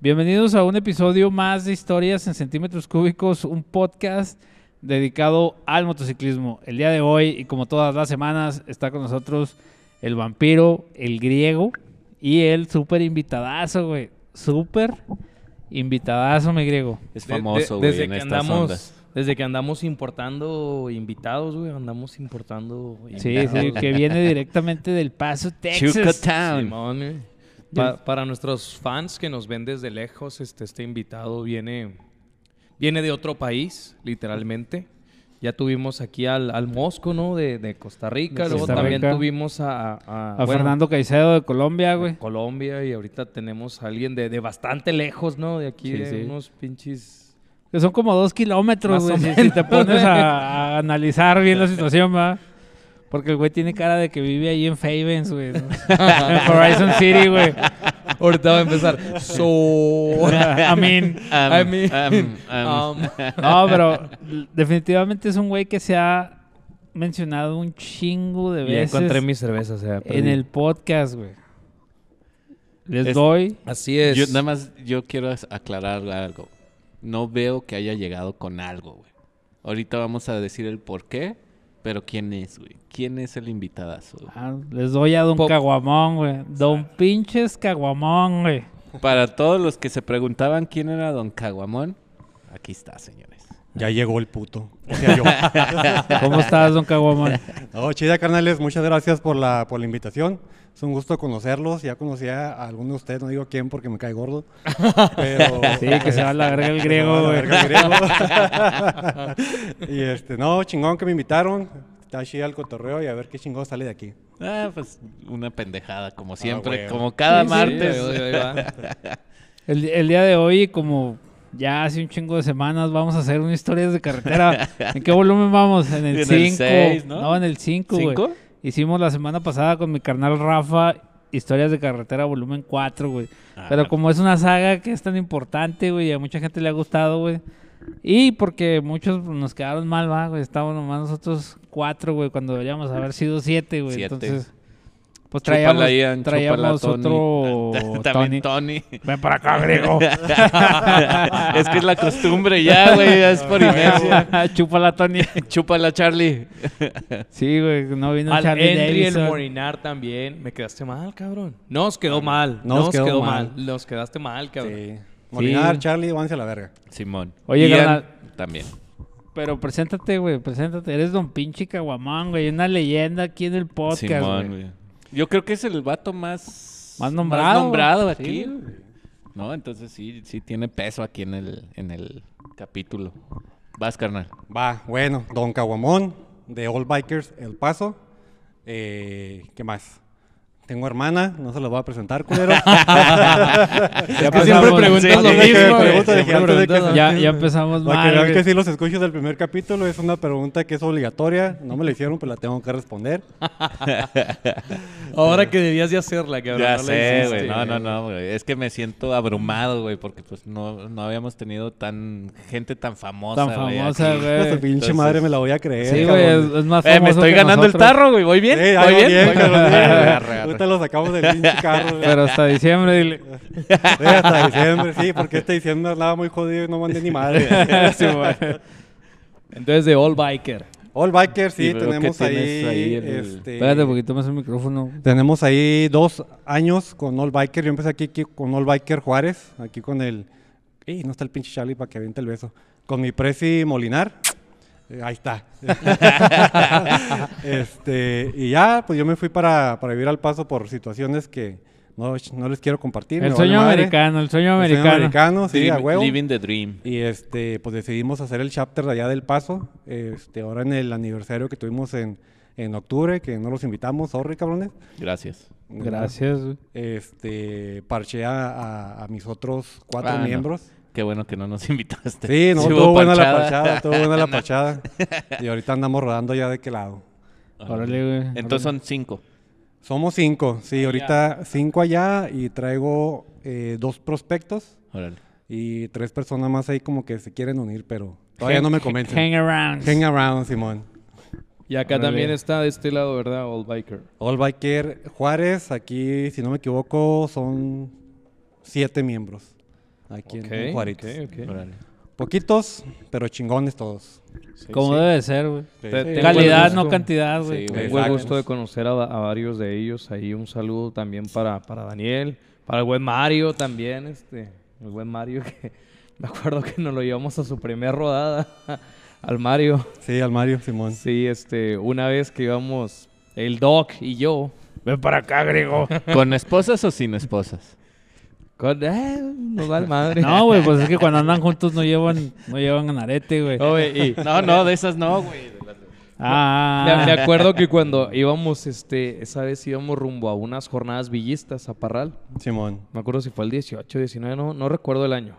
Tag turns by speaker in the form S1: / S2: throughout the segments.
S1: Bienvenidos a un episodio más de Historias en Centímetros Cúbicos, un podcast dedicado al motociclismo. El día de hoy, y como todas las semanas, está con nosotros el vampiro, el griego y el súper invitadazo, güey. Súper invitadazo, mi griego.
S2: Es
S3: De- de-
S2: famoso, güey,
S3: desde
S2: en
S3: que
S2: estas
S3: andamos,
S2: ondas.
S3: Desde que andamos importando invitados, güey, andamos importando
S1: Sí, sí, que viene directamente del Paso, Texas.
S2: Chucatown.
S1: Ah,
S3: Simón, güey. Pa- para nuestros fans que nos ven desde lejos, este, este invitado viene, viene de otro país, literalmente. Ya tuvimos aquí al, al Mosco, ¿no? De, de Costa Rica.
S1: De
S3: Luego
S1: Costa
S3: también
S1: Rica.
S3: tuvimos a, a-
S1: A
S3: bueno,
S1: Fernando Caicedo de Colombia,
S3: de
S1: güey.
S3: Colombia y ahorita tenemos a alguien de, de bastante lejos, ¿no? De aquí,
S1: Sí,
S3: de
S1: sí.
S3: unos pinches...
S1: Que son como dos kilómetros,
S3: Más
S1: güey.
S3: o
S1: Si, si
S3: menos,
S1: te pones
S3: güey.
S1: a, a analizar bien la situación, va. Porque el güey tiene cara de que vive ahí en Favens, güey. ¿no? en Horizon City, güey.
S3: Ahorita va a empezar. So...
S1: I mean.
S3: I mean,
S2: um,
S3: um,
S1: No, pero definitivamente es un güey que se ha mencionado un chingo de
S3: ya encontré
S1: veces
S3: mis cervezas. ya perdí.
S1: en el podcast, güey. Les
S2: Es-
S1: doy.
S3: Así es.
S2: Yo, nada más, yo quiero as- aclarar algo. No veo que haya llegado con algo, güey. Ahorita vamos a decir el por qué, pero ¿quién es, güey? ¿Quién es el invitadazo? güey?
S1: ah, Les doy a Don
S3: Po-
S1: Caguamón, güey. Don pinches Caguamón, güey.
S2: Para todos los que se preguntaban quién era Don Caguamón, aquí está, señores.
S4: Ya llegó el puto. O sea, yo.
S1: ¿Cómo estás, Don Caguamón?
S4: No, chida, carnales, muchas gracias por la, por la invitación. Es un gusto conocerlos. Ya conocía a alguno de ustedes, no digo quién porque me cae gordo. Pero,
S1: Sí, que se va a la verga el
S4: que se
S1: griego,
S4: va a la
S1: güey.
S4: verga el griego. y este, no, chingón que me invitaron. Está chida el cotorreo y a ver qué chingón sale de aquí.
S2: Ah, pues una pendejada, como siempre,
S4: güey.
S2: como cada
S3: Ah, Sí, sí,
S2: martes.
S3: ahí va, ahí va.
S1: El, el día de hoy, como ya hace un chingo de semanas, vamos a hacer una historia de carretera. ¿En qué volumen vamos? En
S2: En
S1: el
S2: el
S1: 5.
S2: seis,
S1: ¿no?
S2: ¿no?
S1: en el 5, güey.
S2: ¿Cinco?
S1: Hicimos la semana pasada con mi carnal Rafa Historias de Carretera volumen 4, güey. Pero como es una saga que es tan importante, güey, y a mucha gente le ha gustado, güey. Y porque muchos nos quedaron mal, va, güey. Estábamos nomás nosotros cuatro, güey, cuando deberíamos haber sido siete, güey.
S2: Siete.
S1: Entonces, pues
S2: Chúpala,
S1: traíamos,
S2: Ian, chúpala,
S1: traíamos
S2: Tony.
S1: otro Tony.
S2: También Tony.
S1: Ven para acá, griego.
S2: es que es la costumbre ya, güey, ya es por inercia.
S1: Chúpala, Tony.
S2: Chúpala, Charlie.
S1: Sí, güey, no vino
S3: Al
S1: Charlie
S3: Henry, el
S1: Davidson.
S3: Morinar también. Me quedaste mal, cabrón. Nos quedó mal.
S4: Nos
S3: Nos, quedó,
S4: quedó
S3: mal.
S4: mal.
S3: Nos quedaste mal, cabrón.
S4: Sí. Molinar, Charlie, váyanse a la verga.
S2: Simón.
S1: Oye,
S2: Ian,
S1: carnal.
S2: También.
S1: Pero preséntate, güey, preséntate. Eres don pinche caguamán, güey. Una leyenda aquí en el podcast,
S2: Simón,
S1: güey.
S2: güey. Yo creo que es el vato más...
S1: Más nombrado.
S2: nombrado
S1: Sí,
S2: aquí.
S1: güey.
S2: güey. no, entonces sí, sí tiene peso aquí en el, en el capítulo. Vas, carnal.
S4: Va, bueno, Don Caguamón, de All Bikers El Paso. Eh, ¿Qué más? Tengo hermana, no se los voy a presentar, culero.
S1: Ya
S3: que siempre
S1: empezamos-
S3: preguntas
S1: Sí,
S3: lo
S1: sí,
S3: mismo,
S1: sí,
S3: güey.
S1: preguntas-
S3: Siempre preguntas lo
S1: Ya, ya empezamos
S4: Para
S1: mal,
S4: que vean
S1: güey.
S4: que sí los escucho del primer capítulo, es una pregunta que es obligatoria. No me la hicieron, pero la tengo que responder.
S3: Ahora que debías de hacerla, cabrón.
S2: Ya
S3: no la
S2: sé,
S3: hiciste.
S2: güey. No, no, no, güey. Es que me siento abrumado, güey, porque pues no, no habíamos tenido tan gente tan famosa,
S1: Tan
S2: güey,
S1: famosa,
S2: aquí.
S1: güey.
S4: Hasta pinche
S2: entonces-
S4: madre me la voy a creer.
S1: Sí, güey, es,
S4: cabrón.
S1: es más
S2: Eh,
S1: famoso
S2: me estoy
S1: que
S2: ganando el
S1: nosotros.
S2: tarro, güey. Voy bien,
S4: Sí, ahí
S2: voy
S4: va
S2: bien.
S4: bien,
S2: voy bien.
S4: cabrón.
S2: Arre, arre.
S4: Ahorita lo sacamos del pinche carro. güey.
S1: Pero hasta diciembre, dile.
S4: Sí, hasta diciembre, sí, porque este diciembre andaba muy jodido y no mandé ni madre.
S1: Sí, güey.
S3: Entonces, de All Biker.
S4: All Bikers,
S2: Y
S4: sí,
S2: veo que
S4: tenemos ahí.
S2: tienes ahí el-
S4: este,
S1: Espérate un poquito más el micrófono.
S4: Tenemos ahí dos años con All Biker. Yo empecé aquí, aquí con All Biker Juárez, aquí con el... ¡Ey! No está el pinche Charlie para que aviente el beso. Con mi Prezi Molinar. Eh, Ahí está. este, y ya, pues yo me fui para, para vivir al paso por situaciones que no, no les quiero compartir.
S1: El
S4: me vale
S1: sueño
S4: madre.
S1: americano, el sueño
S4: El sueño
S1: americano.
S4: americano, sí, a
S2: Dream-
S4: huevo.
S2: Living the dream.
S4: Y este, pues decidimos hacer el chapter de allá del Paso. Este, ahora en el aniversario que tuvimos en, en octubre, que no los invitamos, sorry cabrones.
S2: Gracias.
S1: Gracias, güey.
S4: Este, parché a, a- a mis otros cuatro
S2: Ah, no.
S4: miembros.
S2: Qué bueno que no nos invitaste.
S4: Sí, no,
S2: hubo
S4: estuvo buena la
S2: parchada.
S4: parchada, estuvo buena la parchada. Y ahorita andamos rodando ya de qué lado.
S1: Órale, güey.
S2: Entonces son cinco.
S4: Somos cinco, sí, ahorita cinco allá y traigo eh, dos prospectos
S2: Órale.
S4: y tres personas más ahí como que se quieren unir, pero todavía no me convencen.
S1: Hang around.
S4: Hang around, Simón.
S3: Y acá
S1: Órale.
S3: también está de este lado, ¿verdad? All Biker.
S4: All Biker Juárez, aquí, si no me equivoco, son siete miembros. aquí en-
S3: Ok,
S4: en Juárez.
S3: ok, ok.
S2: Órale.
S4: Poquitos, pero chingones todos.
S1: Como debe de ser, güey.
S2: Sí.
S3: Te- te-
S1: Calidad,
S3: Tengo
S1: no
S3: gusto.
S1: cantidad, güey.
S2: Sí, güey.
S3: Tengo el
S4: Exacto.
S3: gusto de conocer a, a varios de ellos. Ahí un saludo también para, para Daniel, para el buen Mario también. Este, el buen Mario que me acuerdo que nos lo llevamos a su primera rodada al Mario.
S4: Sí, al Mario Simón.
S3: Sí, este, una vez que íbamos el Doc y yo.
S1: Ven para acá, Grego.
S2: ¿Con esposas o sin esposas?
S3: Con, eh, nos va el madre.
S1: No, güey, pues es que cuando andan juntos no llevan, no llevan un arete, güey.
S2: Oh,
S3: No, güey, y-
S2: No, no, de esas no, güey.
S1: Ah,
S3: Me, me acuerdo que cuando íbamos, este, esa vez íbamos rumbo a unas jornadas villistas a Parral.
S4: Simón.
S3: Me acuerdo si fue el 18, 19, no, no recuerdo el año.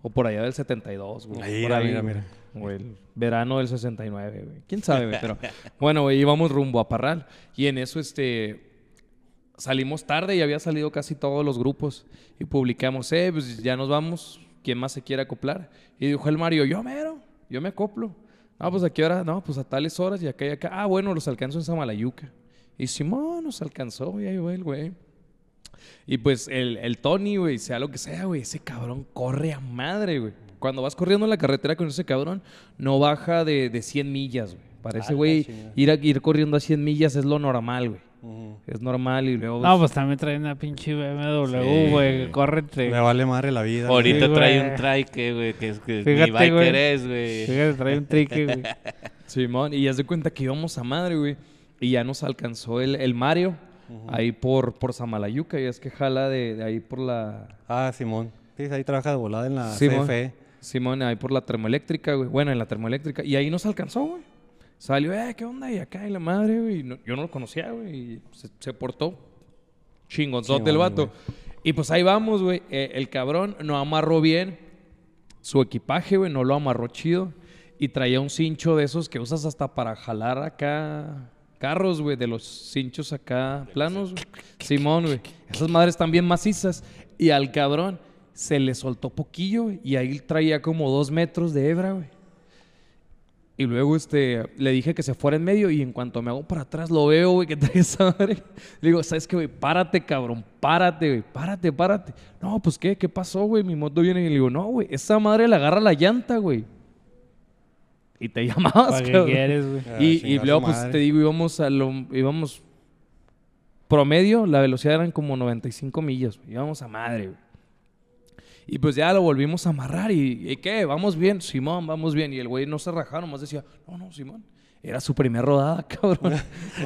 S3: O por allá del 72, güey.
S4: Ahí,
S3: por
S4: mira,
S3: ahí,
S4: mira,
S3: güey.
S4: mira.
S3: O el verano del 69, güey. ¿Quién sabe, güey? Pero bueno, güey, íbamos rumbo a Parral. Y en eso, este... Salimos tarde y había salido casi todos los grupos. Y publicamos, eh, pues ya nos vamos. ¿Quién más se quiere acoplar? Y dijo el Mario, yo mero, yo me acoplo. Ah, pues a qué hora? No, pues a tales horas y acá y acá. Ah, bueno, los alcanzo en Samalayuca. Y Simón nos alcanzó, y ahí va el güey. Y pues el, el Tony, güey, sea lo que sea, güey, ese cabrón corre a madre, güey. Cuando vas corriendo en la carretera con ese cabrón, no baja de, de 100 millas, güey. Para ese güey, ir, a- ir corriendo a 100 millas es lo normal, güey. Es normal y luego...
S1: no, pues también traen una pinche BMW,
S2: Sí.
S1: güey. que Corre entre.
S4: Le vale madre la vida.
S2: Ahorita
S1: Sí,
S2: trae
S1: güey.
S2: un trike, güey, que es que
S1: Fíjate,
S2: mi biker
S1: güey.
S2: es, güey.
S1: Fíjate, trae un trique, güey.
S3: Simón, y ya se cuenta que íbamos a madre, güey. Y ya nos alcanzó el, el Mario ahí por, por Samalayuca. Y es que jala de, de ahí por la...
S4: Ah, Simón. Sí, ahí trabaja de volada en la E.
S3: Simón.
S4: CFE.
S3: Simón, ahí por la termoeléctrica, güey. Bueno, en la termoeléctrica. Y ahí nos alcanzó, güey. Salió, eh, ¿qué onda? Y acá, y la madre, güey. Y no- yo no lo conocía, güey. Y se, se portó chingonzote el
S4: Chingón,
S3: vato. Y pues ahí vamos, güey. Eh, el cabrón no amarró bien su equipaje, güey. No lo amarró chido. Y traía un cincho de esos que usas hasta para jalar acá carros, güey. De los cinchos acá planos, güey. Simón, güey. Esas madres están bien macizas. Y al cabrón se le soltó poquillo, güey. Y ahí traía como dos metros de hebra, güey. Y luego este, le dije que se fuera en medio y en cuanto me hago para atrás lo veo, güey, que trae esa madre. Le digo, ¿sabes qué, güey? Párate, cabrón, párate, güey, párate, párate. No, pues qué, ¿qué pasó, güey? Mi moto viene y le digo, no, güey, esa madre le agarra la llanta, güey. Y te llamabas,
S1: ¿Para qué
S3: cabrón.
S1: quieres, güey?
S4: Ah,
S3: Y, y
S4: chingar su
S3: luego, pues
S4: madre.
S3: te digo, íbamos a lo. íbamos. Promedio, la velocidad eran como 95 millas, güey. Íbamos a madre, güey. Y pues ya lo volvimos a amarrar. ¿Y, ¿y qué? Vamos bien, Simón, vamos bien. Y el güey no se rajaba, nomás decía, no, no, Simón. Era su primera rodada, cabrón.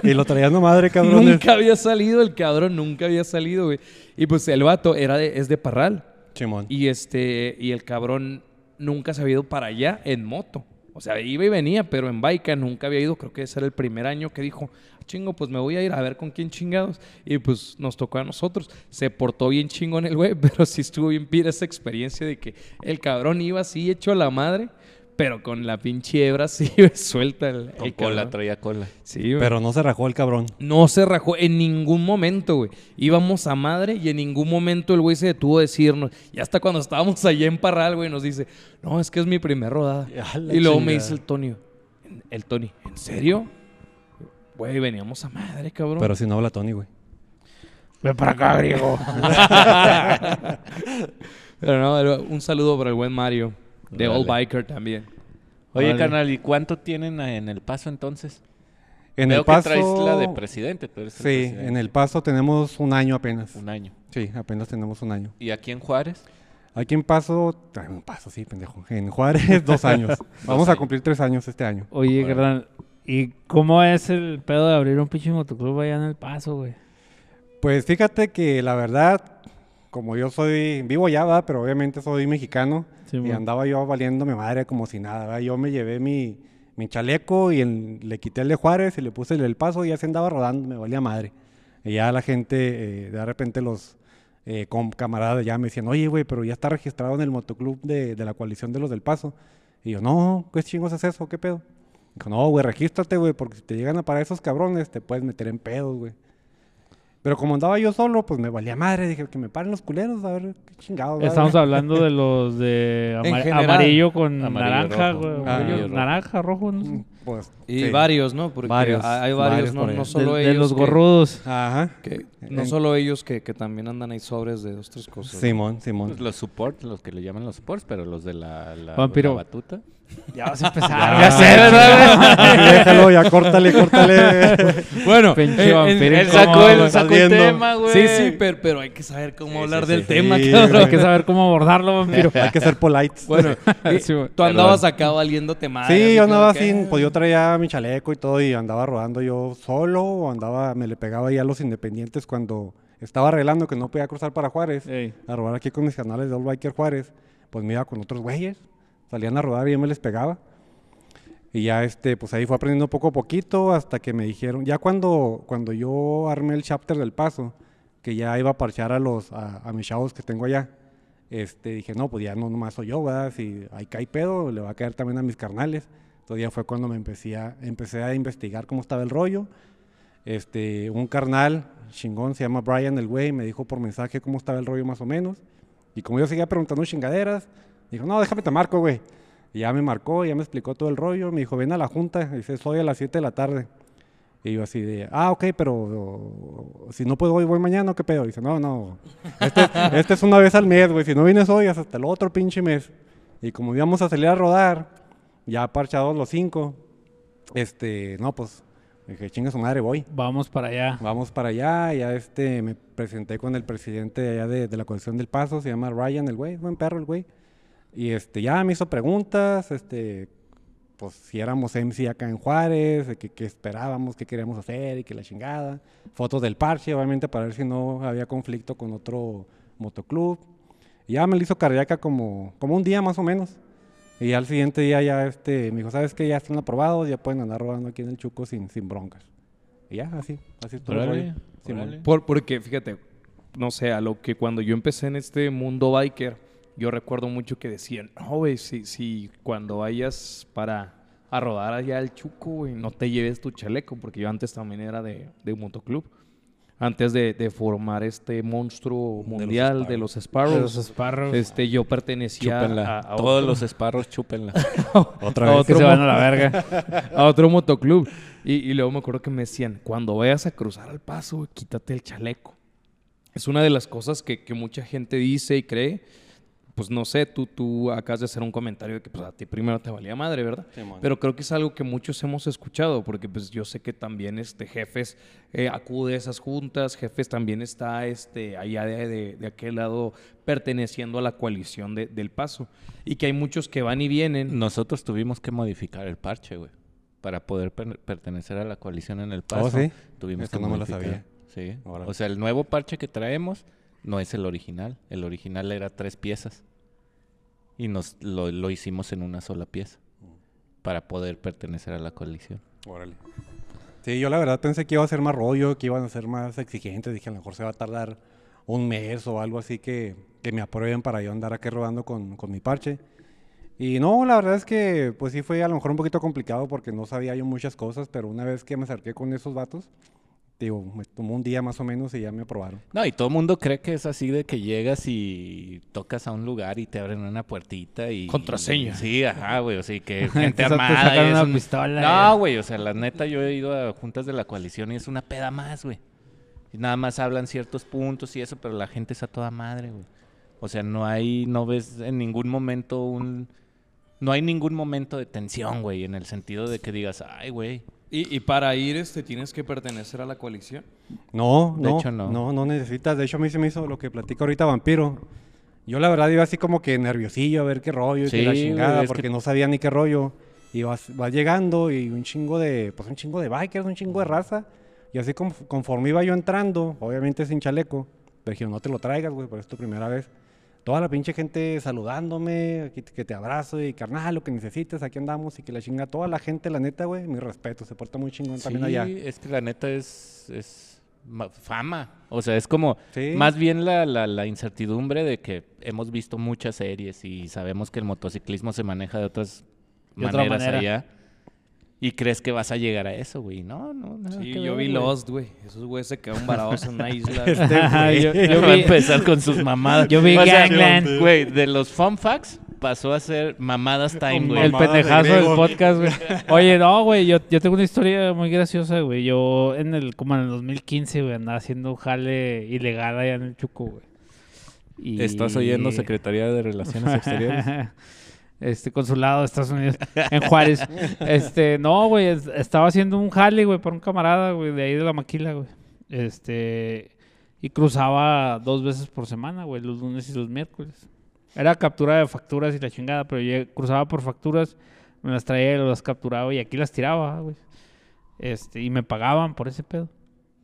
S4: Y lo traían a madre, cabrón.
S3: nunca había salido, el cabrón nunca había salido, güey. Y pues el vato era de- es de Parral.
S4: Simón.
S3: Y este, y el cabrón nunca se había ido para allá en moto. O sea, iba y venía, pero en baica nunca había ido. Creo que ese era el primer año que dijo, chingo, pues me voy a ir a ver con quién chingados. Y pues nos tocó a nosotros. Se portó bien chingón el güey, pero sí estuvo bien pira esa experiencia de que el cabrón iba así hecho a la madre, pero con la pinche hebra así suelta el, el
S2: Con
S3: cabrón.
S2: cola, traía cola.
S3: Sí, güey.
S4: Pero no se rajó el cabrón.
S3: No se rajó en ningún momento, güey. Íbamos a madre y en ningún momento el güey se detuvo a decirnos. Y hasta cuando estábamos allá en Parral, güey, nos dice, no, es que es mi primera rodada.
S4: A la
S3: Y luego me
S4: chingada.
S3: dice el Tony, "En- el Tony, ¿en serio? Güey, veníamos a madre, cabrón.
S4: Pero si no habla Tony, güey.
S1: Ven para acá, griego.
S3: Pero no, pero un saludo para el buen Mario, de Old Biker también.
S2: Oye,
S1: Órale.
S2: carnal, ¿y cuánto tienen a- en el paso entonces?
S4: En
S2: Veo
S4: el paso.
S2: que traes la de presidente, tú eres el
S4: sí,
S2: presidente.
S4: en el paso tenemos un año apenas.
S2: Un año.
S4: Sí, apenas tenemos un año.
S2: ¿Y aquí en Juárez?
S4: Aquí en Paso, ah, en Paso, sí, pendejo. En Juárez, dos años. Vamos a
S2: años.
S4: cumplir tres años este año.
S1: Oye, carnal, ¿y cómo es el pedo de abrir un pinche motoclub allá en El Paso, güey?
S4: Pues fíjate que la verdad, como yo soy, vivo allá, ¿verdad? pero obviamente soy mexicano.
S1: Sí,
S4: y
S1: man.
S4: andaba yo valiéndome madre como si nada. ¿verdad? Yo me llevé mi, mi chaleco y el- le quité el de Juárez y le puse el del Paso y ya se andaba rodando, me valía madre. Y ya la gente, eh, de repente los eh, com- camaradas ya me decían, oye, güey, pero ya está registrado en el motoclub de, de la coalición de los del Paso. Y yo, no, ¿qué chingos es eso? ¿Qué pedo? Dijo, no, güey, regístrate, güey, porque si te llegan a parar esos cabrones, te puedes meter en pedos, güey. Pero como andaba yo solo, pues me valía madre. Dije, que me paren los culeros, a ver qué chingado. ¿verdad?"
S1: Estamos hablando de los de
S3: En
S1: amar-
S3: general.
S1: amarillo con
S2: Amarillo,
S1: naranja,
S2: rojo.
S1: güey.
S4: Ah.
S1: Amarillo,
S2: Amarillo, rojo.
S1: naranja, rojo, no sé.
S4: Pues,
S3: Y
S4: sí.
S3: varios, ¿no? Porque
S4: Varios,
S3: hay hay varios,
S4: varios
S3: no,
S4: por ahí.
S3: no
S4: De-
S1: De,
S3: solo
S1: de
S3: ellos.
S1: los
S3: que-
S1: gorrudos.
S4: Ajá.
S3: que- no
S4: En-
S3: solo ellos que, que también andan ahí sobres de dos, tres cosas.
S4: Simón, Simón.
S2: Pues los supports, los que le llaman los supports, pero los de la, la,
S1: Vampiro.
S2: la batuta.
S1: Ya vas a empezar.
S4: Ya.
S1: ya sé, ¿verdad? güey?
S4: Déjalo, ya córtale, córtale.
S3: Bueno, eh,
S1: Pinche vampiro
S2: Él
S1: incómodo,
S2: sacó
S1: güey.
S2: el, sacó el
S4: Saliendo.
S2: tema, güey.
S3: sí, sí, pero, pero hay que saber cómo hablar
S2: sí,
S3: del
S2: sí.
S3: tema,
S4: Sí,
S3: cabrón.
S1: Hay que saber cómo abordarlo, vampiro.
S4: Hay que ser polite.
S3: Bueno, y
S1: Sí, güey.
S3: tú andabas acá valiéndote madre.
S4: Sí,
S3: así
S4: yo andaba
S3: como que, eh. "Mm".
S4: así, pues yo traía mi chaleco y todo y andaba rodando yo solo, o andaba, me le pegaba ahí a los independientes cuando estaba arreglando que no podía cruzar para Juárez,
S1: Ey.
S4: a rodar aquí con mis canales de All Biker Juárez, pues me iba con otros güeyes, salían a rodar y yo me les pegaba. Y ya este, pues ahí fue aprendiendo poco a poquito hasta que me dijeron, ya cuando, cuando yo armé el chapter del paso, que ya iba a parchar a los, a, a mis chavos que tengo allá, este, dije, no, pues ya no nomás soy yo, ¿verdad? Si ahí cae pedo, le va a caer también a mis carnales. Entonces ya fue cuando me empecé a, empecé a investigar cómo estaba el rollo. Este, un carnal chingón, se llama Brian el güey, me dijo por mensaje cómo estaba el rollo más o menos. Y como yo seguía preguntando chingaderas, dijo, no, déjame te marco, güey. Y ya me marcó, ya me explicó todo el rollo. Me dijo, ven a la junta. Dice, soy a las 7 de la tarde. Y yo así de, ah, ok, pero o- si no puedo hoy, voy mañana, ¿o ¿qué pedo? Dice, no, no, este, este es una vez al mes, güey, si no vienes hoy, hasta el otro pinche mes. Y como íbamos a salir a rodar, ya parchados los cinco, este, no, pues, dije, chinga su madre, voy.
S1: Vamos para allá.
S4: Vamos para allá, ya este, me presenté con el presidente de allá de, de la colección del Paso, se llama Ryan el güey, buen perro el güey. Y este, ya me hizo preguntas, este, pues si éramos MC acá en Juárez, de que, que esperábamos, qué queríamos hacer y que la chingada. Fotos del parche, obviamente, para ver si no había conflicto con otro motoclub. Y ya me lo hizo cardíaca como, como un día más o menos. Y ya al siguiente día ya este, me dijo, ¿sabes qué? Ya están aprobados, ya pueden andar rodando aquí en el Chuco sin, sin broncas. Y ya, así, así todo el
S2: Órale,
S4: rollo. Simón.
S2: órale.
S3: Por, porque, fíjate, no sé, a lo que cuando yo empecé en este mundo biker, yo recuerdo mucho que decían, no, güey, si, si cuando vayas para a rodar allá al Chuco, güey, no te lleves tu chaleco, porque yo antes también era de, de un motoclub. Antes de, de formar este monstruo mundial de los Sparrows,
S1: Los Sparrows.
S3: este, yo pertenecía
S2: Chúpenla.
S3: a, a
S2: Todos
S3: otro-
S2: los esparros, chúpenla.
S4: Otra
S3: a
S4: vez.
S1: Que
S3: otro
S1: se van
S3: mo-
S1: a la verga.
S3: a otro motoclub. Y, y luego me acuerdo que me decían, cuando vayas a cruzar al paso, güey, quítate el chaleco. Es una de las cosas que, que mucha gente dice y cree. Pues no sé, tú, tú acabas de hacer un comentario de que pues, a ti primero te valía madre, ¿verdad?
S4: Simón.
S3: Pero creo que es algo que muchos hemos escuchado, porque pues yo sé que también este, jefes eh, acude a esas juntas, jefes también está este, allá de, de- de aquel lado perteneciendo a la coalición de- del paso. Y que hay muchos que van y vienen.
S2: Nosotros tuvimos que modificar el parche, güey. Para poder per- pertenecer a la coalición en el paso.
S4: Oh, ¿sí?
S2: Tuvimos
S4: Eso
S2: que
S4: no me lo
S2: modificar.
S4: sabía.
S2: Sí.
S4: Órale.
S2: O sea, el nuevo parche que traemos no es el original. El original era tres piezas. Y nos lo, lo hicimos en una sola pieza. Para poder pertenecer a la coalición.
S4: Órale. Sí, yo la verdad pensé que iba a ser más rollo, que iban a ser más exigentes. Dije, a lo mejor se va a tardar un mes o algo así que, que me aprueben para yo andar aquí rodando con, con mi parche. Y no, la verdad es que pues sí fue a lo mejor un poquito complicado porque no sabía yo muchas cosas, pero una vez que me acerqué con esos vatos, digo, me tomó un día más o menos y ya me aprobaron.
S2: No, y todo el mundo cree que es así de que llegas y tocas a un lugar y te abren una puertita y...
S3: Contraseña.
S2: Sí, ajá, güey. O sea, y
S1: Te
S2: que gente
S1: sa- te
S2: armada.
S1: sacan
S2: y es
S1: una
S2: un-
S1: pistola,
S2: No,
S1: eh.
S2: güey. O sea, la neta, yo he ido a juntas de la coalición y es una peda más, güey. Y nada más hablan ciertos puntos y eso, pero la gente está toda madre, güey. O sea, no hay... No ves en ningún momento un... No hay ningún momento de tensión, güey. En el sentido de que digas, ay, güey.
S3: Y, y para ir, este, tienes que pertenecer a la coalición.
S4: No,
S2: De
S4: no,
S2: hecho, no.
S4: no. No, necesitas. De hecho, a mí se me hizo lo que platica ahorita Vampiro. Yo la verdad iba así como que nerviosillo a ver qué rollo y
S2: Sí,
S4: que la
S2: güey,
S4: chingada,
S2: es
S4: porque
S2: que-
S4: no sabía ni qué rollo. Y vas, vas llegando y un chingo de, pues un chingo de bikers, un chingo de raza. Y así con- conforme iba yo entrando, obviamente sin chaleco, me dijeron, no te lo traigas, güey, pero es tu primera vez. Toda la pinche gente saludándome, aquí te- que te abrazo y carnal, lo que necesites, aquí andamos y que la chinga. Toda la gente, la neta, güey, mi respeto, se porta muy chingón también allá.
S2: Sí, es que la neta es, es ma- fama. O sea, es como
S4: Sí.
S2: más bien la, la- la incertidumbre de que hemos visto muchas series y sabemos que el motociclismo se maneja de otras
S1: De otra
S2: maneras
S1: manera.
S2: allá. Y crees que vas a llegar a eso, güey. No, no, nada
S3: Sí,
S2: que
S3: yo
S2: ver,
S3: vi
S2: Ah, güey. Este
S3: Lost, güey. Esos güeyes se quedaron varados en una isla.
S1: Ajá, yo, yo
S2: Va a
S1: vi-
S2: empezar con sus mamadas.
S1: Yo vi
S2: O sea,
S1: Gangland.
S2: Güey, de los fun facts, pasó a ser mamadas time, güey.
S1: El
S4: Mamadas de
S1: pendejazo del
S4: griego.
S1: podcast, güey. Oye, no, güey, yo, yo tengo una historia muy graciosa, güey. Yo en el, como en el 2015, güey, andaba haciendo jale ilegal allá en el Chuco, güey. Y-
S2: Estás oyendo Secretaría de Relaciones Exteriores.
S1: Este consulado de Estados Unidos en Juárez. Este, no, güey, es- estaba haciendo un jale, güey, para un camarada, güey, de ahí de la maquila, güey. Este, y cruzaba dos veces por semana, güey, los lunes y los miércoles. Era captura de facturas y la chingada, pero yo cruzaba por facturas, me las traía, las capturaba y aquí las tiraba, güey. Este, y me pagaban por ese pedo.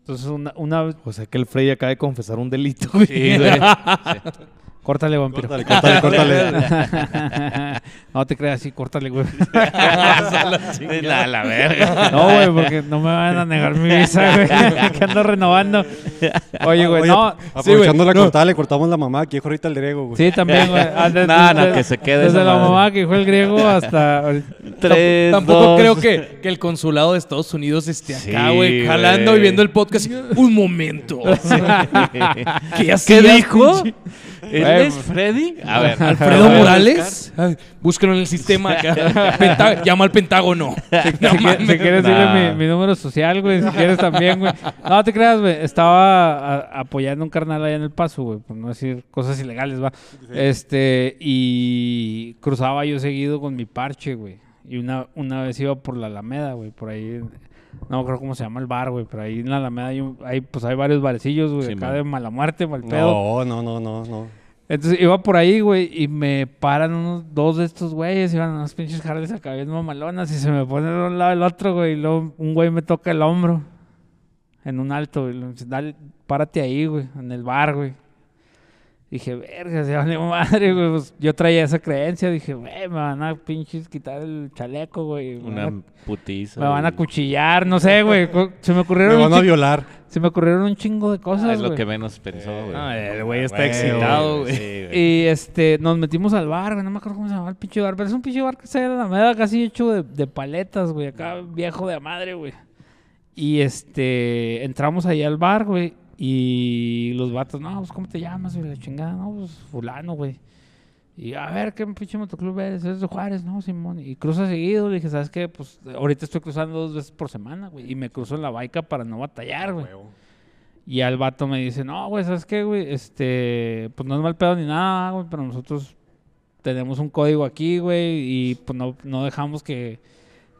S1: Entonces, una, una vez.
S3: O sea que el Freddy acaba de confesar un delito, güey.
S2: Sí, güey.
S1: Córtale, vampiro.
S4: Córtale, córtale, córtale.
S1: no te creas, sí, córtale, güey.
S2: De la, la verga.
S1: No, güey, porque no me van a negar mi visa, güey. Que ando renovando. Oye, güey,
S4: Oye,
S1: no.
S4: Aprovechando
S1: sí,
S4: la
S1: güey, no.
S4: cortada, le cortamos la mamá. Aquí es ahorita el griego, güey.
S1: Sí, también, güey. Ah, de-
S2: No, no,
S1: desde-
S2: que se quede
S1: Desde
S2: esa
S1: la
S2: madre.
S1: mamá que dijo el griego hasta.
S2: Tres,
S3: Tampoco
S2: dos.
S3: creo que, que el consulado de Estados Unidos esté
S2: Sí,
S3: acá, güey, jalando
S2: güey.
S3: y viendo el podcast. Un momento. ¿Qué,
S2: ¿Qué
S3: hacías,
S2: dijo? Ah,
S3: pinche?
S2: ¿Él
S1: Güey,
S2: es Freddy? A ver.
S3: ¿Alfredo
S2: a ver,
S3: Morales? Ay, Búsquenlo en el sistema acá. Pentá- llama al Pentágono. No
S1: Si, quie-
S3: mames.
S1: si quieres
S2: Nah.
S1: dile mi, mi número social, güey, si quieres también, güey. No te creas, güey. Estaba a- apoyando un carnal allá en el paso, güey, por no decir cosas ilegales, va. Este, y cruzaba yo seguido con mi parche, güey. Y una, una vez iba por la Alameda, güey, por ahí. No creo cómo se llama el bar, güey, pero ahí en la Alameda hay, un- hay, pues hay varios barecillos, güey,
S2: Sí,
S1: acá
S2: man.
S1: de mala muerte, mal pedo.
S4: No, no, no, no, no.
S1: Entonces iba por ahí, güey, y me paran unos dos de estos güeyes, iban unos pinches jarles acá bien mamalonas y se me ponen de un lado al otro, güey, y luego un güey me toca el hombro en un alto, güey, y me dice, dale, párate ahí, güey, en el bar, güey. Dije, verga, se vale madre, güey. pues, yo traía esa creencia, dije, güey, me van a pinches quitar el chaleco, güey. me van
S2: Una
S1: a-
S2: putiza.
S1: Me van a
S2: güey.
S1: cuchillar, no sé, güey. co- Se me
S4: Me
S1: ocurrieron, un
S4: van a
S1: chi-
S4: violar.
S1: se me ocurrieron un chingo de cosas,
S2: Ah, es lo
S1: güey.
S2: que menos pensó, güey.
S3: Ah, el güey está
S2: Güey,
S3: excitado, güey.
S2: sí, güey.
S1: Y este, nos metimos al bar, güey. No me acuerdo cómo se llamaba el pinche bar, pero es un pinche bar que se la Alameda casi hecho de, de paletas, güey. Acá viejo de la madre, güey. Y este, entramos ahí al bar, güey. Y los vatos, no, pues, ¿cómo te llamas, güey? La chingada, no, pues, fulano, güey. Y a ver, ¿qué pinche motoclub eres? ¿Eres de Juárez? No, Simón. Y cruza seguido. Le dije, ¿sabes qué? Pues, ahorita estoy cruzando dos veces por semana, güey. Y me cruzo en la baica para no batallar, güey. Y al vato me dice, no, güey, ¿sabes qué, güey? Este, pues no es mal pedo ni nada, güey, pero nosotros tenemos un código aquí, güey, y pues no, no dejamos que,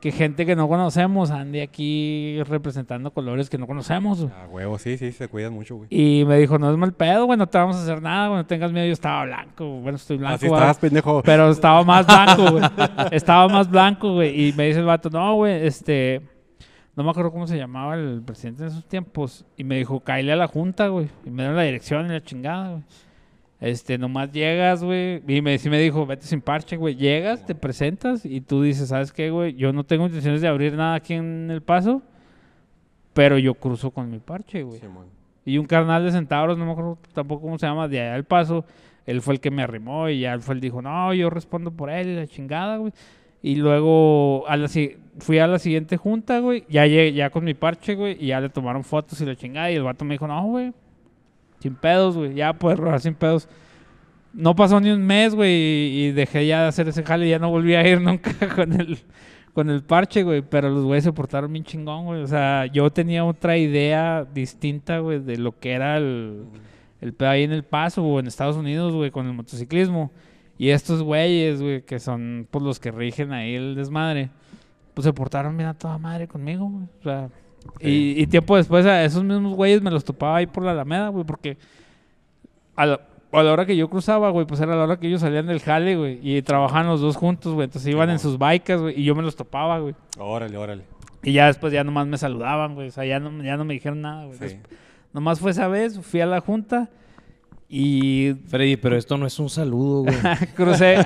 S1: que gente que no conocemos ande aquí representando colores que no conocemos, güey.
S4: A huevo, sí, sí, se cuidan mucho, güey.
S1: Y me dijo, no es mal pedo, güey, no te vamos a hacer nada, güey, no tengas miedo. Yo estaba blanco, bueno, estoy blanco,
S4: Así
S1: güey,
S4: estás, pendejo.
S1: pero estaba más blanco, güey. Estaba más blanco, güey. Y me dice el vato, no, güey, este. No me acuerdo cómo se llamaba el presidente en esos tiempos. Y me dijo, cáele a la junta, güey. Y me dieron la dirección y la chingada, güey. Este, nomás llegas, güey. Y me, sí me dijo, vete sin parche, güey. Llegas, te presentas y tú dices, ¿sabes qué, güey? Yo no tengo intenciones de abrir nada aquí en El Paso, pero yo cruzo con mi parche, güey.
S4: Simón.
S1: Y un carnal de centauros, no me acuerdo tampoco cómo se llama, de allá del paso, él fue el que me arrimó y ya él fue el dijo, no, yo respondo por él, y la chingada, güey. Y luego a la, si- fui a la siguiente junta, güey, ya llegué, ya con mi parche, güey, y ya le tomaron fotos y la chingada, y el vato me dijo, no, güey, sin pedos, güey, ya puedes robar sin pedos. No pasó ni un mes, güey, y, y dejé ya de hacer ese jale, ya no volví a ir nunca con el, con el parche, güey, pero los güeyes se portaron bien chingón, güey. O sea, yo tenía otra idea distinta, güey, de lo que era el, el pedo ahí en El Paso o en Estados Unidos, güey, con el motociclismo. Y estos güeyes, güey, que son pues, los que rigen ahí el desmadre, pues se portaron bien a toda madre conmigo, güey. O sea, y, y tiempo después a esos mismos güeyes me los topaba ahí por la Alameda, güey, porque a la, a la hora que yo cruzaba, güey, pues era la hora que ellos salían del jale, güey, y trabajaban los dos juntos, güey. Entonces iban en
S4: Simón.
S1: sus bikes, güey, y yo me los topaba, güey.
S4: Órale, órale.
S1: Y ya después ya nomás me saludaban, güey. O sea, ya no, ya no me dijeron nada, güey.
S4: Sí.
S1: Des- Nomás fue esa vez, fui a la junta y
S3: Freddy, pero esto no es un saludo, güey.
S1: crucé.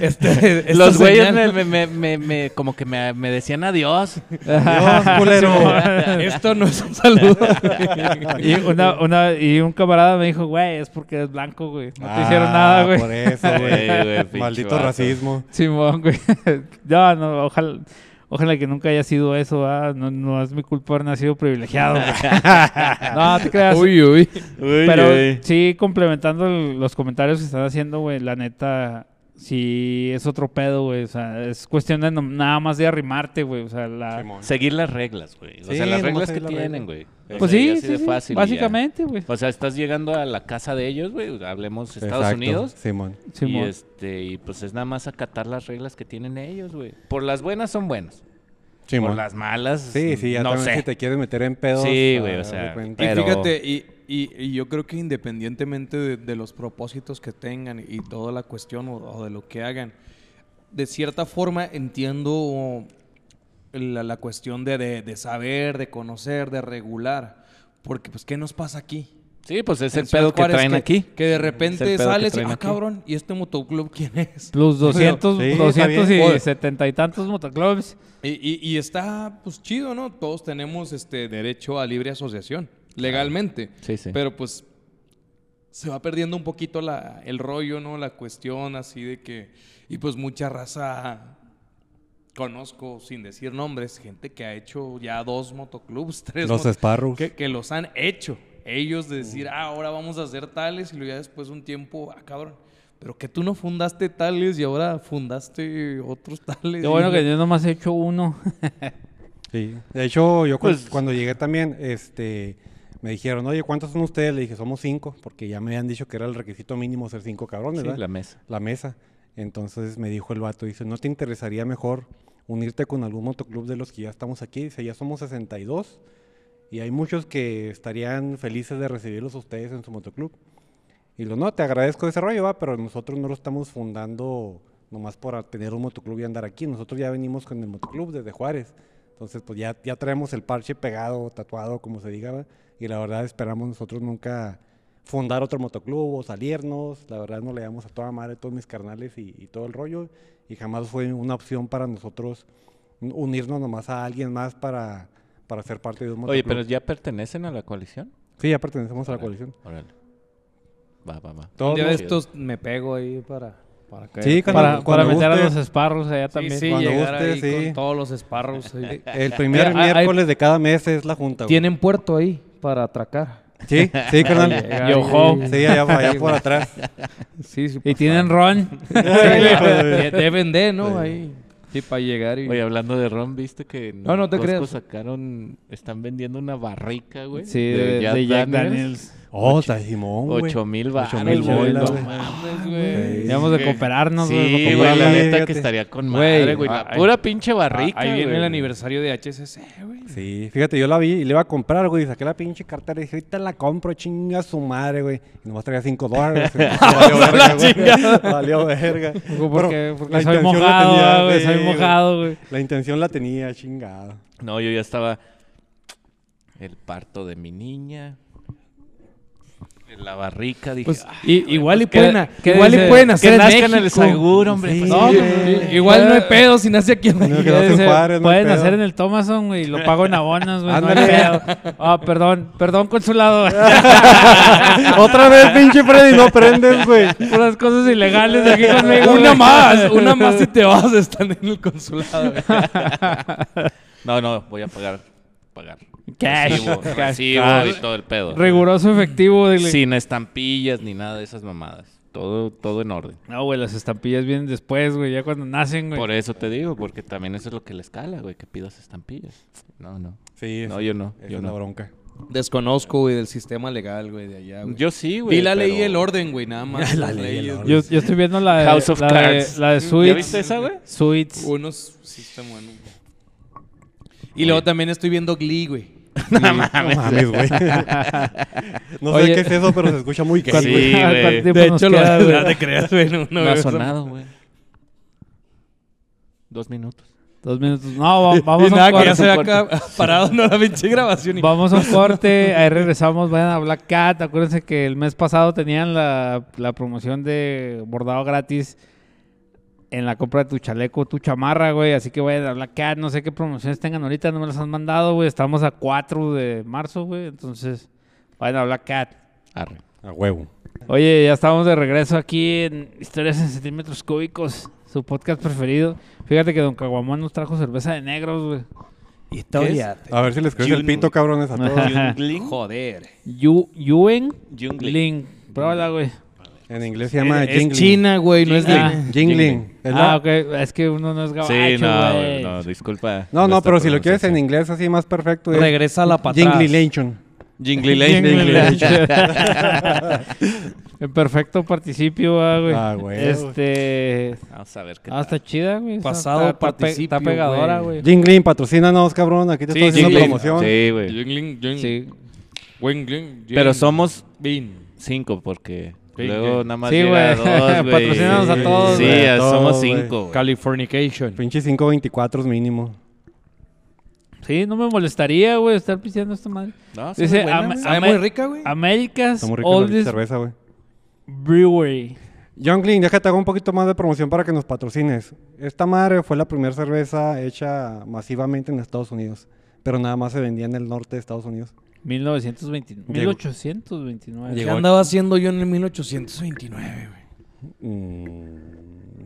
S3: Este- esta
S2: Los güeyes
S3: señal-
S2: me, me- me- me- me- como que me, me decían adiós.
S4: Dios, culero.
S3: Esto no es un saludo.
S1: y, una, una- y un camarada me dijo, güey, es porque eres blanco, güey. No te hicieron
S4: Ah,
S1: nada, güey.
S4: Por eso,
S2: Sí, güey,
S4: güey.
S2: pinche
S4: Maldito
S2: vato.
S4: racismo.
S1: Simón, güey. no, no, ojalá, ojalá que nunca haya sido eso, ¿verdad? no, no es mi culpa haber nacido privilegiado, güey. no, te creas.
S3: uy, uy.
S1: Pero sí, complementando el- los comentarios que están haciendo, güey, la neta, sí es otro pedo, güey. O sea, es cuestión de no- nada más de arrimarte, güey. O sea, la...
S4: Simón.
S2: Seguir las reglas, güey. O
S4: Sí,
S2: sea, las
S4: nomás
S2: reglas que
S4: seguir las
S2: tienen,
S4: reglas.
S2: güey. O
S1: Pues
S2: sea,
S1: sí,
S2: y así
S1: sí,
S2: de
S1: sí,
S2: fácil y ya.
S1: básicamente, güey.
S2: O sea, estás llegando a la casa de ellos, güey. Hablemos Estados
S4: Exacto,
S2: Unidos.
S4: Simón.
S1: Simón.
S2: Y este, y pues es nada más acatar las reglas que tienen ellos, güey. Por las buenas son buenos. Por
S4: Simón.
S2: las malas,
S4: Sí, sí, ya
S2: no
S4: también
S2: sé.
S4: si te quieres meter en pedos.
S2: Sí,
S4: ah,
S2: güey, o
S4: haz de
S2: sea,
S4: cuenta.
S2: pe- Pero-
S3: Y fíjate, y, y- y yo creo que independientemente de, de los propósitos que tengan y toda la cuestión o, o de lo que hagan, de cierta forma entiendo la, la cuestión de, de- de saber, de conocer, de regular. Porque, pues, ¿qué nos pasa aquí?
S2: Sí, pues es
S3: En
S2: el
S3: Ciudad
S2: pedo que
S3: Juárez,
S2: traen aquí.
S3: Que de
S2: Es el
S3: repente
S2: pedo que
S3: sales y,
S2: traen
S3: ah,
S2: aquí.
S3: cabrón, ¿y este motoclub quién es?
S1: Plus 200,
S4: Sí, está
S1: 200
S4: bien.
S1: y setenta y tantos motoclubs.
S3: Y, y- y está, pues, chido, ¿no? Todos tenemos este derecho a libre asociación, legalmente.
S2: Sí, sí.
S3: Pero pues se va perdiendo un poquito la, el rollo, ¿no? La cuestión así de que... Y pues mucha raza conozco, sin decir nombres, gente que ha hecho ya dos motoclubs, tres
S4: Los
S3: mot-
S4: Sparrows.
S3: Que, que los han hecho. Ellos de decir, ah, ahora vamos a hacer tales y luego ya después un tiempo, ah, cabrón. Pero que tú no fundaste tales y ahora fundaste otros tales.
S1: Qué
S3: y
S1: bueno
S3: no-
S1: que yo nomás he hecho uno.
S4: Sí. De hecho, yo cu-
S2: Pues-
S4: cuando llegué también, este, me dijeron, oye, ¿cuántos son ustedes? Le dije, somos cinco, porque ya me habían dicho que era el requisito mínimo ser cinco cabrones,
S2: Sí,
S4: ¿verdad?
S2: la mesa.
S4: la mesa. Entonces me dijo el vato, dice, ¿no te interesaría mejor unirte con algún motoclub de los que ya estamos aquí? Dice, ya somos 62 y hay muchos que estarían felices de recibirlos a ustedes en su motoclub. Y lo no, te agradezco ese rollo, va, pero nosotros no lo estamos fundando nomás por tener un motoclub y andar aquí. Nosotros ya venimos con el motoclub desde Juárez. Entonces, pues ya, ya traemos el parche pegado, tatuado, como se diga, ¿va? y la verdad esperamos nosotros nunca fundar otro motoclub o salirnos. La verdad no le damos a toda madre todos mis carnales y, y todo el rollo. Y jamás fue una opción para nosotros unirnos nomás a alguien más para, para ser parte de un
S2: Oye,
S4: motoclub.
S2: pero ¿ya pertenecen a la coalición?
S4: Sí, ya pertenecemos a la coalición.
S2: Órale. Va, va, va.
S4: Todos
S5: Ya de
S4: nos-
S3: Pues,
S5: estos me pego ahí para, para caer.
S4: Sí, cuando-
S1: para para
S4: cuando
S1: meter a
S4: gustes.
S1: los esparros allá también.
S5: sí,
S4: Cuando
S5: llegar
S4: guste,
S5: ahí
S4: sí.
S5: con todos los esparros. ahí.
S4: El primer
S5: Mira, hay-
S4: miércoles de cada mes es la junta. güey.
S5: Tienen puerto ahí para atracar.
S4: Sí, sí, carnal.
S5: Llegar
S1: Y ojo.
S5: ahí.
S4: Sí, allá, allá por atrás.
S5: Sí, sí,
S1: Y
S5: pues,
S1: tienen ron.
S5: ahí. Deben de, ¿no? Ahí. Sí, para llegar y...
S2: Oye, hablando de ron, ¿viste que en
S5: No, no te
S2: Costco
S5: creas.
S2: sacaron, están vendiendo una barrica, güey?
S1: Sí, de, de Jack, Daniels.
S4: Oh, está Simón, güey.
S2: Ocho mil baros.
S4: Ocho mil
S2: güey,
S4: bolas,
S2: no
S4: güey.
S2: mames, güey.
S1: Debemos de cooperarnos, güey.
S2: Sí,
S1: para
S2: güey,
S1: comprarla.
S2: la
S4: comprarla.
S2: neta que
S4: Fíjate.
S2: estaría con madre,
S5: Güey,
S2: güey. La
S5: ah,
S2: pura pinche barrica,
S5: Ahí viene
S2: güey.
S5: el aniversario de HCC, güey.
S4: Sí, fíjate, yo la vi y le iba a comprar, güey. y Saqué la pinche cartera y dije, ahorita la compro, chinga su madre, güey. Y nomás traía cinco dólares. güey. Valió verga, güey. Valió verga.
S1: Digo, Porque,
S4: Pero
S1: porque
S4: la
S1: soy
S4: intención la
S1: mojado,
S4: tenía,
S1: ah, güey.
S4: sí,
S1: Soy
S4: güey.
S1: mojado, güey.
S4: La intención la tenía, chingada.
S2: No, yo ya estaba. El parto de mi niña. En la barrica, dije.
S5: Pues,
S2: "Ah,
S5: y- igual y
S2: ¿qué-
S5: pueden, a-
S1: qué
S5: igual y
S1: dice?
S5: pueden
S2: que
S5: hacer en
S2: nazca en el
S5: México.
S2: seguro, hombre.
S4: Sí.
S2: pues,
S5: No,
S2: sí,
S5: i- igual no hay pedo si nace aquí en
S4: No,
S5: México.
S4: que no se
S1: Ese-
S4: encuadren, no hay
S1: pueden
S4: pedo.
S1: hacer en el Thomason, güey. y Lo pago en abonos, güey. no hay
S4: Ándale.
S1: pedo. Ah, perdón. Perdón, consulado.
S4: Otra vez, pinche Freddy, no prendes, güey.
S1: Puras cosas ilegales aquí conmigo.
S5: Una
S1: güey.
S5: más, una más si te vas, están en el consulado. güey.
S2: No, no, voy a pagar. Pagar.
S1: Cash.
S2: Recibo,
S1: Cash.
S2: recibo
S1: Cash.
S2: y todo el pedo.
S1: Riguroso efectivo. dile.
S2: Sin estampillas ni nada de esas mamadas. Todo, todo en orden.
S1: No, güey, las estampillas vienen después, güey. Ya cuando nacen, güey.
S2: Por eso te digo, porque también eso es lo que le escala, güey, que pidas estampillas. No, no.
S4: Sí,
S2: No, yo no.
S4: Esa
S2: Yo,
S4: es la
S2: no.
S4: bronca.
S3: Desconozco, güey, del sistema legal, güey, de allá, güey.
S2: yo sí, güey.
S3: Vi la ley y
S2: pero-
S3: el orden, güey, nada más.
S4: La
S3: las
S4: ley y el
S3: leyes,
S4: orden.
S3: güey.
S1: Yo, yo estoy viendo la de,
S2: House of
S1: la
S2: Cards.
S1: de, la de Suits.
S2: ¿Ya viste esa, güey?
S1: Suits.
S3: Unos sistemas, bueno. Y luego también estoy viendo Glee, güey.
S2: No
S4: No
S2: mames.
S4: mames, güey. No sé
S1: Oye.
S4: qué es eso, pero se escucha muy gay.
S1: ¿Cuánto-
S2: Sí,
S1: cuánto
S2: güey.
S1: tiempo nos queda, güey?
S3: te creas, güey. No,
S2: No
S3: veo
S2: ha
S3: esa-
S2: sonado, güey. Dos minutos.
S1: Dos minutos. No, va-
S3: Y
S1: vamos a
S3: nada,
S1: un
S3: que ya
S1: corte.
S3: se ve acá parado, no la pinche grabación. y-
S1: Vamos a un corte. Ahí regresamos. Vayan a Black Cat. Acuérdense que el mes pasado tenían la, la promoción de bordado gratis en la compra de tu chaleco, tu chamarra, güey. Así que vayan a Black Cat. No sé qué promociones tengan ahorita. No me las han mandado, güey. Estamos a 4 de marzo, güey. Entonces, vayan a Black Cat.
S2: Arre.
S4: A huevo.
S1: Oye, ya estamos de regreso aquí en Historias en Centímetros Cúbicos, su podcast preferido. Fíjate que Don Caguamán nos trajo cerveza de negros, güey.
S2: Historia.
S4: A ver si les crece el
S2: Jun-
S4: pito, cabrones, a todos.
S3: Joder.
S1: Yu- Yuen
S2: Yuen Ling.
S1: Ling. Pruébala, güey.
S4: En inglés se llama
S1: Es- es
S4: jingling.
S5: China, güey, no es de...
S1: Ah.
S4: Jingling. Es la-
S1: Ah, ok. Es que uno no es gabacho,
S2: Sí, no,
S1: güey.
S2: güey, no, disculpa.
S4: No, no,
S2: nuestra
S4: pero si lo quieres en
S2: pronunciación.
S4: inglés así más perfecto. es
S5: Regresa la patada.
S4: Jinglilation.
S2: Jinglilation.
S1: En perfecto participio, ah, güey.
S4: Ah, güey.
S1: Este.
S2: Vamos a ver qué
S1: Ah,
S2: tal.
S1: está chida, güey. Está- está-
S5: Pasado
S1: está pe- Está
S5: participio,
S1: pegadora,
S5: güey.
S1: güey.
S4: Jingling, patrocínanos, cabrón. Aquí te
S1: Sí,
S4: estoy haciendo
S1: jingling.
S4: promoción.
S2: Sí, güey.
S5: Jingling, jing-
S1: Sí.
S5: wingling, jing-
S2: Pero somos
S5: bin.
S2: cinco, porque
S5: Sí,
S2: luego
S5: sí.
S2: nada más
S1: Sí,
S2: llega
S1: güey.
S2: dos, güey.
S1: Patrocínanos
S4: a todos,
S2: Sí,
S4: güey.
S2: ya
S4: A todos,
S2: somos
S4: güey.
S2: cinco, güey.
S5: Californication.
S4: Pinche 524 mínimo.
S1: Sí, no me molestaría, güey, estar pisteando esta madre.
S2: No,
S1: Dice,
S2: sabe buena,
S1: ama-
S2: güey.
S5: Sabe
S3: Ah,
S1: ama-
S5: muy rica, güey.
S1: America's
S4: Está muy rico la
S1: Oldest
S4: cerveza, güey.
S1: Brewery.
S4: Jungling, déjate hago un poquito más de promoción para que nos patrocines. Esta madre fue la primera cerveza hecha masivamente en Estados Unidos, pero nada más se vendía en el norte de Estados Unidos.
S1: 1929.
S4: Llegó.
S1: 1829.
S5: ¿Qué andaba haciendo yo en el 1829, güey?
S4: Mm,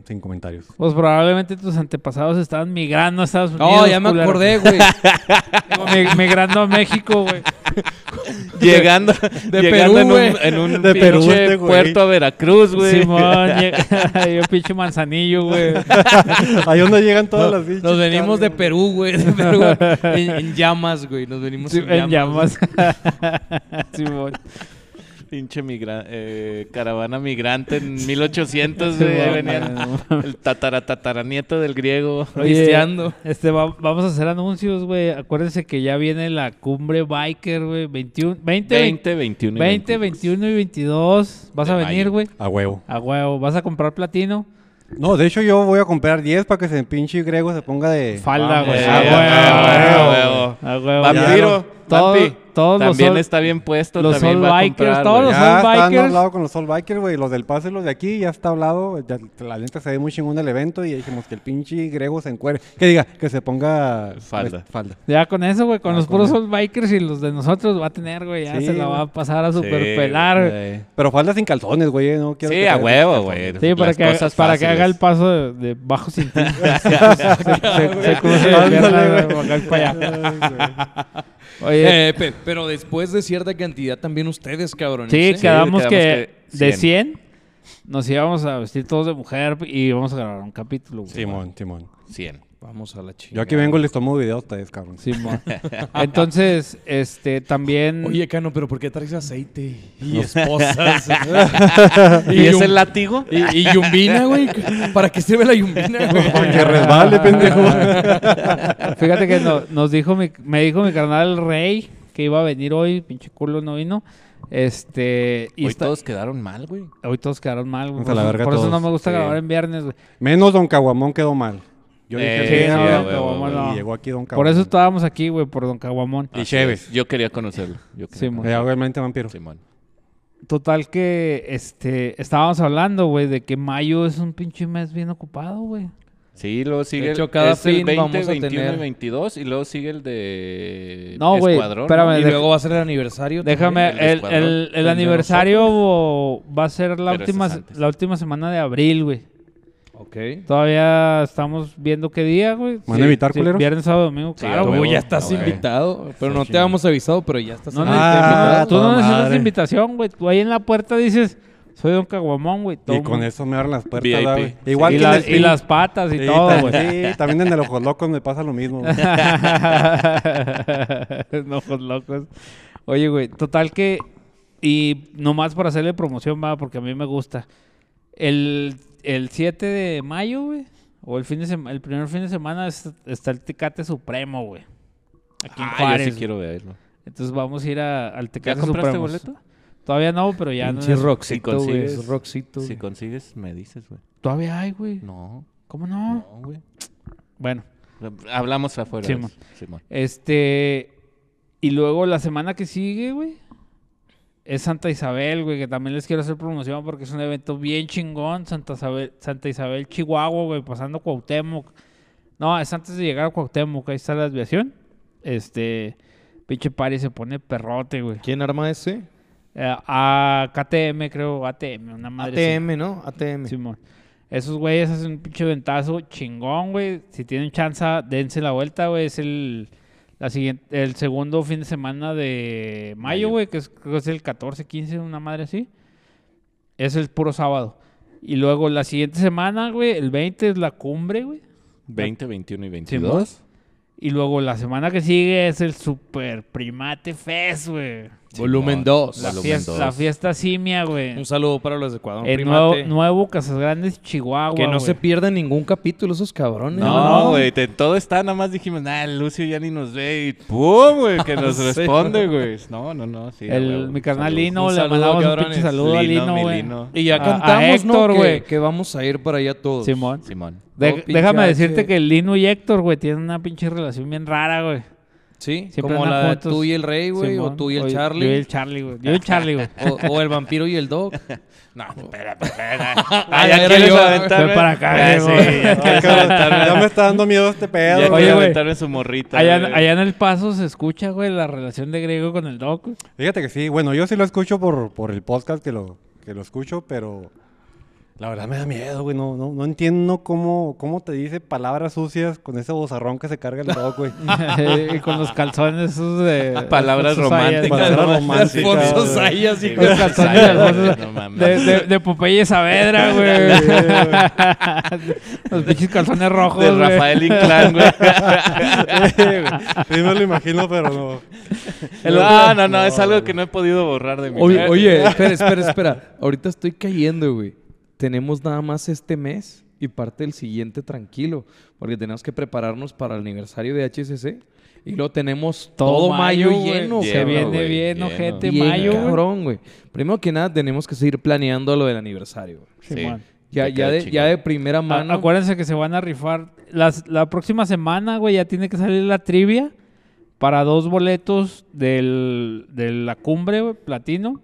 S4: sin comentarios.
S1: Pues probablemente tus antepasados estaban migrando a Estados Unidos.
S5: No, ya me
S1: culero.
S5: acordé, güey.
S1: Digo, mi- migrando a México, güey.
S2: Llegando,
S5: de
S2: llegando
S5: Perú,
S2: en un,
S5: güey.
S2: en un
S4: De Perú,
S2: pinche
S4: este güey.
S2: puerto a Veracruz, güey.
S1: Simón, llega- yo pinche manzanillo, güey.
S4: Ahí donde llegan todas las bichas.
S5: Nos venimos de Perú, güey. de Perú, en, en llamas, güey. Nos venimos
S1: Sí,
S5: en llamas.
S1: en llamas. Simón.
S2: Pinche migra- eh, caravana migrante en 1800,
S1: Simón,
S2: güey. Ahí venían
S1: no, no.
S2: el tatara, tataranieto del griego.
S1: Oye,
S5: Pisteando.
S1: este, va- vamos a hacer anuncios, güey. Acuérdense que ya viene la cumbre biker, güey. 21, 20, 20,
S2: 20, 21 y
S1: 20, 21 y 22. Vas
S2: De
S1: a venir,
S2: mayo.
S1: güey.
S4: A huevo.
S1: A huevo. Vas a comprar platino.
S4: No, de hecho yo voy a comprar 10 para que ese pinche griego se ponga de...
S1: Falda,
S2: Vamos,
S1: güey.
S2: eh,
S1: A
S2: a
S1: huevo.
S2: huevo.
S1: A huevo.
S2: Vampiro,
S1: Todo-
S2: Vampi,
S1: todos los
S2: también
S1: sol-
S2: está bien puesto,
S1: los
S2: también
S1: sol
S2: va a
S1: bikers,
S2: comprar,
S1: todos
S2: güey.
S1: los-
S4: ya
S1: Soul
S4: están
S1: Bikers.
S4: hablado con los Soul Bikers, güey. Los del pase, los de aquí, ya está hablado. ya- la neta se ve muy chingón el evento y dijimos que el pinche griego se encuere. Que diga, que se ponga...
S2: Falda.
S4: falda.
S1: Ya con eso, güey, con
S4: Ya
S1: los
S4: con
S1: puros
S4: eso.
S1: old bikers y los de nosotros va a tener, güey. Ya
S4: Sí,
S1: se la
S4: güey.
S1: va a pasar a
S2: Sí,
S1: superpelar, güey.
S2: güey.
S4: Pero falda sin calzones, güey. ¿eh? No quiero
S2: Sí,
S4: que
S2: a
S4: sea-
S2: huevo, güey.
S1: Sí, para,
S2: Las
S1: que, haga-
S2: cosas
S1: para que
S2: fáciles.
S1: haga el paso de, de bajo sin ti. se, se- se cruce de pierna, güey, acá y para allá. Oye,
S5: Eh, pe- pero después de cierta cantidad también ustedes, cabrones.
S1: sí,
S5: ¿eh?
S1: quedamos,
S2: quedamos
S1: que,
S2: que
S1: de 100 nos íbamos a vestir todos de mujer y íbamos a grabar un capítulo, güey.
S4: Simón, Simón.
S2: 100.
S5: Vamos a la chingada.
S4: Yo aquí vengo, les tomo video a ustedes, cabrón.
S1: Simón. Entonces, este, también...
S5: Oye, Cano, pero ¿por qué traes aceite? Y esposas.
S2: ¿Y, es
S5: yum-
S2: el látigo?
S5: y, y yumbina, güey. ¿Para qué sirve la yumbina, güey?
S4: Para que resbale, pendejo.
S1: Fíjate que no- nos dijo mi- me dijo mi carnal el rey que iba a venir hoy, pinche culo no vino. Este, y
S2: Hoy
S1: está-
S2: todos quedaron mal, güey.
S1: hoy todos quedaron mal, güey.
S4: Vamos a
S1: Por,
S4: la
S1: eso-
S4: verga
S1: por eso no
S4: todos.
S1: me gusta
S2: Sí.
S1: grabar en viernes, güey.
S4: Menos Don Caguamón quedó mal. Yo dije,
S2: Eh,
S4: sí,
S1: sí,
S4: no,
S1: a
S4: Don
S1: huevo,
S4: Caguamón,
S1: no.
S4: y llegó aquí Don Caguamón.
S1: Por eso estábamos aquí, güey, por Don Caguamón.
S4: Y Cheves.
S2: Yo quería conocerlo. Yo quería
S1: Simón.
S4: Eh, obviamente, vampiro.
S2: conocerlo, Simón.
S1: Total que este estábamos hablando, güey, de que mayo es un pinche mes bien ocupado, güey.
S2: Sí, luego sigue
S5: De hecho,
S2: el-
S5: cada
S2: es el
S5: fin
S2: 20,
S5: vamos a
S2: 21 y
S5: tener-
S2: 22 y luego sigue el de
S1: No, güey,
S2: Escuadrón,
S1: espérame.
S5: Y
S1: Deja-
S5: luego va a ser el aniversario.
S1: Déjame,
S2: el
S1: el,
S2: escuadrón,
S1: el- el
S5: el de
S1: aniversario o- va a ser la
S2: Pero ese
S1: última,
S2: es antes.
S1: la última semana de abril, güey.
S5: Ok.
S1: Todavía estamos viendo qué día, güey.
S4: ¿Van a evitar, culeros?
S1: Viernes, sábado, domingo, claro,
S2: a
S1: güey.
S5: Tú
S2: huevo.
S5: ya estás
S2: Ah, güey.
S5: invitado, pero no te habíamos avisado, pero ya estás
S1: No
S5: invitado.
S1: necesitas
S4: Ah,
S1: invitado. Tú
S4: toda
S1: no necesitas
S4: madre.
S1: invitación, güey. Tú ahí en la puerta dices, soy Don Caguamón, güey. Todo
S4: Y con
S1: mundo-
S4: eso me abren las puertas.
S2: VIP.
S4: ¿verdad, güey?
S2: Sí.
S1: y,
S4: que en
S1: las-
S4: el
S1: y
S4: pin-
S1: las patas y
S4: Sí,
S1: todo,
S4: también-
S1: güey.
S4: Sí, también en el Ojos Locos me pasa lo mismo. güey.
S1: no, pues, locos. Oye, güey, total que. Y nomás para hacerle promoción, va, porque a mí me gusta. El, el 7 de mayo, güey, o el, fin de sema- el primer fin de semana es- está el Tecate Supremo, güey. Aquí en
S2: Ah,
S1: Juárez.
S2: yo sí quiero verlo.
S1: Entonces vamos a ir a- al Tecate
S2: compraste
S1: Supremo.
S2: boleto?
S1: Todavía no, pero ya no.
S5: Pinche
S1: es-
S5: roxito,
S2: si
S5: güey.
S2: consigues-
S5: es roxito.
S2: Si
S5: güey.
S2: consigues, me dices, güey.
S1: Todavía hay, güey.
S2: No,
S1: ¿Cómo no?
S2: no, güey.
S1: Bueno,
S2: Hablamos afuera.
S1: Simón.
S2: de eso, Simón.
S1: este. Y luego la semana que sigue, güey. Es Santa Isabel, güey, que también les quiero hacer promoción porque es un evento bien chingón. Santa Isabel, Santa Isabel Chihuahua, güey, pasando Cuauhtémoc. No, es antes de llegar a Cuauhtémoc, ahí está la desviación. Este, pinche party se pone perrote, güey.
S5: ¿Quién arma ese?
S1: Eh, a KTM, creo, ATM, una madre. así.
S5: ATM, ¿no? ATM.
S1: Simón. Esos güeyes hacen un pinche ventazo chingón, güey. Si tienen chance, dense la vuelta, güey. Es el, la siguiente, el segundo fin de semana de mayo,
S2: Mayo.
S1: güey, que es, creo que es el 14, 15, una madre así. Es el puro sábado. Y luego la siguiente semana, güey, el 20 es la cumbre, güey.
S2: 20, 21 y
S1: Sin
S2: 22.
S1: más. Y luego la semana que sigue es el Super Primate Fest, güey.
S3: Volumen
S2: Simón.
S3: 2.
S1: La
S2: Pues, Volumen
S1: fiesta,
S2: dos.
S1: la fiesta simia, güey.
S3: Un saludo para los de Ecuador.
S1: En nuevo, nuevo Casas Grandes, Chihuahua.
S3: que no se
S1: güey.
S3: pierda ningún capítulo esos cabrones.
S2: No, güey, te- todo está, nada más dijimos, nah, el Lucio ya ni nos ve y ¡pum! güey, que nos responde, güey. No, no, no, sí. a
S1: El,
S2: huevo.
S1: mi carnal
S2: Saludos.
S1: Lino,
S3: Un
S1: le
S3: saludo,
S1: mandamos un
S3: cabrones.
S1: pinche saludo a
S2: Lino,
S1: Lino,
S2: mi
S1: güey.
S2: Lino.
S3: Y ya
S1: A- a
S3: cantamos,
S1: Héctor,
S3: ¿no? Que-
S1: güey.
S3: Que, vamos a ir para allá todos.
S1: Simón.
S2: Simón.
S1: De-
S3: Todo
S1: déjame
S3: pinche
S1: decirte
S3: H.
S1: que el Lino y Héctor, güey, tienen una pinche relación bien rara, güey.
S3: Sí,
S1: Siempre
S3: como
S1: andan
S3: la de
S1: juntos.
S3: tú y el Rey, güey, o
S1: Simón.
S3: tú y el
S1: yo-
S3: Charlie.
S1: Yo y el Charlie, güey. Yo y el Charlie, güey.
S3: o, o el vampiro y el dog.
S2: No, espera, espera.
S3: Ah,
S2: Ah,
S3: era
S2: ya quieres
S3: yo.
S2: aventarme.
S1: Ven para acá, güey.
S2: Ah, sí, ya
S4: Ay,
S2: quieres
S4: cabrón,
S2: aventarme.
S4: ya me está dando miedo este
S2: Ya
S4: pedo.
S1: Oye,
S2: quieres
S1: güey.
S2: aventarme su morrita.
S1: Allá,
S2: güey.
S1: allá en El Paso se escucha, güey, la relación de Griego con el Doc. güey.
S4: Fíjate que sí, bueno, yo sí lo escucho por, por el podcast que lo, que lo escucho, pero la verdad me da miedo, güey. No, no, no entiendo cómo, cómo te dice palabras sucias con ese bozarrón que se carga el dog, güey.
S1: y con los calzones esos de...
S2: Palabras
S1: Alfonso Sayas,
S2: románticas.
S1: güey.
S4: Palabras
S3: Alfonso
S4: románticas. güey.
S3: Sayas,
S2: Sí,
S3: hijo
S2: güey,
S1: Los calzones de Alfonso-
S2: no mames.
S1: De, de, de Popeye Saavedra, güey. los pinches calzones rojos,
S2: De
S1: güey.
S2: Rafael Inclán, güey.
S4: Sí, me lo imagino, pero no.
S1: El-
S2: no, no, no, es algo que no he podido borrar de mi
S3: Oye,
S2: mente.
S3: oye, espera, espera, espera. Ahorita estoy cayendo, güey. Tenemos nada más este mes y parte del siguiente tranquilo, porque tenemos que prepararnos para el aniversario de HCC y luego tenemos todo, mayo,
S1: güey.
S3: lleno,
S1: Se
S2: cabrón,
S1: viene
S2: güey,
S1: bien,
S2: lleno.
S1: ojete,
S3: Bien
S1: mayo, güey.
S3: cabrón, güey. Primero que nada tenemos que seguir planeando lo del aniversario. güey.
S2: Sí.
S1: Simón.
S3: Ya,
S2: Te
S3: ya,
S2: queda
S3: de,
S2: chico.
S3: ya de primera
S1: A-
S3: mano.
S1: Acuérdense que se van a rifar. Las, la próxima semana, güey, ya tiene que salir la trivia para dos boletos del, de la cumbre, güey, platino.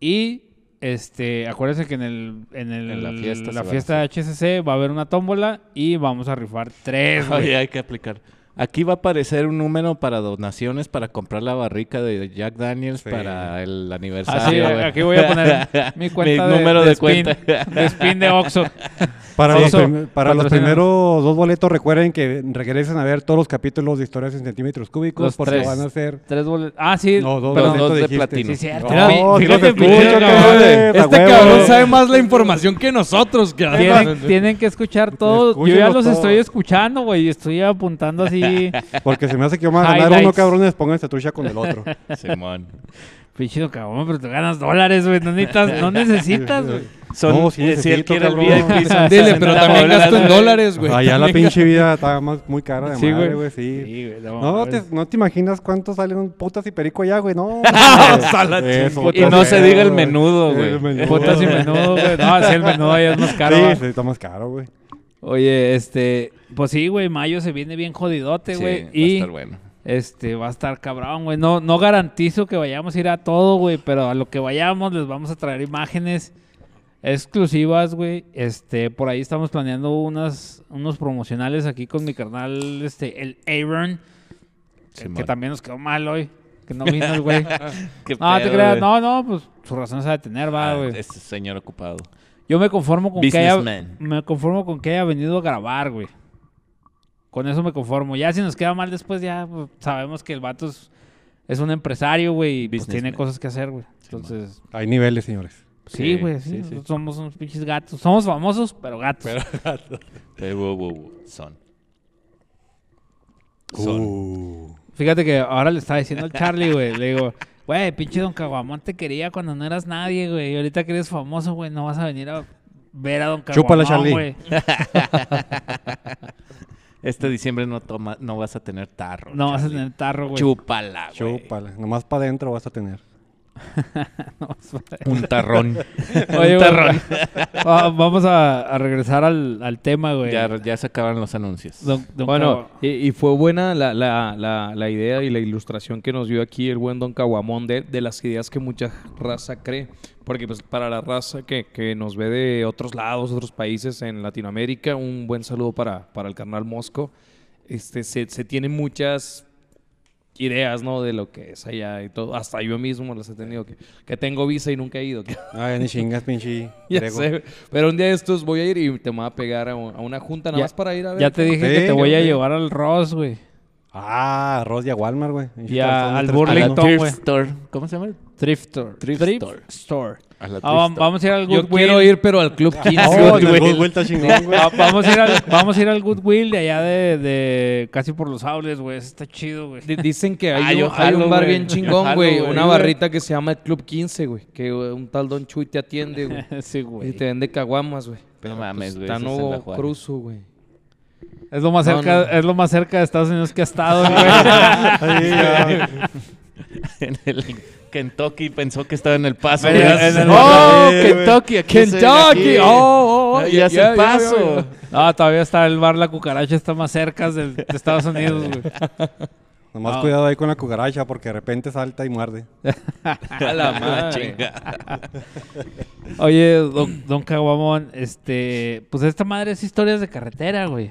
S1: Y este, acuérdense que en, el, en, el-
S2: En la fiesta se
S1: la
S2: van a
S1: fiesta de HCC va a haber una tómbola y vamos a rifar tres, güey.
S2: Oye, hay que aplicar. Aquí va a aparecer un número para donaciones para comprar la barrica de Jack Daniels
S4: Sí.
S2: para el
S1: Así,
S2: aniversario. pues, güey.
S1: aquí voy a poner mi cuenta
S2: Mi
S1: de,
S2: número de
S1: spin,
S2: cuenta.
S1: de spin de Oxxo.
S4: Para, los,
S1: Oso,
S4: prim- para los
S1: patrocínanos.
S4: primeros dos boletos, recuerden que regresen a ver todos los capítulos de historias en centímetros cúbicos,
S1: Los
S4: porque
S1: tres.
S4: van a ser.
S1: Tres boletos. Ah, sí.
S4: No, dos
S1: perdón.
S4: boletos
S2: dos de
S4: dijiste.
S2: platino.
S1: Sí, cierto. Fí-
S4: No, sí los
S1: fíjate,
S4: escucho,
S1: fíjate,
S4: cabrón.
S1: cabrón.
S4: Esta
S3: Este
S4: huevo.
S3: cabrón sabe más la información que nosotros,
S1: Tienen,
S3: cabrón.
S1: tienen que escuchar todos. Yo ya
S4: Escúchenlos
S1: los
S4: todos.
S1: estoy escuchando, güey. y Estoy apuntando así.
S4: Porque se me hace que vamos a ganar uno,
S1: Highlights.
S4: cabrones, pónganse trucha con el otro.
S2: Simón.
S1: Pinche cabrón, pero te ganas dólares, güey. No necesitas, no necesitas, güey.
S2: Son,
S4: No, sí
S2: eh, si él
S4: necesito,
S2: quiere el
S4: cabrón.
S2: VIP, son
S3: Dile,
S2: 60
S3: pero también
S2: bolas,
S3: gasto en
S2: güey.
S3: dólares, güey.
S4: Allá la
S3: También
S4: pinche vida está más- muy cara de
S1: Sí, güey.
S4: madre, güey, sí.
S1: güey,
S4: No, te,
S1: mames.
S4: no te imaginas cuánto salen putas y perico allá, güey, no.
S3: Sala
S4: Es
S3: chingada.
S4: otro
S2: Y no se
S4: pedo,
S2: diga el
S4: güey.
S2: menudo, güey.
S4: El menudo.
S1: Putas y menudo, güey. No, así el menudo ya es más caro.
S4: Sí,
S1: va.
S4: sí, está más caro, güey.
S1: Oye, este. Pues sí, güey. Mayo se viene bien jodidote,
S2: Sí,
S1: güey.
S2: va a
S1: y
S2: estar bueno.
S1: este va a estar cabrón, güey. No, no garantizo que vayamos a ir a todo, güey. Pero a lo que vayamos, les vamos a traer imágenes exclusivas, güey. Este, por ahí estamos planeando unas, unos promocionales aquí con mi carnal, este, el Aaron. el que
S2: Simón.
S1: también nos quedó mal hoy. Que no vino el güey.
S2: Qué
S1: no, te
S2: pedo,
S1: creas.
S2: güey.
S1: No, no, pues su razón se ha de tener, va,
S2: Ah,
S1: güey.
S2: Este señor ocupado.
S1: Yo me conformo con que haya,
S2: Businessman.
S1: me conformo con que haya venido a grabar, güey. Con eso me conformo. Ya si nos queda mal después, ya pues, sabemos que el vato es, es un empresario, güey, y pues, tiene
S2: Businessman.
S1: cosas que hacer, güey. Entonces,
S4: Hay niveles, señores.
S1: sí,
S2: Sí,
S1: güey, sí,
S2: sí, sí.
S1: nosotros somos unos pinches gatos. Somos famosos, pero gatos.
S2: Eh, wow, wow, wow. Son. Son.
S4: Uh.
S1: Fíjate que ahora le estaba diciendo al Charlie, güey, le digo, güey, pinche Don Caguamón te quería cuando no eras nadie, güey, y ahorita que eres famoso, güey, no vas a venir a ver a Don
S4: Chúpala,
S1: Caguamón,
S4: Charlie.
S1: güey.
S2: Este diciembre no toma, no vas a tener tarro.
S1: No vas a
S2: Charlie.
S1: tener tarro, güey.
S2: Chúpala, güey.
S4: Chúpala, nomás para adentro vas a tener.
S1: No vas a-
S2: Un tarrón.
S1: Oye,
S2: Un
S1: güey,
S2: tarrón.
S1: va- vamos a, a regresar al, al tema, güey.
S2: Ya, ya se acaban los anuncios.
S1: Don- don
S3: Bueno,
S1: Cabo.
S3: y, y fue buena la, la- la- la idea y la ilustración que nos dio aquí el buen Don Caguamón de, de las ideas que mucha raza cree. Porque pues para la raza que, que nos ve de otros lados, otros países en Latinoamérica, un buen saludo para, para el carnal Mosco. Este, se, se tienen muchas ideas, ¿no? De lo que es allá y todo. Hasta yo mismo las he tenido. Que, que tengo visa y nunca he ido. que-
S4: Ay, Ah, ni chingas, pinche.
S3: ya
S4: Grego.
S3: sé, güey. Pero un día de estos voy a ir y te me voy a pegar a, un- a una junta nada
S1: Ya-
S3: más para ir a ver.
S1: ya te dije
S4: Sí,
S1: que te voy a
S4: hombre.
S1: llevar al Ross, güey.
S4: Ah, a Ross y a Walmart, güey.
S1: Y a- al
S4: Son tres
S2: A la
S1: Burlington,
S4: palos.
S2: thrift
S1: güey.
S2: store. ¿Cómo se llama?
S1: Thrift Store.
S2: Thrift Store.
S1: Store.
S2: A la
S1: Ah, vam- vamos a ir al
S3: Yo
S1: Goodwill.
S3: quiero ir, pero al Club 15.
S4: Oh, en el
S1: Goodwill.
S4: Goodwill está chingón, güey.
S1: Va- Vamos a, ir al, vamos a ir al Goodwill de allá de, de casi por los aules, güey. Eso está chido, güey.
S3: Di- Dicen que hay,
S2: Ah, yo
S3: un, hay
S2: jalo,
S3: un bar
S2: güey.
S3: bien
S2: Yo
S3: chingón,
S2: jalo,
S3: güey.
S2: güey.
S3: Una barrita que se llama el Club 15, güey. Que güey, un tal Don Chuy te atiende, güey.
S1: Sí,
S3: Y
S1: güey.
S3: te vende caguamas, güey.
S2: Pero mames, Pues, güey.
S3: Está
S2: eso es en la
S3: nuevo
S2: Juárez.
S3: cruzo, güey.
S1: Es lo más
S3: No,
S1: cerca,
S3: no.
S1: es lo más cerca de Estados Unidos que ha estado, güey.
S4: Ahí, ya.
S2: en el Kentucky pensó que estaba en el paso.
S1: En el- en el-
S2: ¡Oh,
S4: Sí, güey.
S2: Kentucky! Aquí
S3: Kentucky, oh, oh, oh,
S2: Ahí
S3: yeah,
S2: hace
S3: yeah,
S2: el
S3: yeah,
S2: paso.
S3: yeah, yeah.
S1: No, todavía está el bar La Cucaracha, está más cerca de, de Estados Unidos, güey.
S4: Nomás
S1: No.
S4: cuidado ahí con la cucaracha porque de repente salta y muerde.
S3: A la madre.
S2: Chinga.
S1: Oye, don, don Caguamón, este, pues esta madre es historias de carretera, güey.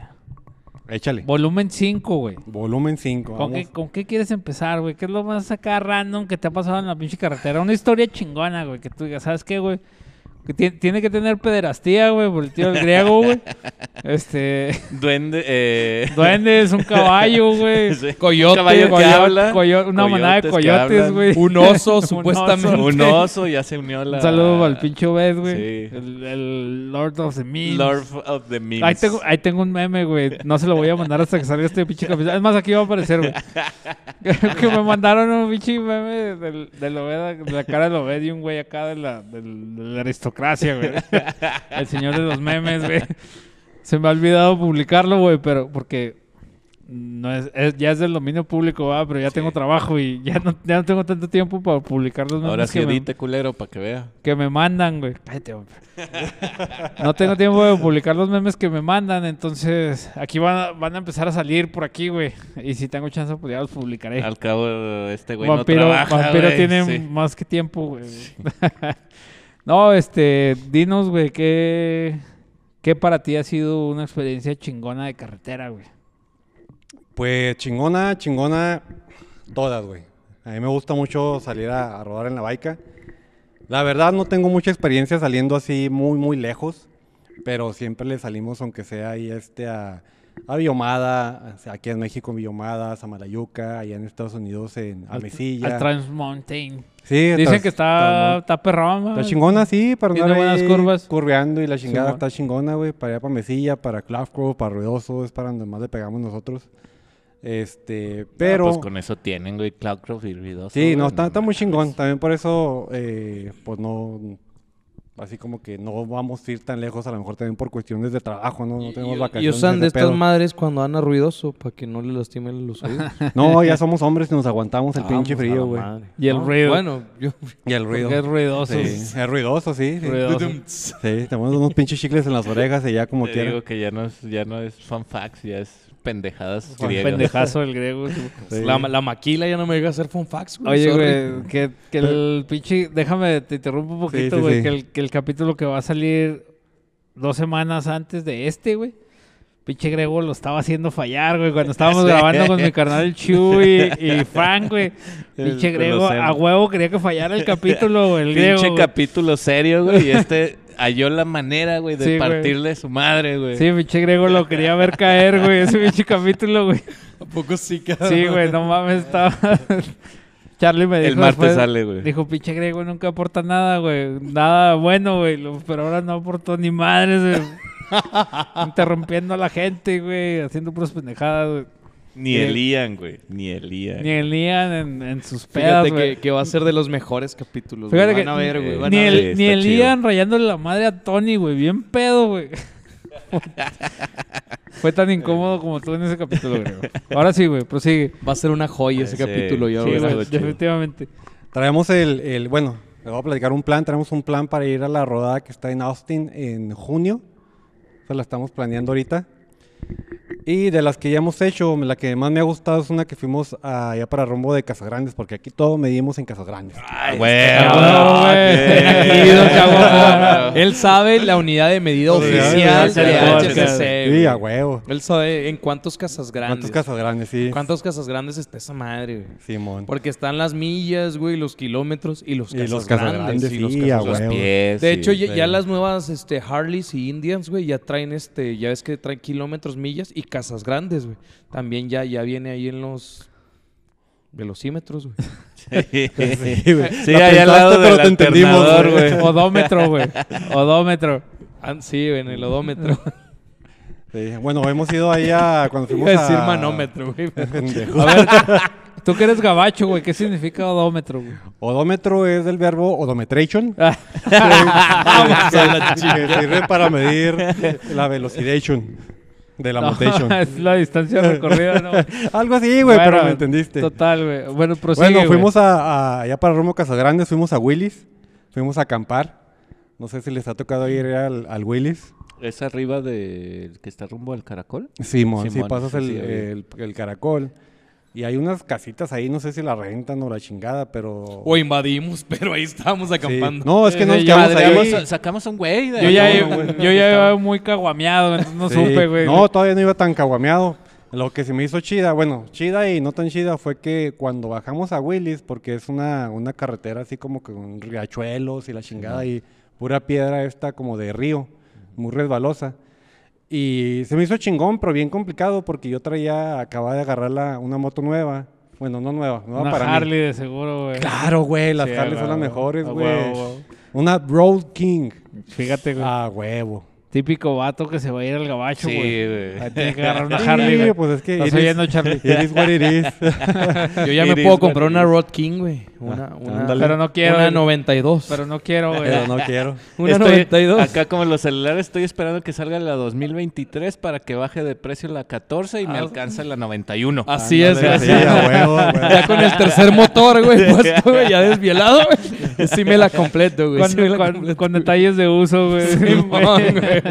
S4: Échale.
S1: Volumen 5, güey.
S4: Volumen 5.
S1: ¿Con qué, ¿Con qué quieres empezar, güey? ¿Qué es lo más acá random que te ha pasado en la pinche carretera? Una historia chingona, güey, que tú digas, ¿sabes qué, güey? Que tie- tiene que tener pederastía, güey, por el tío del griego, güey. Este,
S2: Duende. Eh...
S1: duendes, un caballo, güey.
S2: Sí.
S3: Coyote,
S2: Caballo que
S3: coyote,
S2: habla.
S1: coyo- una manada de
S2: Coyotes que
S1: coyotes,
S2: hablan.
S1: güey.
S3: Un oso, supuestamente.
S1: oso.
S2: Un oso ya se unió la.
S1: Un saludo al pinche Obed, güey.
S2: Sí.
S1: El, el Lord of the Memes.
S2: Lord of the Memes.
S1: Ahí tengo, ahí tengo un meme, güey. No se lo voy a mandar hasta que salga este pinche capítulo. Es más, aquí va a aparecer, güey. que me mandaron un pinche meme del, del Obed, de la cara del Obed y un güey acá de la, del- de la aristocracia, güey. El señor de los memes, güey. Se me ha olvidado publicarlo, güey, pero porque no es, es- ya es del dominio público, va, pero ya tengo trabajo y ya no, ya no tengo tanto tiempo para publicar los memes.
S2: Ahora sí,
S1: que me-
S2: edite, culero, para que vea.
S1: que me mandan, güey. Cállate, hombre. No tengo tiempo de publicar los memes que me mandan, entonces aquí van a, van a empezar a salir por aquí, güey. Y si tengo chance, pues ya los publicaré.
S2: Al cabo, este güey
S1: vampiro
S2: no trabaja.
S1: Vampiro
S2: güey.
S1: tiene
S2: Sí. pues,
S1: más que tiempo, güey. no, este, dinos, güey, ¿qué, ¿qué para ti ha sido una experiencia chingona de carretera, güey?
S4: Pues chingona, chingona, todas, güey. A mí me gusta mucho salir a, a rodar en la baica. La verdad no tengo mucha experiencia saliendo así muy, muy lejos, pero siempre le salimos, aunque sea ahí este, a, a Biomada, o sea, aquí en México en Biomada, Samalayuca, allá en Estados Unidos en
S1: Al-
S4: Almecilla.
S1: Al Trans Mountain.
S4: sí,
S1: Dicen
S4: estás-
S1: que está,
S4: estás-
S1: está perrón, güey.
S4: Está chingona, sí, para
S1: Tiene
S4: andar
S1: buenas
S4: ahí
S1: curvas.
S4: curveando y la chingada
S1: Simón.
S4: está chingona, güey. Para allá, para Mesilla, para Clavco, para Ruidoso, es para donde más le pegamos nosotros. Este, pero...
S2: Ah, pues con eso tienen, güey. Cloudcroft y Ruidoso.
S4: sí, no,
S2: güey,
S4: está, está muy
S2: mames.
S4: chingón. También por eso, eh, pues no... Así como que no vamos a ir tan lejos, a lo mejor también por cuestiones de trabajo, ¿no? No tenemos
S3: Y
S4: vacaciones.
S3: usan
S4: ese
S3: de estas
S4: pedo.
S3: madres cuando anda ruidoso para que no le lastimen los oídos.
S4: No, ya somos hombres y nos aguantamos el pinche
S3: Vamos a la
S4: frío, güey.
S3: madre.
S1: Y el
S3: No,
S1: ruido.
S3: Bueno, yo...
S4: Y el ruido.
S1: Porque es ruidoso.
S4: Sí, es ruidoso, sí. sí.
S1: Ruidoso.
S4: Sí, tenemos unos pinches chicles en las orejas y ya como
S2: Te
S4: quiera.
S2: digo que ya no, es, ya no es fun facts, ya es pendejadas
S1: Un
S2: griegas.
S1: pendejazo del griego. sí.
S5: pues,
S4: Sí.
S3: La, la maquila ya no me llega a hacer fun facts, güey.
S1: Oye,
S3: sorry.
S1: güey, que, que el pinche. Déjame, te interrumpo un poquito,
S4: sí,
S1: güey.
S4: sí.
S1: Que, el, que el capítulo que va a salir dos semanas antes de este, güey. Pinche Grego lo estaba haciendo fallar, güey. Cuando estábamos
S2: Sí.
S1: grabando con mi carnal el Chu y, y Frank, güey. Pinche
S2: El-
S1: Grego
S2: lo sé.
S1: a huevo quería que fallara el capítulo, güey. El Grego.
S2: Pinche
S1: güey.
S2: capítulo serio, güey. Y este halló la manera, güey, de
S1: Sí, güey.
S2: partirle su madre, güey.
S1: Sí, pinche Grego lo quería ver caer, güey. Ese pinche capítulo, güey.
S5: ¿A poco sí, cabrón?
S1: Sí, güey, no mames, estaba. Charlie me dijo.
S2: El martes
S1: después-
S2: sale, güey.
S1: Dijo, pinche Grego nunca aporta nada, güey. Nada bueno, güey. Lo- Pero ahora no aportó ni madres, güey. Interrumpiendo a la gente, güey. Haciendo puras pendejadas, güey.
S2: Ni el Ian, güey. Ni el Ian.
S1: Ni el Ian en, en sus pedas,
S3: Fíjate que,
S1: güey.
S3: que va a ser de los mejores capítulos. güey.
S1: Fíjate
S3: Van
S1: que
S3: a ver, güey.
S2: eh,
S3: van
S1: Ni
S3: a
S2: Sí,
S1: el,
S2: está
S1: ni el
S2: chido.
S1: Ian rayándole la madre a Tony, güey. Bien pedo, güey. Fue tan incómodo como tú en ese capítulo, güey. Ahora sí, güey, prosigue.
S3: Va a ser una joya ese
S2: Sí,
S3: capítulo. ya
S2: sí,
S1: Sí,
S3: verás.
S2: algo
S1: güey,
S2: chido.
S1: definitivamente.
S4: Traemos el, el- bueno, le voy a platicar un plan. Traemos un plan para ir a la rodada que está en Austin en junio. Esa la estamos planeando ahorita. Y de las que ya hemos hecho, la que más me ha gustado es una que fuimos allá para rumbo de Casagrandes, porque aquí todo medimos en Casagrandes.
S2: Ay,
S1: cabrón, güey.
S2: güey.
S3: Y don Caguamón, Él sabe la unidad de medida
S4: Sí,
S3: oficial
S4: sí,
S3: de
S4: sí,
S3: HCC.
S4: Sí, a
S3: güey.
S4: huevo.
S3: Él sabe en cuántos casas grandes.
S4: ¿Cuántos Casagrandes? Sí.
S3: ¿Cuántos casas grandes está esa madre, güey?
S4: Simón.
S3: Porque están las millas, güey, los kilómetros y los
S4: Y
S3: casas
S4: los
S3: grandes.
S4: Casagrandes,
S3: y
S4: sí,
S3: los
S4: a
S3: casas
S4: huevo.
S3: grandes.
S2: Pies,
S3: De
S2: sí.
S3: hecho, ya,
S4: sí.
S3: ya las nuevas este, Harleys y Indians, güey, ya traen este, ya ves que traen kilómetros, millas y Casas Grandes, güey. También ya, ya viene ahí en los velocímetros, güey.
S2: Sí, güey. Sí,
S4: La
S2: ahí al lado del
S4: pensaste, pero te entendimos,
S2: alternador, güey.
S1: Odómetro, güey. Odómetro.
S3: Ah, sí, güey, en el odómetro.
S4: Sí, Bueno, hemos ido ahí a cuando fuimos
S3: Iba a decir
S4: a-
S3: manómetro, güey. pero-
S4: Pendejo.
S1: A ver, tú que eres gabacho, güey. ¿Qué significa odómetro, güey?
S4: Odómetro es del verbo odometration.
S1: Ah.
S4: Sí, que sirve para medir la velocidad de la motation.
S1: es la distancia recorrida, ¿no?
S4: Algo así, güey, pero
S1: Bueno,
S4: me entendiste.
S1: Total, güey. Bueno, prosigue,
S4: Bueno,
S1: güey.
S4: fuimos a, a- allá para Romo Casagrandes, fuimos a Willis, fuimos a acampar. No sé si les ha tocado ir al, al Willis.
S2: Es arriba del que está rumbo al caracol.
S4: Simón, sí,
S2: Simón,
S4: pasas
S2: sí,
S4: el,
S2: sí, oye.
S4: el- el caracol. Y hay unas casitas ahí, no sé si la rentan o la chingada, pero...
S3: O invadimos, pero ahí estábamos
S4: Sí.
S3: acampando.
S4: No, es que no nos
S1: Sí,
S4: quedamos
S2: Madreamos a-
S4: ahí.
S2: sacamos a un güey. de
S1: Yo
S2: ahí,
S1: ya,
S2: güey.
S1: yo ya iba muy caguameado, entonces no
S4: Sí.
S1: supe, güey.
S4: No, todavía no iba tan caguameado. Lo que se me hizo chida, bueno, chida y no tan chida fue que cuando bajamos a Willis, porque es una, una carretera así como que con riachuelos y la chingada y pura piedra esta como de río, muy resbalosa. Y se me hizo chingón, pero bien complicado porque yo traía, acababa de agarrar la- una moto nueva. Bueno, no nueva, nueva
S1: Una
S4: para mí.
S1: Harley de seguro, güey.
S4: Claro, güey, las
S1: Sí, a
S4: Harley son las
S1: huevo,
S4: mejores,
S1: a
S4: güey.
S1: huevo, a huevo.
S4: Una Road King.
S1: Fíjate, güey.
S4: Ah, huevo.
S1: Típico vato que se va a ir al gabacho,
S2: Sí,
S1: güey.
S2: güey.
S1: Ahí tiene que agarrar una
S4: Sí,
S1: Harley, güey.
S4: pues es que
S1: Estás
S4: eres-
S1: oyendo, Charlie.
S4: It is what it is.
S3: Yo ya me
S2: Iris,
S3: puedo comprar
S2: Iris.
S3: una Rod King, güey. Una, una,
S4: Ah, ándale.
S1: Pero no quiero.
S3: Una
S1: güey.
S3: 92.
S1: Pero no quiero, güey.
S4: Pero no quiero.
S3: una
S2: Estoy
S3: 92.
S2: Acá como los celulares estoy esperando que salga la 2023 para que baje de precio la 14 y me
S3: Ah.
S2: alcance la 91.
S4: Ah,
S3: Así es,
S4: Ándale,
S3: güey.
S4: sí, a huevo, a huevo.
S3: Ya con el tercer motor, güey, puesto, güey, ya desvielado, güey. Sí me la completo, güey.
S1: Con,
S3: sí me la
S1: con-
S3: completo.
S1: con detalles de uso, güey.
S3: Simón, güey.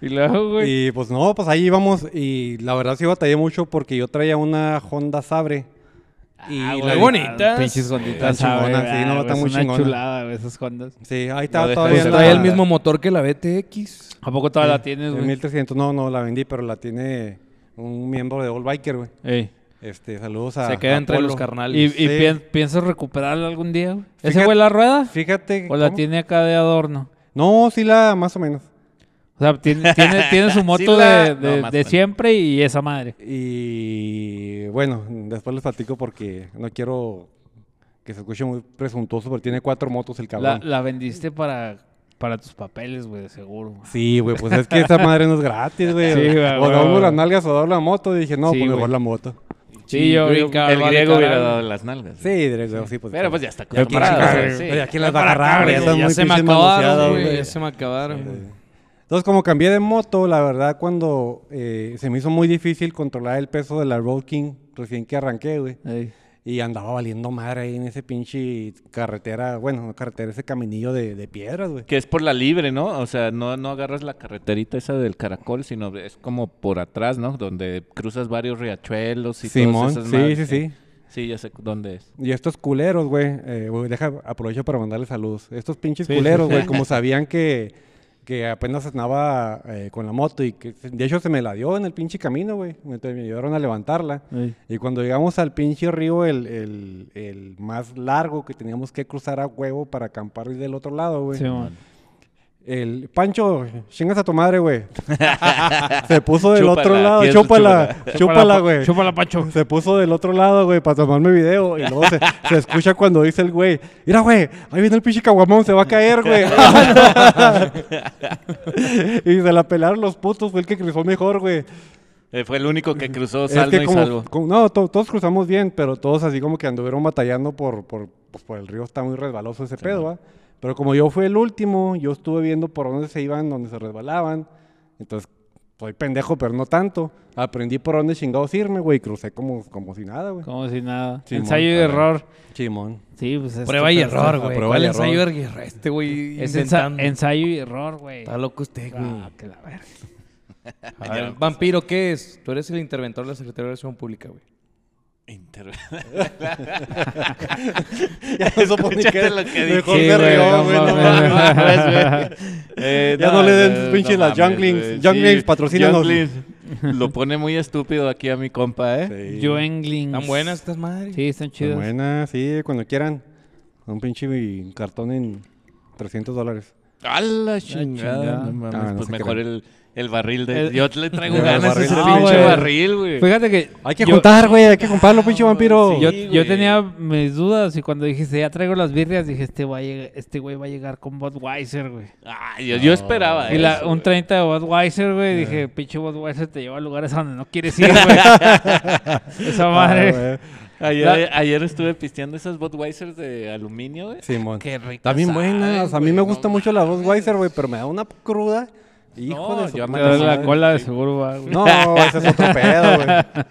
S1: y luego, güey.
S4: Y pues no, pues ahí íbamos y la verdad sí batallé mucho porque yo traía una Honda Sabre. Y
S1: Ah,
S4: la
S1: güey,
S4: vi-
S3: bonitas.
S4: Pinches Honditas
S1: Ah, güey,
S4: chingonas, sí, no,
S1: güey,
S4: está
S1: es
S4: muy
S1: una
S4: chingona.
S1: chulada, güey, esas Hondas.
S4: Sí, ahí
S2: No
S4: está
S2: deja
S4: todavía.
S3: Pues
S2: de
S4: la-
S3: trae
S1: Ah.
S3: el mismo motor que la BTX.
S1: ¿A poco todavía la tienes,
S4: el
S1: güey?
S4: 1300, no, no, la vendí, pero la tiene un miembro de Old Biker, güey.
S1: Ey.
S4: Este, saludos a
S3: Se queda
S4: a
S3: entre
S4: Polo.
S3: los
S1: ¿Y, y
S3: carnales.
S4: Sí.
S1: pien- piensas recuperarla algún día, güey? ¿Ese
S4: Fíjate-
S1: güey la rueda?
S3: Este
S4: Fíjate.
S1: ¿O la
S4: ¿cómo?
S1: tiene acá de adorno?
S4: No, sí la, más o menos.
S1: O sea, tiene, tiene, tiene su moto de,
S2: la-
S1: de-
S2: No, más
S1: de
S2: bueno.
S1: siempre y esa madre.
S4: Y bueno, después les platico porque no quiero que se escuche muy presuntuoso, pero tiene cuatro motos el
S1: La,
S4: cabrón.
S1: la vendiste para, para tus papeles, güey, de seguro. güey.
S4: Sí, güey, pues es que esa madre no es gratis, güey.
S1: Sí, güey,
S4: o
S1: güey,
S4: doblo
S1: güey.
S4: las nalgas o doblo la moto. Y dije, no,
S1: Sí,
S4: pues mejor
S1: güey.
S4: la moto.
S1: Sí, yo,
S3: green
S1: yo-
S3: card.
S2: El
S3: vale,
S2: griego hubiera
S3: carajo.
S2: dado las nalgas.
S4: Sí,
S2: güey.
S4: directo, sí, pues.
S2: Pero pues ya está
S4: Ya quién
S2: acostumbrado,
S4: agarra,
S2: güey, sí.
S4: güey, ya quién las va a agarrar, güey. Están
S3: Ya
S4: muy
S3: se me
S4: pinches
S3: acabaron,
S4: manoseadas,
S3: güey.
S4: güey.
S3: Ya se me acabaron, güey.
S4: Entonces, como cambié de moto, la verdad, cuando eh, se me hizo muy difícil controlar el peso de la Road King recién que arranqué, güey.
S1: Ey.
S4: Y andaba valiendo madre ahí en ese pinche carretera, bueno, no carretera, ese caminillo de, de piedras, güey.
S2: Que es por la libre, ¿no? O sea, no, no agarras la carreterita esa del caracol, sino es como por atrás, ¿no? Donde cruzas varios riachuelos y
S4: Simón,
S2: todas esas
S4: sí,
S2: madres,
S4: sí, sí.
S2: Sí, ya sé dónde es.
S4: Y estos culeros, güey, eh, güey, deja, aprovecho para mandarles saludos. Estos pinches
S1: Sí,
S4: culeros,
S1: sí.
S4: güey, como sabían que, que apenas andaba eh, con la moto y que se- de hecho se me la dio en el pinche camino, güey. Entonces me ayudaron a levantarla.
S1: Ey.
S4: Y cuando llegamos al pinche río, el, el- el más largo que teníamos que cruzar a huevo para acampar del otro lado, güey.
S1: Sí, mon.
S4: El Pancho, chingas a tu madre, güey. Se puso del
S2: Chúpala,
S4: otro lado,
S2: aquí es
S4: chúpala, chúpala, güey.
S1: Chúpala, Pacho.
S4: Se puso del otro lado, güey, para tomarme video. Y luego se, se escucha cuando dice el güey, mira, güey, ahí viene el pinche caguamón, se va a caer, güey. y se la pelaron los putos, fue el que cruzó mejor, güey.
S2: Eh, fue el único que cruzó
S4: Es
S2: salvo
S4: que
S2: y
S4: como,
S2: salvo.
S4: como- no, to- todos cruzamos bien, pero todos así como que anduvieron batallando por, por, pues, por el río, está muy resbaloso ese pedo, ¿va? Pero como yo fui el último, yo estuve viendo por dónde se iban, dónde se resbalaban. Entonces, soy pendejo, pero no tanto. Aprendí por dónde chingados irme, güey, y crucé como, como si nada, güey.
S1: Como si nada.
S4: Sí,
S1: Ensayo y
S4: mon, para-
S1: error.
S4: Chimón.
S1: Sí, pues es
S3: Prueba y
S1: total-
S3: error, güey.
S4: prueba
S3: ¿Cuál
S4: y
S3: ensayo
S4: error.
S3: y error? Este güey
S1: Es ensa-
S3: inventando.
S1: ensayo y error, güey.
S3: Está loco usted, güey.
S1: Ah, que la verga.
S3: A ver, vampiro, ¿qué es? Tú eres el interventor de la Secretaría de Relación Pública, güey.
S2: Inter-
S4: Ya no supo ni
S2: Escúchate
S4: qué-
S2: lo que
S4: mejor
S1: dije,
S4: se
S1: güey,
S4: rió,
S1: no
S4: güey, no
S1: mames.
S4: mames.
S2: Eh,
S4: Ya no le den sus
S2: eh,
S4: pinches las
S2: mames,
S4: Junglings.
S2: güey.
S4: Junglings, patrocínanos.
S2: Junglings. Lo pone muy estúpido aquí a mi compa, ¿eh?
S1: Yuenglings.
S3: ¿Tan buenas estas madres?
S1: Mm. Sí, están
S4: Está
S1: chidas.
S4: Buena, sí, cuando quieran. Un pinche cartón en 300 dólares.
S2: A la chingada.
S1: chingada.
S2: no mames,
S4: Ah, no
S2: pues
S4: se
S2: mejor
S4: crean.
S2: el, el barril de.
S1: El-
S2: Yo le traigo
S4: El
S2: ganas a ese
S1: barril. Ah,
S2: pinche
S1: güey.
S2: barril, güey.
S1: Fíjate que
S4: Hay que
S1: Yo-
S4: juntar, güey, hay que comprarlo, pinche vampiro.
S2: Ah, Sí,
S1: yo,
S2: güey.
S1: yo tenía mis dudas y cuando dijiste, ya traigo las birrias, dije, este va a lleg- este güey va a llegar con Budweiser, güey.
S2: Ah, yo, yo esperaba.
S1: Y la-
S2: eso,
S1: un
S2: güey.
S1: 30 de Budweiser, güey. Dije, pinche Budweiser te lleva a lugares a donde no quieres ir, güey. Esa madre.
S4: Ah, güey.
S2: Ayer, ayer estuve pisteando esas Budweiser de aluminio, güey.
S4: Simón.
S2: Qué rico.
S4: También buenas. A mí me gusta mucho la voz Weiser, güey, pero me da una cruda. Hijo
S2: No,
S4: de su
S2: yo
S4: puta
S1: Te da la
S4: madre.
S1: cola de seguro, va, güey.
S4: No, ese es otro pedo, güey.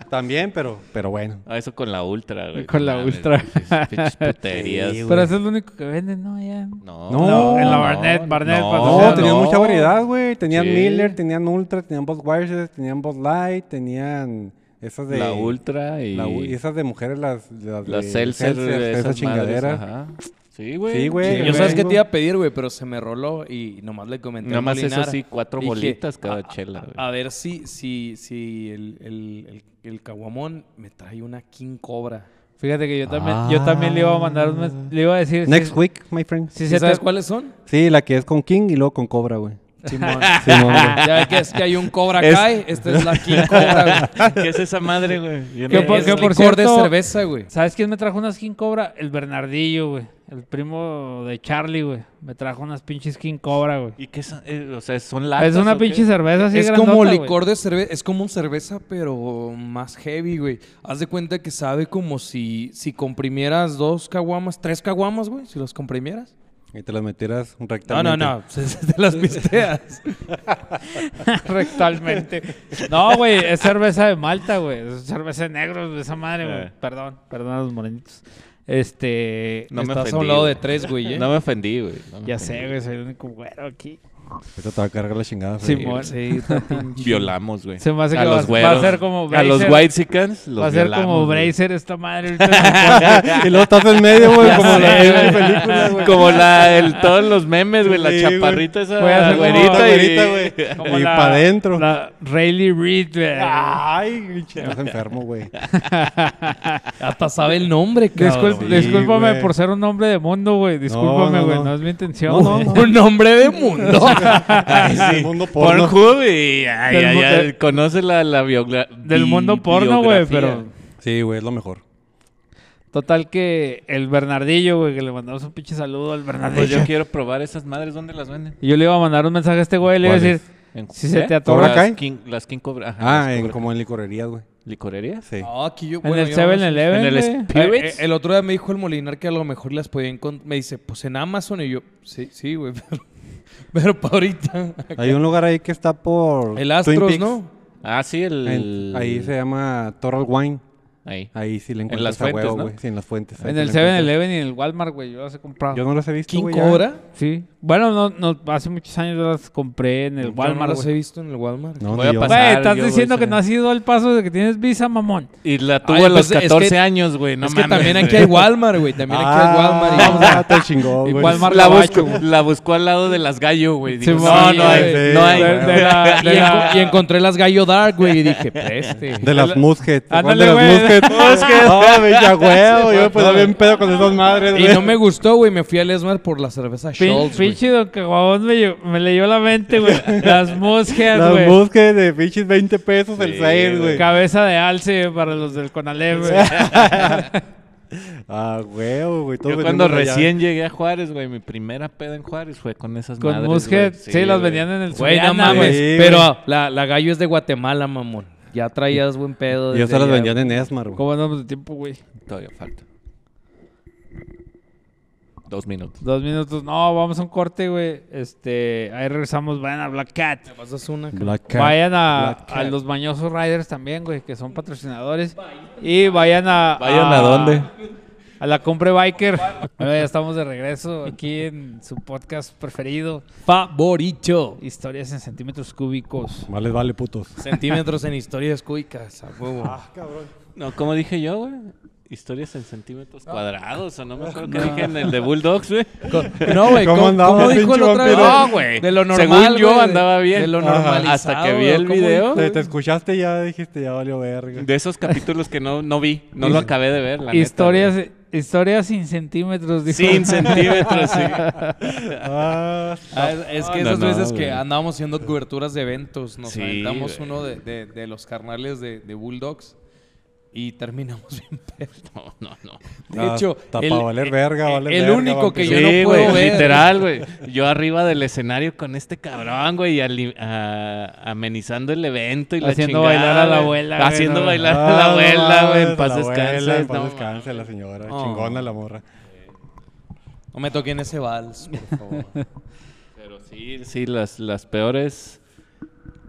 S4: También, pero, pero bueno.
S2: Ah, eso con la ultra, güey.
S1: Con la
S2: Mames,
S1: Ultra.
S2: pinches- pinches puterías.
S4: Sí, güey.
S1: Pero eso es lo único que venden, ¿no? Ya.
S2: No,
S4: No, en la
S1: Barnett, Barnett,
S4: No,
S1: O sea,
S4: tenían
S1: no.
S4: mucha variedad, güey. Tenían
S2: Sí.
S4: Miller, tenían Ultra, tenían Budweiser, tenían Bud Light, tenían esas de...
S2: La Ultra y
S4: la u- y esas de mujeres, las... Las,
S2: la
S4: de
S2: Seltzer,
S4: Seltzer,
S2: esas,
S4: esas
S2: chingaderas.
S4: chingaderas.
S2: Sí, güey.
S4: Sí, güey.
S3: Yo
S4: güey.
S3: sabes que te iba a pedir, güey, pero se me roló y nomás le comenté.
S2: Nada más eso
S3: Molinar.
S2: sí, cuatro
S3: Dije,
S2: bolitas cada
S3: a-
S2: chela,
S3: a-
S2: güey.
S3: A, ver si, si, si el, el, el, el caguamón me trae una King Cobra.
S1: Fíjate que yo también, yo también le iba a mandar un mes- le iba a decir.
S4: Next
S1: si-
S4: week, my friend.
S1: si
S3: ¿Sí
S1: se
S3: ¿Sabes
S1: te-
S3: cuáles son?
S4: Sí, la que es con King y luego con Cobra, güey.
S3: Simón.
S4: Simón, güey.
S3: ya ves que es que hay un Cobra
S2: Es-
S3: Kai. Esta es la King Cobra, güey.
S2: ¿Qué es esa madre, güey? Yo
S1: ¿Qué
S2: no-
S1: po-
S3: Es
S1: qué por
S3: licor de
S1: cierto-
S3: cerveza, güey.
S1: ¿Sabes quién me trajo unas King Cobra? El Bernardillo, güey. El primo de Charlie, güey. Me trajo unas pinches King Cobra, güey.
S2: ¿Y qué son? Eh, o sea, son latas.
S1: Es una
S2: o qué?
S1: pinche cerveza así
S3: es
S1: grandota,
S3: como
S1: güey.
S3: licor de cerveza, es como un cerveza, pero más heavy, güey. Haz de cuenta que sabe como si, si comprimieras dos caguamas, tres caguamas, güey, si los comprimieras.
S4: Y te las metieras un
S3: No, no,
S4: rectángulo.
S3: no, se- se te las pisteas.
S1: Rectalmente. No, güey, es cerveza de Malta, güey. Es cerveza de negros, güey, esa madre, güey.
S2: Eh.
S1: Perdón, perdón a los morenitos. Este.
S2: No me
S3: Estás a
S2: ofendí,
S3: un lado
S2: güey.
S3: de tres, güey, ¿eh?
S2: No me ofendí, güey. no me
S1: Ya
S2: ofendí.
S1: sé, güey, soy el único güero aquí.
S4: Esto te va a cargar la chingada. güey.
S1: Simón.
S3: Sí, está pinche.
S2: Violamos, güey.
S1: Se me hace
S2: A
S1: que va- va
S2: los
S1: a
S2: güeros.
S1: ser como
S2: A los
S1: Bracer.
S2: white chickens los
S1: Va a ser
S2: violamos,
S1: como
S2: güey.
S1: Bracer esta madre. ahorita en el
S4: y luego estás en medio, güey,
S1: Ya
S4: como la
S1: sé,
S4: de
S1: güey.
S4: película, güey.
S2: Como la, el, todos los memes, güey. La
S4: Sí, güey.
S2: chaparrita esa.
S1: Voy a hacer como-
S2: güerita
S1: la
S4: güerita,
S2: y-
S4: güey.
S1: Como
S4: Y
S1: la-
S4: pa' adentro.
S1: La Rayleigh Reed, güey.
S2: Ah,
S4: Ay, pinche. Estás enfermo, güey.
S3: Hasta sabe el nombre,
S1: Discul-
S3: cabrón.
S4: sí,
S1: discúlpame
S4: güey.
S1: por ser un hombre de mundo, güey. Discúlpame,
S4: no,
S1: güey. No,
S4: no.
S1: es mi intención.
S4: No,
S1: güey.
S4: no,
S3: Un nombre de mundo.
S4: Ay, sí. mundo porno.
S2: Pornhub y ay,
S1: Del
S2: ay,
S1: mu-
S2: ay,
S1: del-
S2: conoce la, la biogla-
S1: Del
S2: bi-
S1: mundo porno, güey, pero.
S2: biografía.
S4: Sí, güey, es lo mejor.
S1: Total que el Bernardillo, güey, que le mandamos un pinche saludo al Bernardillo.
S2: Pues yo
S1: yo,
S2: quiero probar esas madres. ¿Dónde las venden?
S1: yo le iba a mandar un mensaje a este güey, le iba a decir,
S4: ¿Cuáles?
S2: En-
S1: si se
S2: ¿Eh?
S1: te
S4: ¿Cobra
S1: atora
S4: Kai?
S2: Las King, las King Cobra. ajá,
S4: Ah,
S2: las
S4: en-
S2: Cobra-
S4: como en licorerías, güey.
S2: ¿Licorerías?
S4: Sí.
S3: No, Ah, aquí yo,
S1: en
S3: bueno,
S1: el
S3: yo no sé.
S1: 7-Eleven,
S2: En el
S1: güey.
S2: Spirit.
S3: Eh, eh, El otro día me dijo el Molinar que a lo mejor las podía encontrar. Me dice, pues en Amazon. Y yo, sí, sí, güey, pero, pero para ahorita.
S4: Hay un lugar ahí que está por.
S3: El
S4: Twin
S3: Astros,
S4: Peaks.
S3: ¿no?
S2: Ah, sí, el...
S4: En- ahí se llama Toral Wine.
S2: Ahí.
S4: Ahí sí le encuentras
S2: las
S4: a huevo,
S2: fuentes, ¿no?
S4: güey. Sí, en las fuentes. ahí
S1: En
S4: sí
S1: el
S4: la encuentras.
S1: 7-Eleven y en el Walmart, güey, yo las he comprado.
S4: Yo no las he visto,
S3: ¿Quién
S4: güey. ya.
S3: cobra?
S1: Sí. Bueno, no, no, hace muchos años yo las compré en el
S3: Yo no
S1: Walmart,
S3: las he
S1: güey.
S3: visto en el Walmart.
S4: No,
S2: Voy
S4: ni
S2: a
S4: yo.
S2: pasar.
S1: Güey, estás
S2: yo, güey,
S1: diciendo que
S2: sí.
S1: no has ido al paso de que tienes visa, mamón.
S2: Y la tuvo
S3: Ay,
S2: a los
S3: pues, es que-
S2: 14 años, güey. No
S3: es que
S2: mames.
S3: también
S2: güey.
S3: aquí hay Walmart, güey. También aquí hay Walmart. Y vamos a-
S4: Ah, te chingó,
S1: Y
S4: güey.
S1: Walmart
S2: La,
S1: Gabacho,
S2: busco- la buscó al lado de las gallo, güey. Dijo,
S1: Simón,
S2: no, no
S1: sí,
S2: hay.
S1: güey.
S2: No hay.
S1: De- de la-
S3: y,
S1: de la-
S3: enco- y encontré las Gallo Dark, güey. Y dije, preste.
S4: De las Musket.
S1: Ándale,
S4: de las
S1: güey.
S4: Musket. No, güey, ya, güey. Yo me ponía bien pedo con esas madres,
S3: Y
S4: güey.
S3: no me gustó, güey. Me fui al Esmar por la cerveza
S1: Pin-
S3: Scholz, güey.
S1: Pinche don Caguabón me, lle- me leyó la mente, güey. Las moscas,
S4: Las
S1: güey.
S4: Musket de pinches 20 pesos el
S2: Sí,
S4: 6, güey.
S1: Cabeza de alce para los del Conalep, güey.
S4: Ah, huevo, güey. todos
S2: Yo cuando
S4: venimos de allá.
S2: recién llegué a Juárez, güey, mi primera peda en Juárez fue con esas
S1: Con
S2: madres,
S1: Musket,
S2: güey.
S1: sí, las
S2: güey.
S1: vendían en el
S3: Güey, no
S1: Soriana,
S3: mames.
S1: güey.
S4: güey.
S3: Pero la, la Gallo es de Guatemala, mamón. Ya traías buen pedo.
S4: Yo
S3: desde
S4: se las
S3: allá,
S4: vendían en Esmar, güey.
S1: ¿Cómo andamos de tiempo, güey?
S2: Todavía falta. Dos minutos.
S1: Dos minutos. No, vamos a un corte, güey. Este, ahí regresamos. Vayan a Black Cat.
S3: güey. Pasas una...
S4: Black Cat.
S1: Vayan a,
S4: Black Cat.
S1: a los Bañosos Riders también, güey, que son patrocinadores. Y vayan a...
S2: ¿Vayan a dónde?
S1: A la Compre Biker. Bueno, ya estamos de regreso aquí en su podcast preferido,
S3: Favorito.
S1: Historias en Centímetros Cúbicos.
S4: Más les vale, putos.
S3: Centímetros en historias cuicas, a huevo.
S2: Ah. No, como dije yo, güey? Historias en centímetros cuadrados, o no me acuerdo que dije en el de Bulldogs, güey.
S3: No, güey,
S4: ¿Cómo
S3: ¿cómo,
S4: andaba,
S3: cómo dijo el
S4: pinche
S3: otra vez?
S4: vampiro?
S2: No, güey.
S3: De lo normal,
S2: Según yo
S3: güey, de-
S2: andaba bien.
S3: De lo
S2: Ajá.
S3: normalizado.
S2: Hasta que vi el
S3: ¿cómo
S2: video.
S4: Te, te escuchaste y ya dijiste, ya valió verga.
S2: De esos capítulos que no, no vi, no lo acabé de ver, la neta,
S1: Historias Historia sin centímetros, dijo.
S2: Sin centímetros, sí.
S4: Ah,
S5: Ah, es, es que
S2: No,
S5: esas
S2: no,
S5: veces
S2: güey.
S5: que andábamos haciendo coberturas de eventos, nos
S2: Sí,
S5: aventamos
S2: güey.
S5: uno de, de- de los carnales de, de Bulldogs y terminamos bien pedos.
S2: No, no, no.
S5: De
S4: Ah,
S5: hecho, eh,
S4: está pa' valer verga, valer
S5: el
S4: verga,
S5: único que
S4: vampiro.
S5: yo no
S2: Sí,
S5: puedo
S2: güey,
S5: ver.
S2: literal, güey. Yo arriba del escenario con este cabrón, güey, y ali- a- amenizando el evento y la
S1: Haciendo
S2: chingada,
S1: bailar a la
S2: güey.
S1: abuela, güey,
S2: Haciendo
S1: no,
S2: bailar a
S4: Ah,
S2: la
S4: no
S2: abuela,
S4: mames,
S2: güey. En
S4: la
S2: paz
S4: abuela,
S2: descanse.
S4: En paz
S2: no,
S4: descanse la señora.
S5: Oh.
S4: Chingona la morra.
S5: No me toquen ese vals, por favor.
S2: Pero sí, sí, las, las peores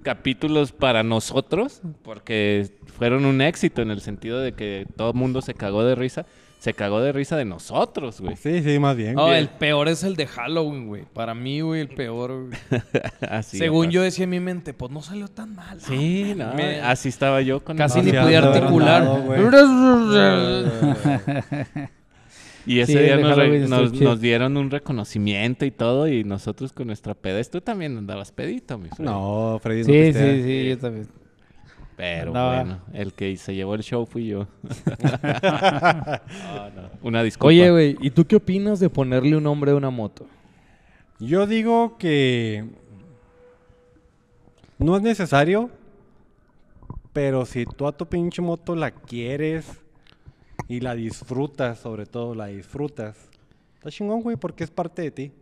S2: capítulos para nosotros, porque fueron un éxito en el sentido de que todo el mundo se cagó de risa. Se cagó de risa de nosotros, güey.
S4: Sí, sí, más bien.
S5: pues. No, el peor es el de Halloween, güey. Para mí, güey, el peor. güey.
S2: Así,
S5: Según
S2: aparte.
S5: yo decía en mi mente, pues no salió tan mal.
S2: Sí, no,
S5: Me-
S2: así estaba yo con
S5: Casi
S4: No,
S5: ni
S4: sí,
S5: podía
S4: anda
S5: articular.
S4: agrandado, güey.
S2: Y ese
S1: Sí,
S2: día
S1: el de
S2: nos, re-
S1: Halloween estuvo
S2: nos-
S1: chido.
S2: nos dieron un reconocimiento y todo, y nosotros con nuestra pedez. Tú también andabas pedito, mi Freddy.
S4: No, Freddy no
S1: Sí,
S4: pistea.
S1: sí, sí, yo también.
S2: Pero
S1: Andaba.
S2: bueno, el que se llevó el show fui yo. No, no, Una disculpa.
S5: Oye, güey, ¿y tú qué opinas de ponerle un nombre a una moto?
S4: Yo digo que no es necesario, pero si tú a tu pinche moto la quieres y la disfrutas, sobre todo la disfrutas, está chingón, güey, porque es parte de ti.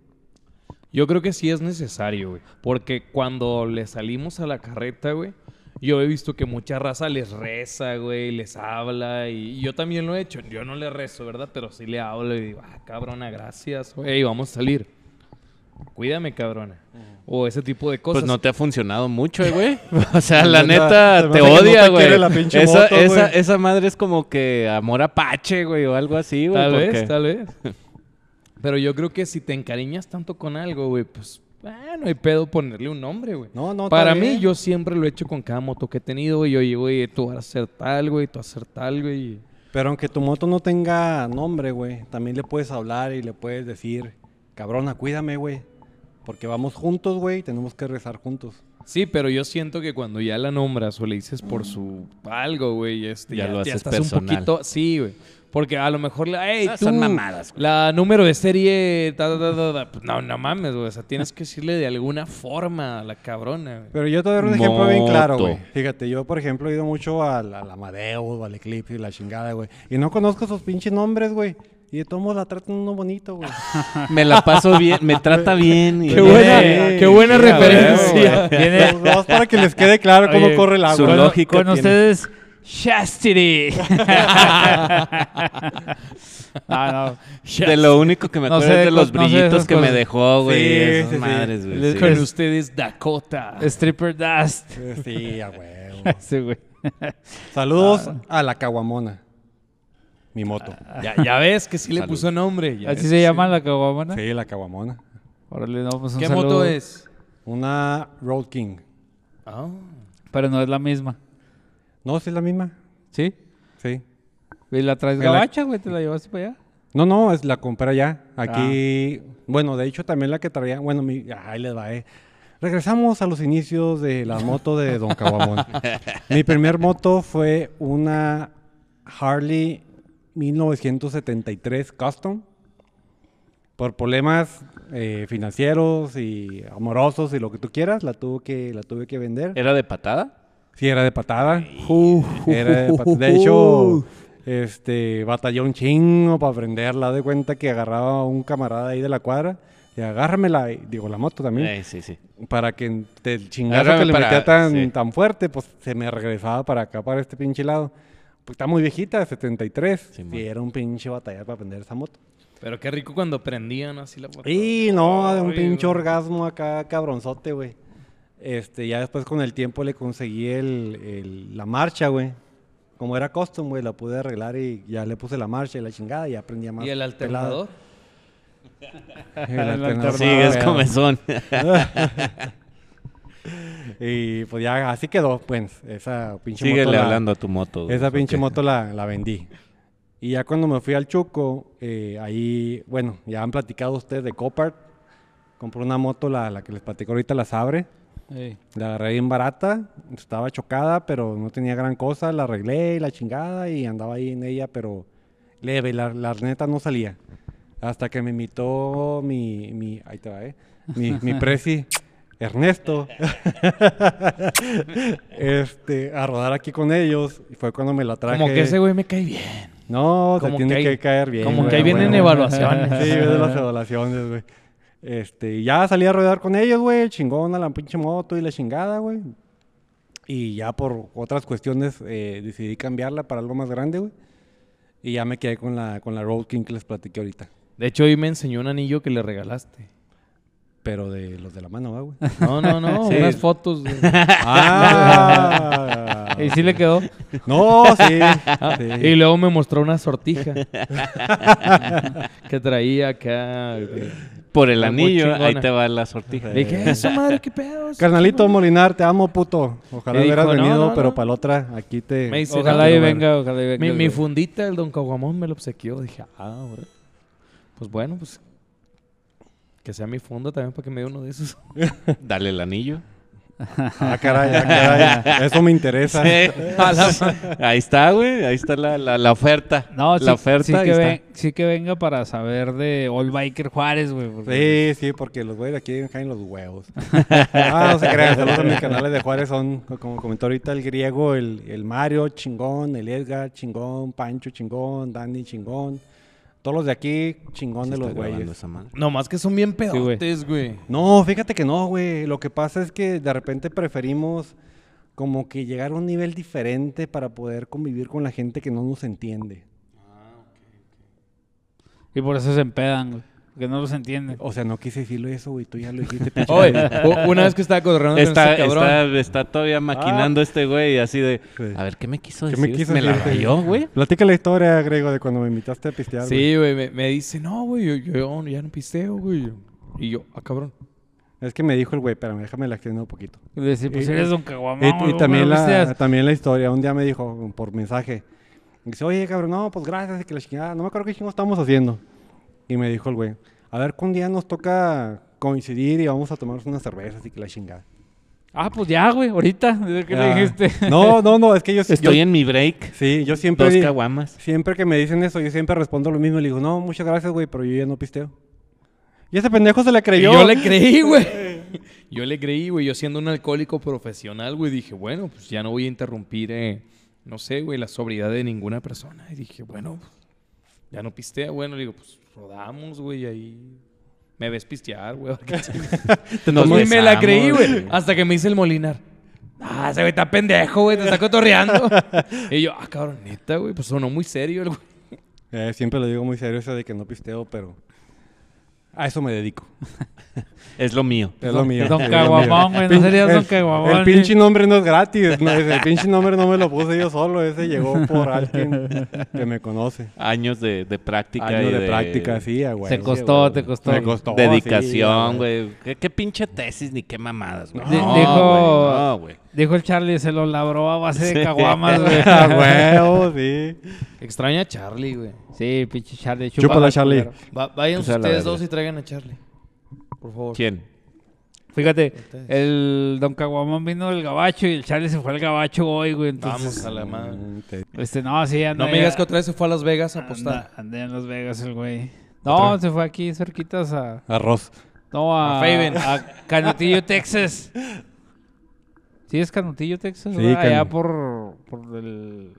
S5: Yo creo que sí es necesario, güey. Porque cuando le salimos a la carreta, güey, yo he visto que mucha raza les reza, güey, les habla. Y y yo también lo he hecho. Yo no le rezo, ¿verdad? Pero sí le hablo y digo, ah, cabrona, gracias, güey, Ey, vamos a salir. Cuídame, cabrona. O ese tipo de cosas.
S2: Pues no te ha funcionado mucho, eh, güey. O sea, la
S4: Neta,
S2: neta,
S4: se me
S2: te
S4: hace que no
S2: odia,
S4: te
S2: güey.
S4: quiere la pinche
S2: esa,
S4: moto,
S2: esa,
S4: güey.
S2: esa madre es como que amor apache, güey, o algo así, güey.
S5: Tal
S2: porque-
S5: vez, tal vez. Pero yo creo que si te encariñas tanto con algo, güey, pues ah, no hay pedo ponerle un nombre, güey.
S4: No, no, está
S5: Para mí,
S4: bien.
S5: yo siempre lo he hecho con cada moto que he tenido, güey. Yo digo, güey, tú vas a hacer tal, güey, tú vas a hacer tal, güey.
S4: Pero aunque tu moto no tenga nombre, güey, también le puedes hablar y le puedes decir, cabrona, cuídame, güey, porque vamos juntos, güey, y tenemos que rezar juntos.
S5: Sí, pero yo siento que cuando ya la nombras o le dices por su algo, güey, este,
S2: Ya lo haces
S5: estás un
S2: personal.
S5: poquito, sí, güey. Porque a lo mejor, la, "Ey,
S2: Ah,
S5: tú,
S2: son mamadas, güey.
S5: La número de serie, ta, ta, ta, ta, ta". Pues, no, no mames, güey. O sea, tienes que decirle de alguna forma a la cabrona, güey.
S4: Pero yo te daré un ejemplo bien claro,
S2: Moto.
S4: güey. Fíjate, yo, por ejemplo, he ido mucho al, al Amadeus, o al Eclipse y la chingada, güey. Y no conozco sus pinches nombres, güey. Y de todos modos la tratan uno bonito, güey.
S2: Me la paso bien, me trata bien. y-
S5: Qué buena,
S4: Sí,
S5: qué buena
S4: sí, a huevo,
S5: referencia.
S4: güey. Nada más para que les quede claro cómo
S1: Oye,
S4: corre el agua.
S2: su
S4: ¿no?
S2: lógica
S1: Con
S2: tiene.
S1: ustedes, Chastity. no, no.
S2: De lo único que me
S1: No
S2: acuerdo
S1: sé,
S2: es de los
S1: no sé esas
S2: brillitos que me
S1: cosas.
S2: dejó, güey.
S4: Sí,
S2: esas
S4: sí, sí.
S2: madres, güey.
S1: Les-
S2: sí.
S5: Con ustedes, Dakota.
S1: Stripper Dust.
S4: Eh, Sí, a huevo.
S1: Sí, güey.
S4: Saludos a la Caguamona. Mi moto.
S3: Ah.
S5: Ya, ya ves que sí le
S2: Salud.
S5: puso nombre. ya
S1: Así
S5: ves.
S1: se llama la caguamona.
S4: Sí, la Caguamona.
S1: Órale, no, pues un
S5: ¿Qué
S1: saludo.
S5: moto es?
S4: Una Road King.
S5: Ah.
S1: Pero no es la misma.
S4: No, sí es la misma.
S1: ¿Sí?
S4: Sí.
S1: Y la traes
S4: Me la-
S1: gabacha, güey, te la llevaste para allá.
S4: No, no, es la compré allá. Aquí, bueno, de hecho también la que traía, bueno, mi, ahí les va, eh. Regresamos a los inicios de la moto de Don Caguamón. mi primer moto fue una Harley 1973 Custom. Por problemas eh, financieros y amorosos y lo que tú quieras, la tuve que, la tuve que vender.
S2: ¿Era de patada?
S4: Sí, era de patada. Era de, pat- de hecho, este, batalló un chingo para aprenderla. De cuenta que agarraba a un camarada ahí de la cuadra y agárramela, y- digo, la moto también,
S2: Eh, sí, sí.
S4: para que en- del chingazo
S2: Agárrame
S4: que le
S2: para-
S4: metía tan,
S2: sí.
S4: tan fuerte, pues se me regresaba para acá, para este pinche lado. Pues está muy viejita, 73.
S2: Simón.
S4: y era un pinche batallar para aprender esa moto.
S5: Pero qué rico cuando prendían así la moto.
S4: Y no, de un
S5: Ay,
S4: pinche
S5: güey.
S4: orgasmo acá, cabronzote, güey. Este, ya después con el tiempo le conseguí el, el- la marcha, güey. Como era custom, güey, la pude arreglar y ya le puse la marcha y la chingada y ya aprendía más.
S5: ¿Y el alternador?
S4: pelado. El
S1: El
S4: alternador.
S2: Sigues
S4: güey.
S2: comezón.
S4: Y pues ya así quedó, pues, esa pinche moto.
S2: Síguele
S4: la-
S2: hablando a tu moto. güey,
S4: Esa pinche
S2: porque-
S4: moto la, la vendí. Y ya cuando me fui al Chuco, eh, ahí, bueno, ya han platicado ustedes de Copart. Compré una moto, la, la que les platico ahorita, la Sabre.
S1: Ey.
S4: La agarré bien barata, estaba chocada, pero no tenía gran cosa. La arreglé y la chingada y andaba ahí en ella, pero leve, la, la neta no salía. Hasta que me invitó mi, mi ahí te va, ¿eh? Mi, mi presi, Ernesto, este, a rodar aquí con ellos. Y fue cuando me la traje.
S5: Como que ese güey me cae bien.
S4: No, te
S5: como
S4: tiene
S5: que
S4: que,
S5: ahí-
S4: caer bien.
S5: como que
S4: güey,
S5: ahí vienen
S4: güey.
S5: evaluaciones.
S4: Sí, vienen las evaluaciones, güey. Este, y ya salí a rodar con ellos, güey, chingona la pinche moto y la chingada, güey. Y ya por otras cuestiones eh, decidí cambiarla para algo más grande, güey. Y ya me quedé con la, con la Road King que les platiqué ahorita.
S5: De hecho, hoy me enseñó un anillo que le regalaste.
S4: Pero de los de la mano, ¿va, güey.
S5: No, no, no. Unas fotos. de-
S4: ¡Ah!
S1: Y sí le quedó.
S4: No, sí. sí.
S5: Ah, Y luego me mostró una sortija que traía acá.
S2: Por el
S5: Está muy
S2: anillo, ahí
S5: chingona.
S2: te va la sortija.
S5: Le dije, esa madre, qué pedo.
S4: Carnalito Molinar, te amo, puto. Ojalá
S5: Y
S4: hubieras
S5: dijo, "No,
S4: venido,
S5: no, no".
S4: pero para la otra, aquí te...
S5: Me dice,
S1: Ojalá
S5: no,
S1: y
S5: pero
S1: venga, ojalá y venga.
S5: Mi,
S1: el
S5: mi
S1: güey.
S5: fundita, el Don Caguamón, me lo obsequió. Dije, ah, ahora. Pues bueno, pues. Que sea mi funda también para que me dé uno de esos.
S2: Dale el anillo.
S4: Ah, caray, ah, caray. Eso me interesa.
S5: A la madre.
S2: ahí está, güey. Ahí está la, la- la oferta.
S1: No,
S2: la
S1: sí,
S2: oferta.
S1: sí,
S2: ahí
S1: que
S2: está.
S1: ven- sí que venga para saber de All Biker Juárez, güey. porque-
S4: Sí, sí, porque los güeyes de aquí me caen los huevos. Ah, no se crean, saludos a mis canales de Juárez son, co- como comentó ahorita, el griego, el, el Mario, chingón, el Edgar, chingón, Pancho, chingón, Dani, chingón. Todos los de aquí, chingón
S2: Sí
S4: de
S2: está
S4: los
S2: grabando
S4: güeyes.
S2: esa madre.
S5: Nomás que son bien
S1: Sí, güey.
S5: pedotes, güey.
S4: No, fíjate que no, güey. Lo que pasa es que de repente preferimos como que llegar a un nivel diferente para poder convivir con la gente que no nos entiende.
S1: Y por eso se empedan, güey. Porque no los entienden.
S4: O sea, no quise decirlo eso, güey. Tú ya lo dijiste, pinche
S5: Oye, u- una vez que estaba corriendo con
S2: Está,
S5: ese cabrón.
S2: está, está todavía maquinando este güey, así de. A ver, ¿qué me quiso
S4: ¿Qué
S2: decir?
S4: me quiso
S2: me la
S4: decir?
S2: rayó, güey.
S4: Platica la historia, Grego, de cuando me invitaste a pistear. güey.
S5: Sí, güey, me, me dice, no, güey, yo, yo ya no pisteo, güey. Y yo, ah, cabrón.
S4: Es que me dijo el güey, pero déjame la extiendo un poquito.
S1: Y le decía, pues
S4: Y-
S1: eres Don
S4: Y-
S1: Caguamón.
S4: y
S1: güey,
S4: también,
S1: ¿cómo lo
S4: la,
S1: pisteas?
S4: también la historia. Un día me dijo por mensaje. Dice, oye, cabrón, no, pues gracias, y que la chingada. No me acuerdo qué chingo estamos haciendo. Y me dijo el güey, a ver, que un día nos toca coincidir y vamos a tomarnos unas cervezas y que la chingada.
S1: Ah, pues ya, güey, ahorita. Desde que le
S4: Ya.
S1: dijiste.
S4: No, no, no, es que yo...
S2: Estoy
S4: yo-
S2: en mi break.
S4: Sí, yo siempre...
S2: Dos
S4: di-
S2: caguamas.
S4: Siempre que me dicen eso, yo siempre respondo lo mismo. Le digo, no, muchas gracias, güey, pero yo ya no pisteo. Y ese pendejo se le
S5: Y
S4: creyó.
S5: yo le creí, güey. Yo le creí, güey. Yo siendo un alcohólico profesional, güey, dije, bueno, pues ya no voy a interrumpir, eh, no sé, güey, la sobriedad de ninguna persona. Y dije, bueno, pues, ya no pistea, bueno, le digo, pues rodamos, güey, ahí. Me ves pistear, güey.
S2: Nos
S5: Y me
S2: besamos,
S5: la creí, güey. Hasta que me hice el molinar. Ah, ese güey está pendejo, güey, te está cotorreando. y yo, ah, cabrón, neta, güey, pues sonó muy serio el güey.
S4: Eh, siempre lo digo muy serio eso de que no pisteo, pero a eso me dedico.
S2: Es lo mío.
S4: Es lo mío.
S1: Don
S4: es lo
S1: Caguamón,
S4: mío.
S1: güey, no
S4: Pin-
S1: serías
S4: el-
S1: Don Caguamón,
S4: El
S1: güey.
S4: pinche nombre no es gratis. no, ese- el pinche nombre no me lo puse yo solo. Ese llegó por alguien que me conoce.
S2: Años de, de práctica.
S4: Años
S2: y
S4: de, práctica, sí, a huevo.
S1: Se costó, te costó.
S4: Me costó.
S2: Dedicación,
S4: sí,
S2: güey. ¿Qué, qué pinche tesis ni qué mamadas, güey.
S1: Di-
S2: No,
S1: dijo-
S2: güey, no, güey.
S1: Dijo el Charlie, se lo labró a base
S2: Sí.
S1: de caguamas, güey.
S4: A huevo, sí.
S5: Extraña a Charlie, güey.
S1: Sí, pinche Charlie.
S4: Chúpala,
S1: chúpala,
S4: Charlie.
S1: culero.
S5: Va- vayan
S2: Pues a la
S5: ustedes
S2: verga.
S5: dos y traigan a Charlie. Por favor.
S2: ¿Quién?
S1: Fíjate, el Don Caguamón vino del gabacho y el Charlie se fue al gabacho hoy, güey. Entonces,
S5: Vamos a la madre.
S4: Mm, te-
S1: este, no, sí, anda
S5: No me
S1: ya-
S5: digas que otra vez se fue a Las Vegas a
S1: anda,
S5: apostar.
S1: anda en Las Vegas el güey. No, se fue aquí cerquitas a...
S4: Arroz.
S1: No, a...
S5: A Faven.
S1: a Canutillo, Texas. Sí, es Canutillo, Texas.
S4: Sí,
S1: ¿verdad? Allá
S4: Canu-
S1: por, por el...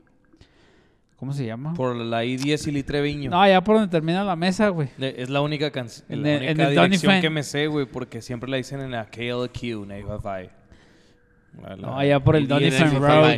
S1: ¿Cómo se llama?
S5: Por la I-10 y Litreviño.
S1: No, allá por donde termina la mesa, güey.
S5: Eh, Es la única, can-
S1: En
S5: la
S1: el-
S5: única
S1: en el Donny
S5: dirección
S1: Fan.
S5: que me sé, güey, porque siempre la dicen en la KLQ, Neiva Five.
S1: No, allá por el Donny Fan Road.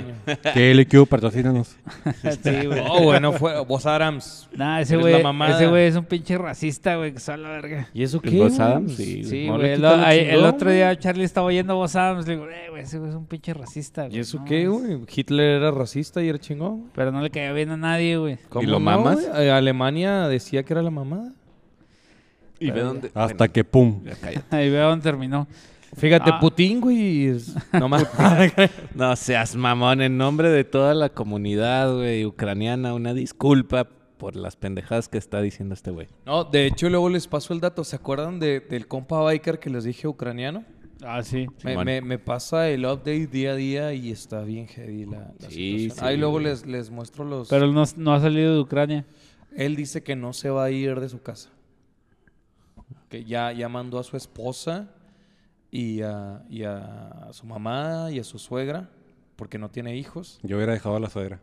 S4: KLQ, patrocínanos.
S1: Sí, güey.
S5: No, güey, no fue. Vos Adams.
S1: Nah, ese
S5: Eres
S1: güey,
S5: la mamada.
S1: ese güey es un pinche racista, güey, que se va a la verga.
S5: ¿Y eso
S2: ¿El Buzz Adams? Sí, güey.
S1: Sí,
S5: no le
S1: güey.
S5: quita
S1: lo-
S5: lo
S1: ahí- el
S5: chingón,
S1: otro
S5: güey.
S1: día Charlie estaba yendo a Vos Adams. Le digo, eh, güey, ese güey es un pinche racista.
S5: ¿Y
S1: güey,
S5: eso
S1: no
S5: qué,
S1: mames".
S5: güey? Hitler era racista y era chingón.
S1: Pero no le caía bien a nadie, güey.
S5: ¿Cómo
S2: lo
S5: no,
S2: mamas?
S5: güey? Eh, Alemania decía que era la mamada.
S2: ¿Y ve dónde?
S4: Hasta que pum.
S1: Ahí veo dónde terminó.
S5: Fíjate,
S1: Ah.
S5: Putin, güey. es- No más.
S2: No seas mamón, en nombre de toda la comunidad, güey, ucraniana, una disculpa por las pendejadas que está diciendo este güey.
S5: no, de hecho, luego les paso el dato. ¿Se acuerdan de- del compa biker que les dije ucraniano?
S1: Ah, sí.
S5: Me,
S2: Simón.
S5: me- me pasa el update día a día y está bien heavy la, la
S2: Sí,
S5: situación.
S2: sí,
S5: Ahí luego
S2: güey.
S5: les, les muestro los...
S1: Pero no, no ha salido de Ucrania.
S5: Él dice que no se va a ir de su casa. Que ya, ya mandó a su esposa y a, y a su mamá y a su suegra, porque no tiene hijos.
S4: Yo hubiera dejado a la suegra.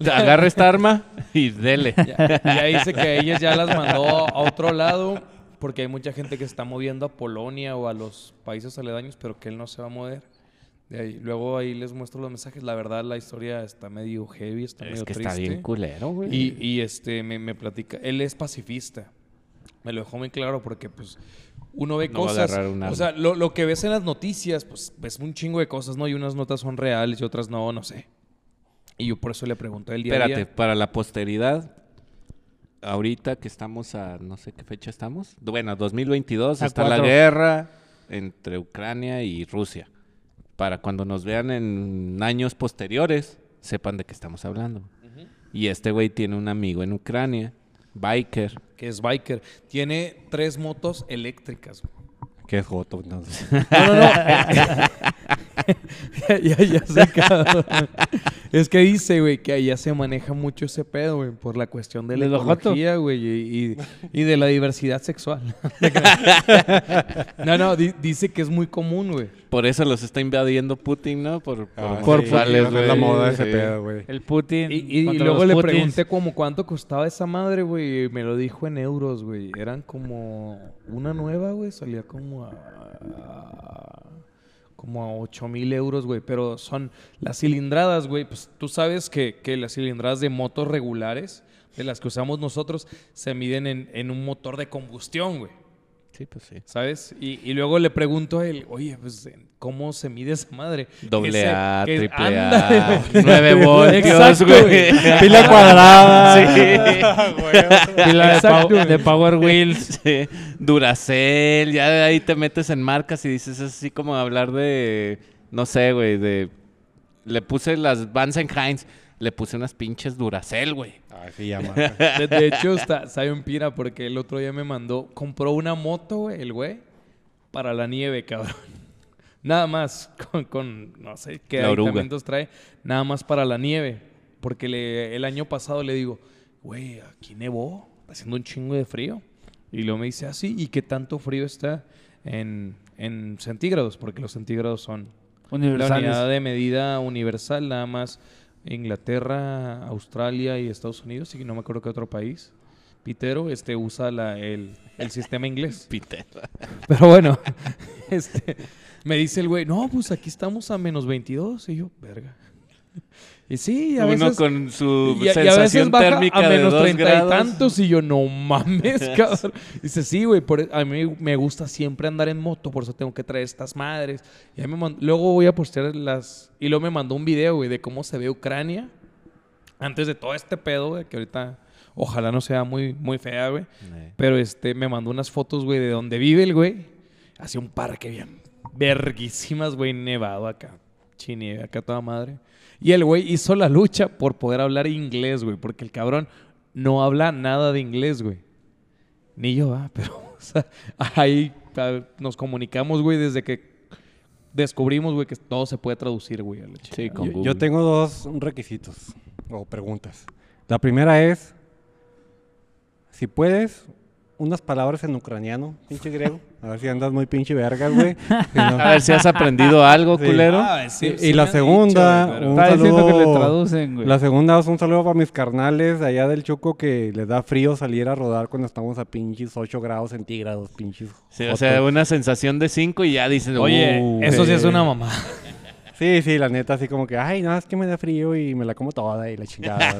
S2: Agarra esta arma y dele.
S5: Ya, ya dice que ellas ya las mandó a otro lado, porque hay mucha gente que se está moviendo a Polonia o a los países aledaños, pero que él no se va a mover. De ahí- luego ahí les muestro los mensajes. La verdad, la historia está medio heavy, está
S2: Es
S5: medio
S2: que
S5: triste.
S2: está bien culero, güey.
S5: Y, y, este, me, me platica, él es pacifista. Me lo dejó muy claro porque, pues, uno ve
S2: No va a
S5: cosas.
S2: agarrar un
S5: o
S2: arma.
S5: sea, lo, lo que ves en las noticias, pues, ves un chingo de cosas, ¿no? Y unas notas son reales y otras no, no sé. Y yo por eso le pregunté el día a día.
S2: Espérate, para la posteridad, ahorita que estamos a no sé qué fecha estamos. Bueno, 2022
S1: A
S2: está
S1: cuatro.
S2: la guerra entre Ucrania y Rusia. Para cuando nos vean en años posteriores, sepan de qué estamos hablando. Y este güey tiene un amigo en Ucrania, biker.
S5: que es biker. Tiene tres motos eléctricas. güey.
S4: Qué joto, entonces.
S5: ya, ya se acabó. Es que dice, güey, que allá se maneja mucho ese pedo, güey, por la cuestión de la
S1: ¿De lo joto?
S5: ecología, güey, y, y- y de la diversidad sexual. no, no, di- dice que es muy común, güey.
S2: Por eso los está invadiendo Putin, ¿no? Por, por
S4: Ah, sí,
S2: homosexuales,
S4: es la
S2: güey.
S4: moda ese
S2: Sí.
S4: pedo, güey.
S1: El Putin.
S5: Y, y- y
S1: contra
S5: luego
S1: los
S5: le
S1: Putins.
S5: pregunté como cuánto costaba esa madre, güey, y me lo dijo en euros, güey. Eran como una nueva, güey, salía como a... Como a 8 mil euros, güey. Pero son las cilindradas, güey. Pues tú sabes que, que las cilindradas de motos regulares, de las que usamos nosotros, se miden en, en un motor de combustión, güey.
S2: Sí, pues sí.
S5: ¿Sabes? Y, y luego le pregunto a él, oye, pues, ¿cómo se mide esa madre?
S2: Doble
S5: Ese-
S2: A,
S5: que-
S2: triple
S5: ándale,
S2: A,
S5: güey.
S2: 9 voltios,
S5: Exacto,
S2: güey.
S4: Pila cuadrada.
S1: Pila de,
S5: Exacto,
S1: pow-
S5: güey.
S1: de Power Wheels.
S2: Sí, Duracell, ya de ahí te metes en marcas y dices es así como hablar de, no sé, güey, de... Le puse las Vans en Heinz, le puse unas pinches Duracell, güey.
S4: Ah, sí, ya, marca.
S5: De, de hecho, está, está bien pira porque el otro día me mandó, compró una moto, güey, el güey, para la nieve, cabrón. Nada más, con, con, no sé qué
S2: La oruga.
S5: aditamentos trae, nada más para la nieve. Porque le- el año pasado le digo, güey, aquí nevó, está haciendo un chingo de frío. Y luego me dice, así, ¿y qué tanto frío está en, en centígrados? Porque los centígrados son la unidad
S1: Universales.
S5: de medida universal, nada más Inglaterra, Australia y Estados Unidos, y no me acuerdo qué otro país. Pitero este, usa la- el, el sistema inglés.
S2: Peter.
S5: Pero bueno, este, me dice el güey, no, pues aquí estamos a menos 22. Y yo, verga. Y sí, a
S2: Uno
S5: veces,
S2: con su
S5: y a- y a
S2: sensación
S5: veces baja
S2: térmica
S5: a menos
S2: de 2
S5: 30 y
S2: grados.
S5: tantos. Y yo, no mames, cabrón. Dice, sí, güey, por- e, a mí me gusta siempre andar en moto, por eso tengo que traer estas madres. Y ahí me mandó- luego voy a postear las... Y luego me mandó un video, güey, de cómo se ve Ucrania antes de todo este pedo, güey, que ahorita ojalá no sea muy, muy fea, güey.
S2: Eh,
S5: Pero este, me mandó unas fotos, güey, de donde vive el güey. Hacia un parque bien. Verguísimas, güey, nevado acá. Chine, acá toda madre. Y el güey hizo la lucha por poder hablar inglés, güey. Porque el cabrón no habla nada de inglés, güey. Ni yo, ah, pero o sea, ahí ah, nos comunicamos, güey, desde que descubrimos, güey, que todo se puede traducir, güey. a la
S2: Sí,
S5: chingada.
S2: con
S4: Yo,
S2: Google.
S4: yo tengo dos requisitos o preguntas. La primera es, si puedes, unas palabras en ucraniano, pinche griego. A ver si andas muy pinche vergas, güey. Si no-
S2: A ver si has aprendido algo,
S4: Sí.
S2: culero.
S5: Ah, sí,
S4: Y-
S5: sí
S4: y la
S5: me han dicho,
S4: segunda,
S5: güey, pero-
S4: un
S1: Está diciendo que le
S4: saludo-
S1: traducen, güey.
S4: La segunda es un saludo para mis carnales de allá del Chuco que les da frío salir a rodar cuando estamos a pinches 8 grados centígrados, pinches.
S2: Sí, o
S4: jotos.
S2: sea, una sensación de 5 y ya dicen...
S5: Oye,
S2: "Uh".
S5: eso sí es una mamá.
S4: Sí, sí, la neta, así como que, ay, no, es que me da frío y me la como toda y la chingada.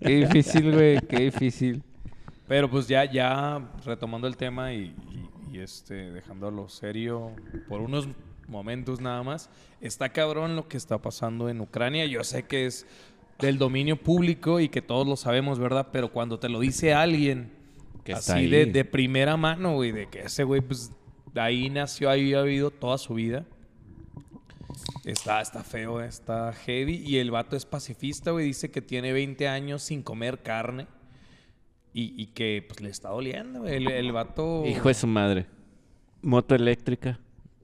S1: Qué difícil, güey. Qué difícil.
S5: Pero pues ya, ya retomando el tema y, y- y, este, dejándolo serio por unos momentos nada más, está cabrón lo que está pasando en Ucrania. Yo sé que es del dominio público y que todos lo sabemos, ¿verdad? Pero cuando te lo dice alguien
S2: Que está
S5: así de,
S2: ahí.
S5: de primera mano, güey, de que ese güey, pues, de ahí nació, ahí ha vivido toda su vida. Está, está feo, está heavy. Y el vato es pacifista, güey. Dice que tiene 20 años sin comer carne. Y, y que pues le está doliendo, güey. El, el vato.
S2: Hijo de su madre. Moto eléctrica.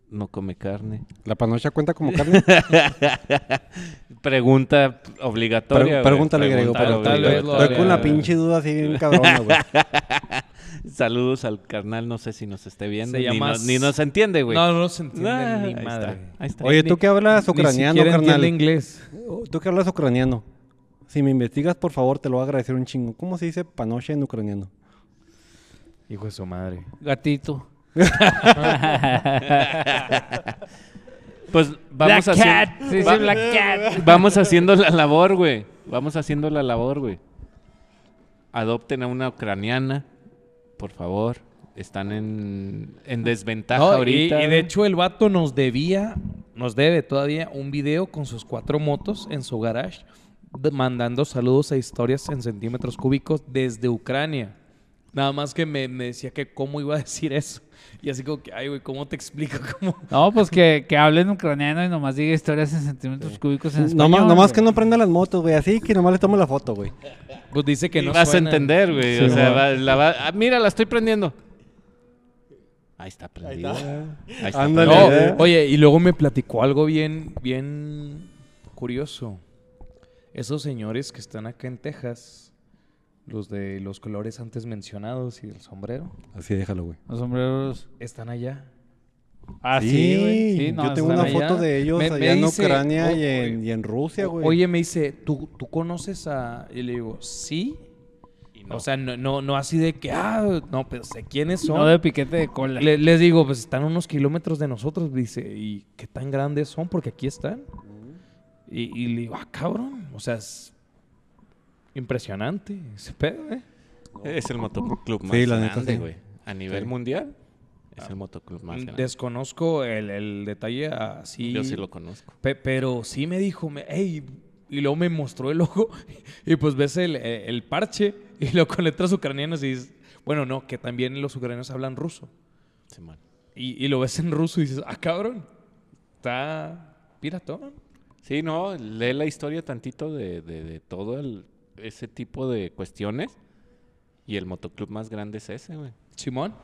S2: no come carne.
S4: ¿La panocha cuenta como carne?
S2: Pregunta obligatoria.
S4: Pre-
S2: güey.
S4: pregúntale, Grego.
S2: Pregunta
S4: pregúntale.
S5: vez
S2: obligatoria,
S5: lo
S4: Estoy con la
S2: güey.
S4: pinche duda así bien cabrona, güey.
S2: Saludos al carnal, no sé si nos esté viendo.
S5: Se
S2: ni,
S5: llama-
S2: nos, ni nos entiende, güey.
S5: No, no se entiende
S2: Ah,
S5: ni
S2: ahí
S5: madre.
S2: está, ahí está.
S4: Oye, ¿tú que hablas
S5: Ni
S4: ucraniano,
S5: siquiera entiende
S4: carnal? Oh,
S5: inglés.
S4: ¿Tú que hablas ucraniano? Si me investigas, por favor, te lo voy a agradecer un chingo. ¿Cómo se dice panocha en ucraniano?
S5: Hijo de su madre.
S1: Gatito.
S2: Pues
S1: Black
S2: vamos
S1: Cat.
S2: haciendo...
S1: Se dice
S2: va-
S1: Black Cat.
S2: Vamos haciendo la labor, güey. Vamos haciendo la labor, güey. Adopten a una ucraniana, por favor. Están en, en desventaja
S5: No, y-
S2: ahorita.
S5: y, de
S2: güey.
S5: hecho el vato nos debía, nos debe todavía un video con sus cuatro motos en su garage, de- mandando saludos a historias en centímetros cúbicos desde Ucrania. Nada más que me, me decía que cómo iba a decir eso. Y así como que, ay, güey, ¿cómo te explico? ¿Cómo?
S1: No, pues que, que hablen ucraniano y nomás diga historias en centímetros cúbicos en español.
S4: Nomás, nomás que
S1: güey.
S4: no prenda las motos, güey. Así que nomás le tomo la foto, güey.
S5: Pues dice que
S2: Y
S5: no
S2: vas
S5: suena.
S2: a entender, güey.
S4: Sí,
S2: o sea,
S4: güey.
S2: va- la va- ah, mira, la estoy prendiendo. Ahí está prendida. Ahí está
S4: Ándale.
S2: prendida.
S5: No,
S4: ¿eh?
S5: oye, y luego me platicó algo bien, bien curioso. Esos señores que están acá en Texas, los de los colores antes mencionados y el sombrero,
S4: Así déjalo, güey.
S1: Los sombreros.
S5: están allá.
S1: Ah, sí, güey. Sí, no,
S4: yo tengo
S1: están
S4: una
S1: ahí.
S5: allá.
S4: foto de ellos
S5: Me-
S4: allá
S5: me
S4: en
S5: dice,
S4: Ucrania
S5: oh,
S4: y, en,
S5: güey.
S4: y en Rusia, güey.
S5: Oye, me dice, ¿tú, tú conoces a...? Y le digo, sí.
S2: Y no.
S5: O sea, no, no, no así de que, ah, no, pero sé quiénes son.
S1: No de piquete de cola.
S5: Le- les digo, pues están a unos kilómetros de nosotros. Dice, ¿y qué tan grandes son? Porque aquí están.
S2: Uh.
S5: Y, y le digo, ah, cabrón. O sea, es impresionante ese pedo, ¿eh?
S2: es el motoclub más
S4: Sí, la neta,
S2: grande,
S4: sí.
S2: güey. A nivel
S4: Sí.
S2: mundial, es el motoclub más grande.
S5: Desconozco el, el detalle así.
S2: Yo sí lo conozco.
S5: Pe- pero sí me dijo, me, "Ey", y luego me mostró el ojo y pues ves el, eh, el parche y lo con letras ucranianas y dices, bueno, no, que también los ucranianos hablan ruso.
S2: Simón.
S5: Y, y lo ves en ruso y dices, ah, cabrón, está piratón.
S2: Sí, no, lee la historia tantito de, de- de todo el- ese tipo de cuestiones. Y el motoclub más grande es ese, güey.
S5: Simón,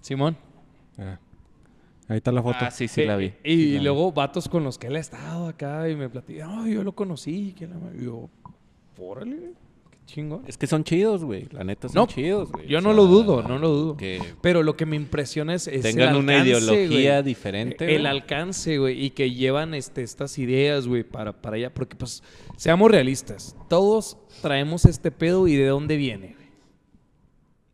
S5: Simón.
S4: Ah. Ahí está la foto.
S2: Ah, sí, sí, la vi.
S5: Y, y luego vatos con los que él ha estado acá y me platica, no, yo lo conocí. Que la ma-". y yo, órale, qué chingón.
S2: Es que son chidos, güey. La neta son
S5: No,
S2: chidos, güey.
S5: Yo
S2: O
S5: no
S2: sea,
S5: lo dudo, no lo dudo.
S2: Que
S5: Pero lo que me impresiona es, es el
S2: tengan una
S5: alcance,
S2: ideología
S5: güey.
S2: diferente.
S5: El
S2: güey.
S5: alcance, güey, y que llevan este, estas ideas, güey, para, para allá. Porque, pues, seamos realistas, todos traemos este pedo y de dónde viene, güey.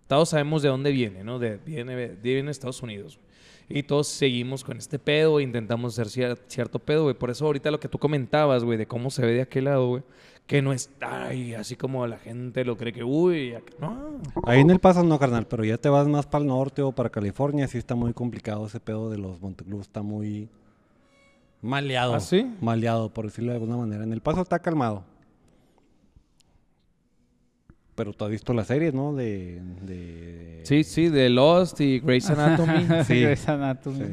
S5: Todos sabemos de dónde viene, ¿no? De, viene de viene Estados Unidos, güey. Y todos seguimos con este pedo, intentamos hacer cier- cierto pedo, güey. Por eso ahorita lo que tú comentabas, güey, de cómo se ve de aquel lado, güey, que no es, ay, así como la gente lo cree que, uy, acá- no.
S4: Ahí en El Paso no, carnal, pero ya te vas más para el norte o para California, sí está muy complicado ese pedo de los monteclubs, está muy maleado.
S5: ¿Ah, sí?
S4: Maleado, por decirlo de alguna manera. En El Paso está calmado. Pero tú has visto las series, ¿no? De... de-
S5: Sí, sí, de Lost y Grey's Anatomy.
S4: Sí.
S1: Grey's Anatomy.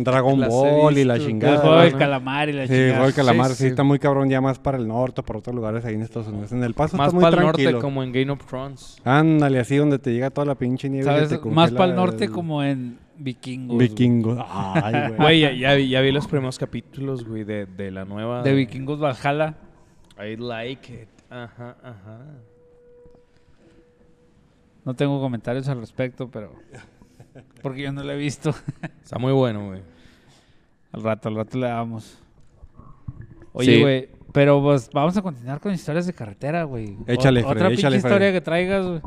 S4: Dragon
S5: Las he
S4: Ball y la
S5: visto.
S1: El
S4: chingada.
S1: juego del
S4: ¿no?
S1: calamar y la
S4: Sí, el
S1: chingada.
S4: juego del calamar,
S5: Sí,
S4: sí,
S5: sí.
S4: está muy cabrón ya más para el norte, para otros lugares ahí en Estados Unidos. En El Paso
S5: Más
S4: está muy
S5: para el norte,
S4: tranquilo.
S5: como en Game of Thrones.
S4: Ándale, así donde te llega toda la pinche nieve. y
S1: ¿Sabes?
S4: te
S1: Más
S4: congela
S1: para el norte
S4: el-
S1: como en vikingos. güey.
S4: Vikingos. Ay, güey.
S5: Güey, ya, ya vi, ya vi los primeros capítulos, güey, de, de la nueva.
S1: De vikingos Valhalla.
S5: I like it. Ajá, ajá.
S1: No tengo comentarios al respecto, pero... Porque yo no lo he visto.
S5: Está muy bueno, güey.
S1: Al rato, al rato le damos. Oye,
S2: Sí.
S1: güey, pero pues vamos a continuar con historias de carretera, güey. O-
S4: Échale, Freddy,
S1: Otra pinche
S4: échale, Freddy.
S1: historia que traigas, güey.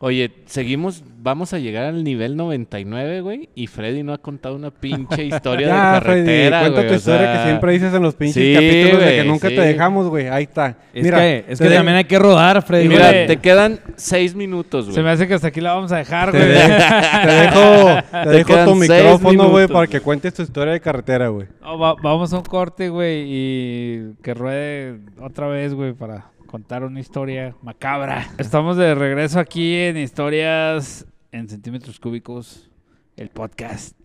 S2: Oye, seguimos, vamos a llegar al nivel 99, güey, y Freddy no ha contado una pinche historia de
S4: Ya, Freddy,
S2: carretera,
S4: cuenta
S2: güey,
S4: tu
S2: o
S4: historia
S2: sea,
S4: que siempre dices en los pinches
S2: sí,
S4: capítulos de que
S2: güey,
S4: nunca
S2: sí.
S4: te dejamos, güey. Ahí está.
S5: Es
S4: Eh,
S5: que, es que también hay que rodar, Freddy.
S2: Mira,
S1: güey.
S2: te quedan seis minutos, güey.
S1: Se me hace que hasta aquí la vamos a dejar,
S4: te,
S1: güey.
S4: de- te dejo, te
S2: Te
S4: dejo tu
S2: quedan seis
S4: micrófono, güey,
S2: minutos,
S4: para
S2: güey.
S4: que cuentes tu historia de carretera, güey.
S1: No, va- vamos a un corte, güey, y que ruede otra vez, güey, para contar una historia macabra. Estamos de regreso aquí en Historias en Centímetros Cúbicos, el podcast.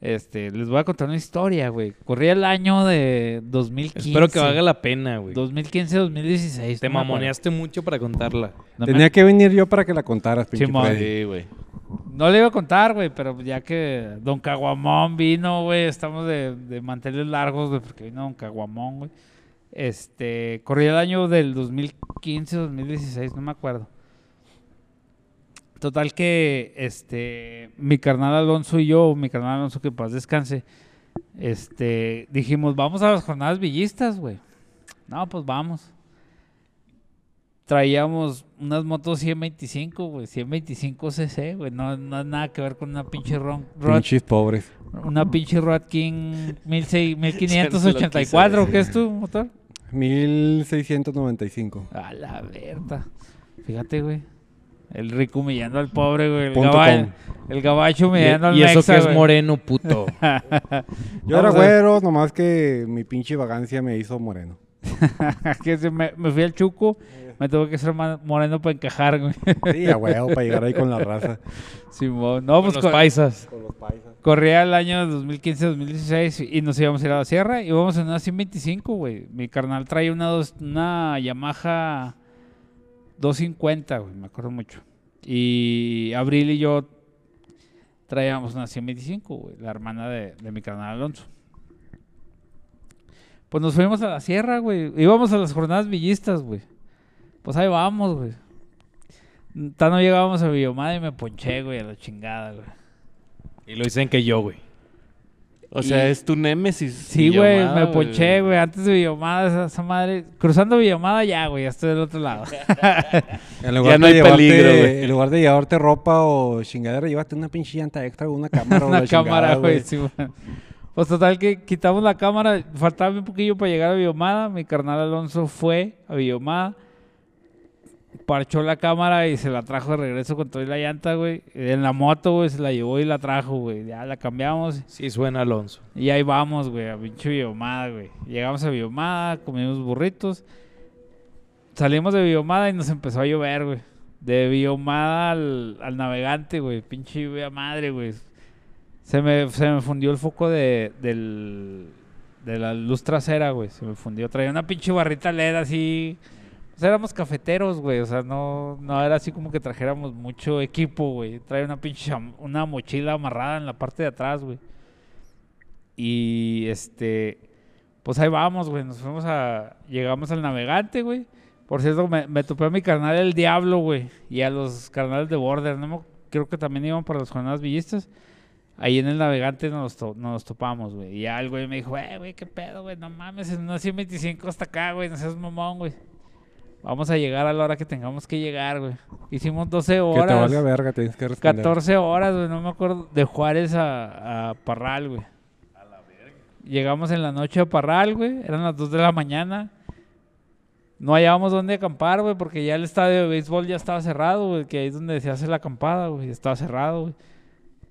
S1: Este, les voy a contar una historia, güey. Corría el año de 2015.
S5: Espero que valga la pena, güey.
S1: 2015-2016.
S5: Te mamoneaste mucho para contarla.
S4: Tenía que venir yo para que la contaras, pinche
S1: Simón.
S4: Freddy.
S2: Sí, güey.
S1: No le iba a contar, güey, pero ya que Don Caguamón vino, güey, estamos de, de manteles largos, güey, porque vino Don Caguamón, güey. Este, corría el año del 2015, 2016, no me acuerdo. Total que, este, mi carnal Alonso y yo, mi carnal Alonso que en paz descanse, este, dijimos, vamos a las jornadas villistas, güey. No, pues vamos. Traíamos unas motos 125, güey, 125 cc, güey, no, no es nada que ver con una pinche ron, Rod-
S4: Pinches pobres.
S1: una pinche Rod King 16
S2: Ya no
S1: 1584,
S2: lo
S1: ¿qué es tu motor?
S4: 1695.
S1: A la verta. Fíjate, güey. El rico humillando al pobre, güey. El,
S4: Punto
S1: gaba- el gabacho humillando al
S3: Y, y eso
S1: mexa,
S3: que es
S1: güey.
S3: moreno, puto.
S4: Yo
S1: Vamos
S4: era
S1: a-
S4: güero, nomás que mi pinche vagancia me hizo moreno.
S1: Que se me, me fui al chuco, me tuve que ser ma- moreno para encajar, güey.
S4: Sí, a huevo, para llegar ahí con la raza.
S1: Simón. No, pues
S3: los
S1: co-
S3: paisas.
S4: Con los paisas.
S1: corría el año 2015-2016 y nos íbamos a ir a la sierra. Íbamos en una 125, güey. Mi carnal traía una, dos- una Yamaha 250, güey. Me acuerdo mucho. Y Abril y yo traíamos una 125, güey. La hermana de, de mi carnal Alonso. Pues nos fuimos a la sierra, güey. Íbamos a las jornadas villistas, güey. Pues ahí vamos, güey. Tan no llegábamos a Villomada y me ponché, güey, a la chingada, güey.
S3: Y lo dicen que yo, güey.
S2: O sea,
S1: Y-
S2: es tu némesis.
S1: Sí, güey,
S2: Villomada,
S1: me ponché, güey, antes de Villomada, esa, esa madre. Cruzando Villomada ya, güey, ya estoy del otro lado.
S4: En lugar,
S2: no
S4: de
S2: hay
S4: llevarte,
S2: peligro, güey.
S4: en lugar de llevarte ropa o chingadera, llévate una pinche llanta extra o una cámara. o
S1: Una
S4: la chingada,
S1: cámara, güey. sí, güey. pues total que quitamos la cámara, faltaba un poquillo para llegar a Villomada. Mi carnal Alonso fue a Villomada, parchó la cámara y se la trajo de regreso con toda la llanta, güey. En la moto, güey, se la llevó y la trajo, güey. Ya la cambiamos.
S3: Sí suena Alonso.
S1: Y ahí vamos, güey, a pinche Biomada, güey. Llegamos a Biomada, comimos burritos. Salimos de Biomada y nos empezó a llover, güey. De Biomada al, al navegante, güey. Pinche lluvia madre, güey. Se me, se me fundió el foco de, del, de la luz trasera, güey. Se me fundió. Traía una pinche barrita LED así. O sea, éramos cafeteros, güey. O sea, no, no era así como que trajéramos mucho equipo, güey. Traía una pinche cham- una mochila amarrada en la parte de atrás, güey. Y este, pues ahí vamos, güey. Nos fuimos a. Llegamos al navegante, güey. Por cierto, me, me topé a mi carnal El Diablo, güey. Y a los carnales de Border, ¿no? me- Creo que también iban para las jornadas villistas. Ahí en el navegante nos, los to- nos los topamos, güey. Y ya el güey me dijo, "Eh, güey, qué pedo, güey. No mames, en una 125 hasta acá, güey. No seas mamón, güey. Vamos a llegar a la hora que tengamos que llegar, güey. Hicimos 12
S4: Que te
S1: horas.
S4: valga verga, tienes que responder.
S1: 14 horas, güey, no me acuerdo, de Juárez a, a Parral, güey. Llegamos en la noche a Parral, güey, eran las 2 de la mañana. No hallábamos dónde acampar, güey, porque ya el estadio de béisbol ya estaba cerrado, güey, que ahí es donde se hace la acampada, güey, estaba cerrado, güey.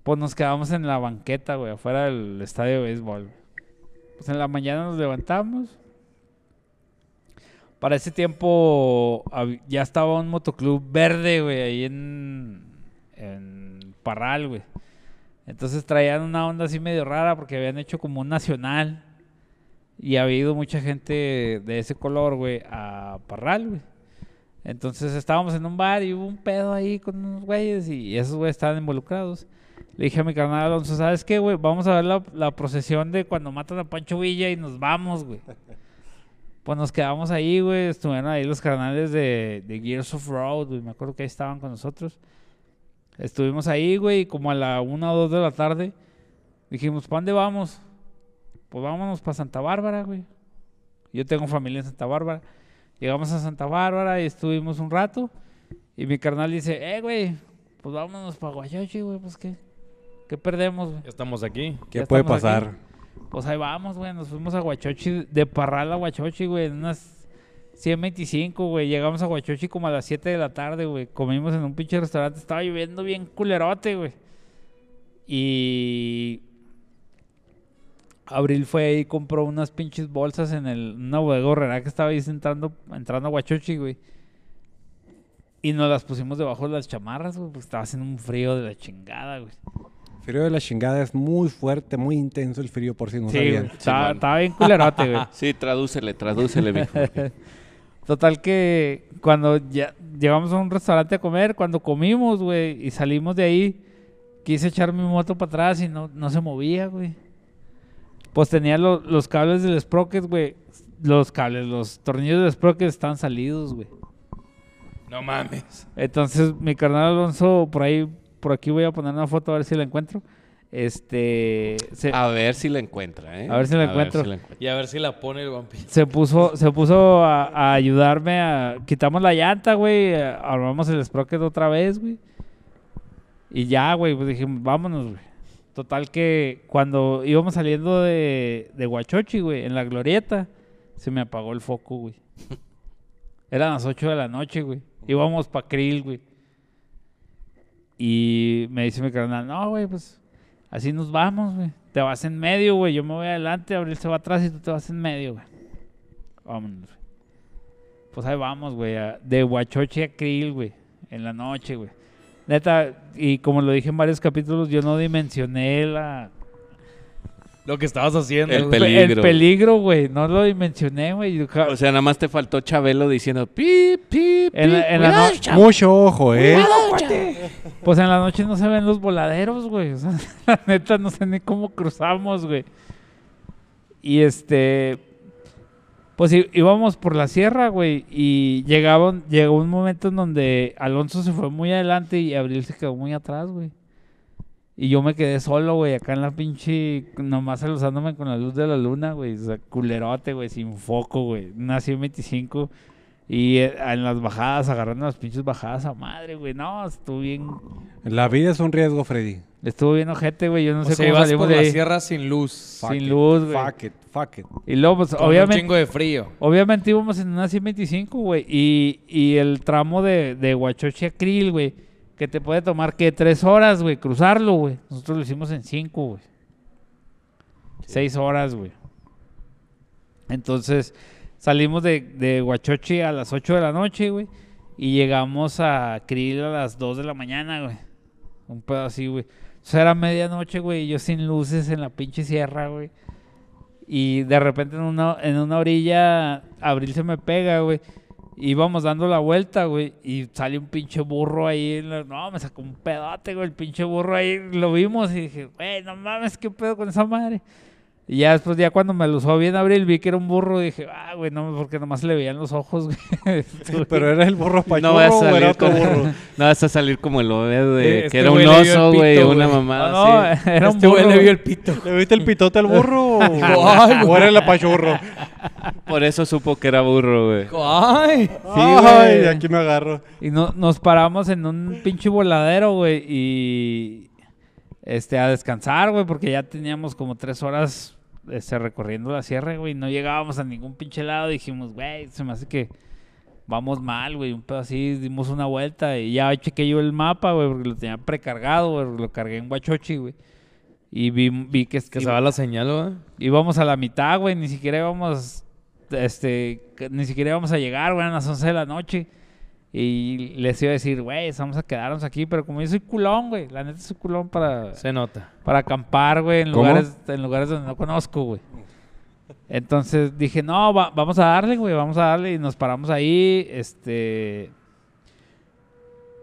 S1: Pues nos quedamos en la banqueta, güey, afuera del estadio de béisbol. güey. Pues en la mañana nos levantamos. Para ese tiempo hab- ya estaba un motoclub verde, güey, ahí en, en Parral, güey. Entonces traían una onda así medio rara porque habían hecho como un nacional. Y había ido mucha gente de ese color, güey, a Parral, güey. Entonces estábamos en un bar y hubo un pedo ahí con unos güeyes y esos güeyes estaban involucrados. Le dije a mi carnal Alonso, ¿sabes qué, güey? Vamos a ver la, la procesión de cuando matan a Pancho Villa y nos vamos, güey. Pues nos quedamos ahí, güey. Estuvieron ahí los carnales de, de Gears of Road, güey. Me acuerdo que ahí estaban con nosotros. Estuvimos ahí, güey, y como a la una o dos de la tarde. Dijimos, ¿para dónde vamos? Pues vámonos para Santa Bárbara, güey. Yo tengo familia en Santa Bárbara. Llegamos a Santa Bárbara y estuvimos un rato. Y mi carnal dice, eh, güey, pues vámonos para Guayachi, güey. Pues qué, ¿qué perdemos, güey?
S3: Ya estamos aquí.
S4: ¿Qué
S1: Ya
S4: puede
S1: estamos
S4: pasar?
S1: aquí. Pues ahí vamos, güey. Nos fuimos a Huachochi, de Parral a Huachochi, güey. En unas 125, güey. Llegamos a Huachochi como a las 7 de la tarde, güey. Comimos en un pinche restaurante. Estaba lloviendo bien culerote, güey. Y. Abril fue y compró unas pinches bolsas en el, una bodega horrera que estaba ahí entrando, entrando a Huachochi, güey. Y nos las pusimos debajo de las chamarras, güey. Porque estaba haciendo un frío de la chingada, güey.
S4: El frío de la chingada es muy fuerte, muy intenso el frío, por si no
S1: sí,
S4: sabían.
S1: güey. Estaba,
S2: Simón.
S1: estaba bien culerote, güey.
S2: Sí, tradúcele, tradúcele, viejo.
S1: Total que cuando ya llegamos a un restaurante a comer, cuando comimos, güey, y salimos de ahí, quise echar mi moto para atrás y no, no se movía, güey. Pues tenía lo- los cables del sprocket, güey. Los cables, los tornillos del sprocket están salidos, güey.
S5: No mames.
S1: Entonces, mi carnal Alonso, por ahí, por aquí voy a poner una foto a ver si la encuentro. Este. Se,
S2: A ver si la encuentra, ¿eh?
S1: A ver si la encuentro.
S2: encuentro.
S3: Y a ver si la pone el vampiro.
S1: se puso, se puso a, a ayudarme a. Quitamos la llanta, güey. eh, Armamos el sprocket otra vez, güey. Y ya, güey, pues dije, vámonos, güey. Total que cuando íbamos saliendo de, de Huachochi, güey, en la glorieta, se me apagó el foco, güey. Eran las 8 de la noche, güey. Íbamos pa' Krill, güey. Y me dice mi carnal, no, güey, pues así nos vamos, güey. Te vas en medio, güey. Yo me voy adelante, Abril se va atrás y tú te vas en medio, güey. Vámonos, güey. Pues ahí vamos, güey. a- De Huachochi a Krill, güey. En la noche, güey. Neta, y como lo dije en varios capítulos, yo no dimensioné la,
S3: Lo que estabas haciendo.
S2: El
S3: güey.
S2: peli-
S1: el
S2: Peligro.
S1: peligro, güey. No lo dimensioné, güey. Yo ja-
S2: O sea, nada más te faltó Chabelo diciendo pip, pip,
S1: En la-
S2: pip,
S1: en la
S2: cuidado,
S1: no-
S2: chavo.
S4: Mucho ojo, ¿eh?
S1: Pues en la noche no se ven los voladeros, güey. O sea, la neta no sé ni cómo cruzamos, güey. Y este. Pues í- íbamos por la sierra, güey. Y llegaban, llegó un momento en donde Alonso se fue muy adelante y Abril se quedó muy atrás, güey. Y yo me quedé solo, güey, acá en la pinche. Nomás aluzándome con la luz de la luna, güey. O sea, culerote, güey, sin foco, güey. Nací en 25. Y eh, en las bajadas, agarrando las pinches bajadas a madre, güey. No, estuvo bien.
S4: La vida es un riesgo, Freddy.
S1: Estuvo bien ojete, güey. Yo no
S3: O
S1: sé
S3: sea,
S1: cómo
S3: ibas
S1: salimos
S3: por
S1: de
S3: la
S1: ahí.
S3: sierra sin luz.
S1: Sin luz, güey.
S4: Fuck it, fuck it.
S1: Y luego, pues,
S3: Con un
S1: obviamente,
S3: chingo de frío.
S1: obviamente íbamos en una 125, güey. Y, y el tramo de, de Huachochi a Krill, güey, que te puede tomar, que Tres horas, güey, cruzarlo, güey. Nosotros lo hicimos en cinco, güey. Seis horas, güey. Entonces, salimos de, de Huachochi a las 8 de la noche, güey. Y llegamos a Krill a las 2 de la mañana, güey. Un pedo así, güey. O sea, era medianoche, güey. y Yo sin luces en la pinche sierra, güey. Y de repente en una, en una orilla, Abril se me pega, güey. Íbamos dando la vuelta, güey. Y sale un pinche burro ahí. en la- No, me sacó un pedote, güey. El pinche burro ahí. Lo vimos y dije, güey, no mames, qué pedo con esa madre. Y ya después, ya cuando me lo usó bien Abril, vi que era un burro. Dije, ah, güey, no, porque nomás le veían los ojos, güey.
S4: Pero era el burro
S2: No
S4: payurro
S2: vas a
S4: o era
S2: salir
S4: otro
S2: como-
S4: burro.
S2: no vas a salir como el bebé de
S3: Eh, este
S2: que era un
S3: güey le vio el
S2: oso, güey,
S3: pito,
S2: una
S3: güey.
S2: mamada
S1: no,
S2: así.
S1: Ah, no, era un
S3: este
S1: burro.
S3: güey le vio
S1: güey.
S3: el pito.
S4: ¿Le viste el pitote al burro? o- ¿O era el apachurro?
S2: Por eso supo que era burro, güey.
S3: ¡Ay!
S4: Ay, de aquí me agarro.
S1: Y no- nos paramos en un pinche voladero, güey, y este, a descansar, güey, porque ya teníamos como tres horas este, recorriendo la sierra, güey, y no llegábamos a ningún pinche lado. Dijimos, güey, se me hace que vamos mal, güey, un pedo así, dimos una vuelta y ya chequé yo el mapa, güey, porque lo tenía precargado, güey, lo cargué en Huachochi, güey. Y vi, vi que,
S3: Que se va la señal, ¿verdad?
S1: íbamos a la mitad, güey, ni siquiera íbamos, este, que- ni siquiera íbamos a llegar, güey, eran las 11 de la noche. Y les iba a decir, güey, vamos a quedarnos aquí, pero como yo soy culón, güey, la neta soy culón para,
S3: Se nota.
S1: para acampar, güey, en
S4: ¿Cómo?
S1: lugares, en lugares donde no conozco, güey. Entonces dije, no, va- vamos a darle, güey, vamos a darle. Y nos paramos ahí, este...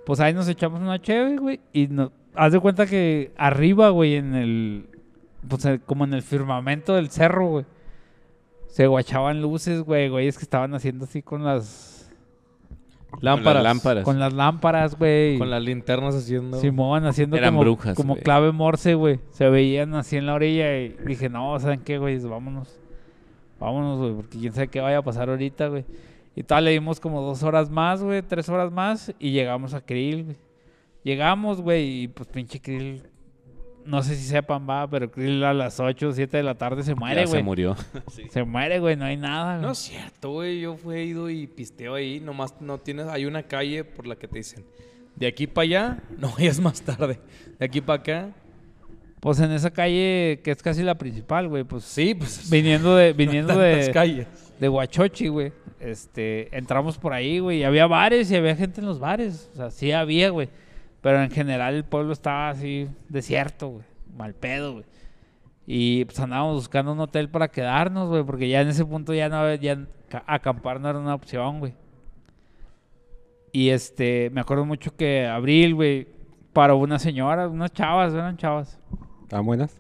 S1: Pues ahí nos echamos una chévere, güey. Y no, haz de cuenta que arriba, güey, en el... Pues eh, como en el firmamento del cerro, güey. Se guachaban luces, güey, güey. Es que estaban haciendo así con las...
S2: Con
S3: Lámparas.
S2: las lámparas.
S1: Con las lámpamparas, güey.
S3: Con las linternas haciendo.
S1: Simón haciendo
S2: Eran
S1: como,
S2: brujas,
S1: como
S2: güey.
S1: clave morse, güey. Se veían así en la orilla y dije, no, ¿saben qué, güey? Vámonos. Vámonos, güey, porque quién sabe qué vaya a pasar ahorita, güey. Y tal, le dimos como dos horas más, güey, tres horas más y llegamos a Krill, güey. Llegamos, güey, y pues pinche Krill, no sé si sepan, va, pero Krill a las 8, 7 de la tarde se muere,
S2: Ya se
S1: güey.
S2: murió.
S1: Se, muere, güey, no hay nada, güey.
S5: No es cierto, güey. Yo fui he ido y pisteo ahí. Nomás no tienes. Hay una calle por la que te dicen. De aquí para allá, no es más tarde. De aquí para acá.
S1: Pues en esa calle que es casi la principal, güey, pues
S5: Sí, pues.
S1: Viniendo de, viniendo
S5: tantas
S1: de,
S5: calles.
S1: de Huachochi, güey. Este, entramos por ahí, güey, y había bares y había gente en los bares. O sea, sí había, güey. Pero en general el pueblo estaba así desierto, güey. Mal pedo, güey. Y pues andábamos buscando un hotel para quedarnos, güey, porque ya en ese punto ya no había- ya ca- acampar no era una opción, güey. Y este, me acuerdo mucho que Abril, güey, para una señora, unas chavas, eran chavas.
S4: ¿Están Ah, buenas?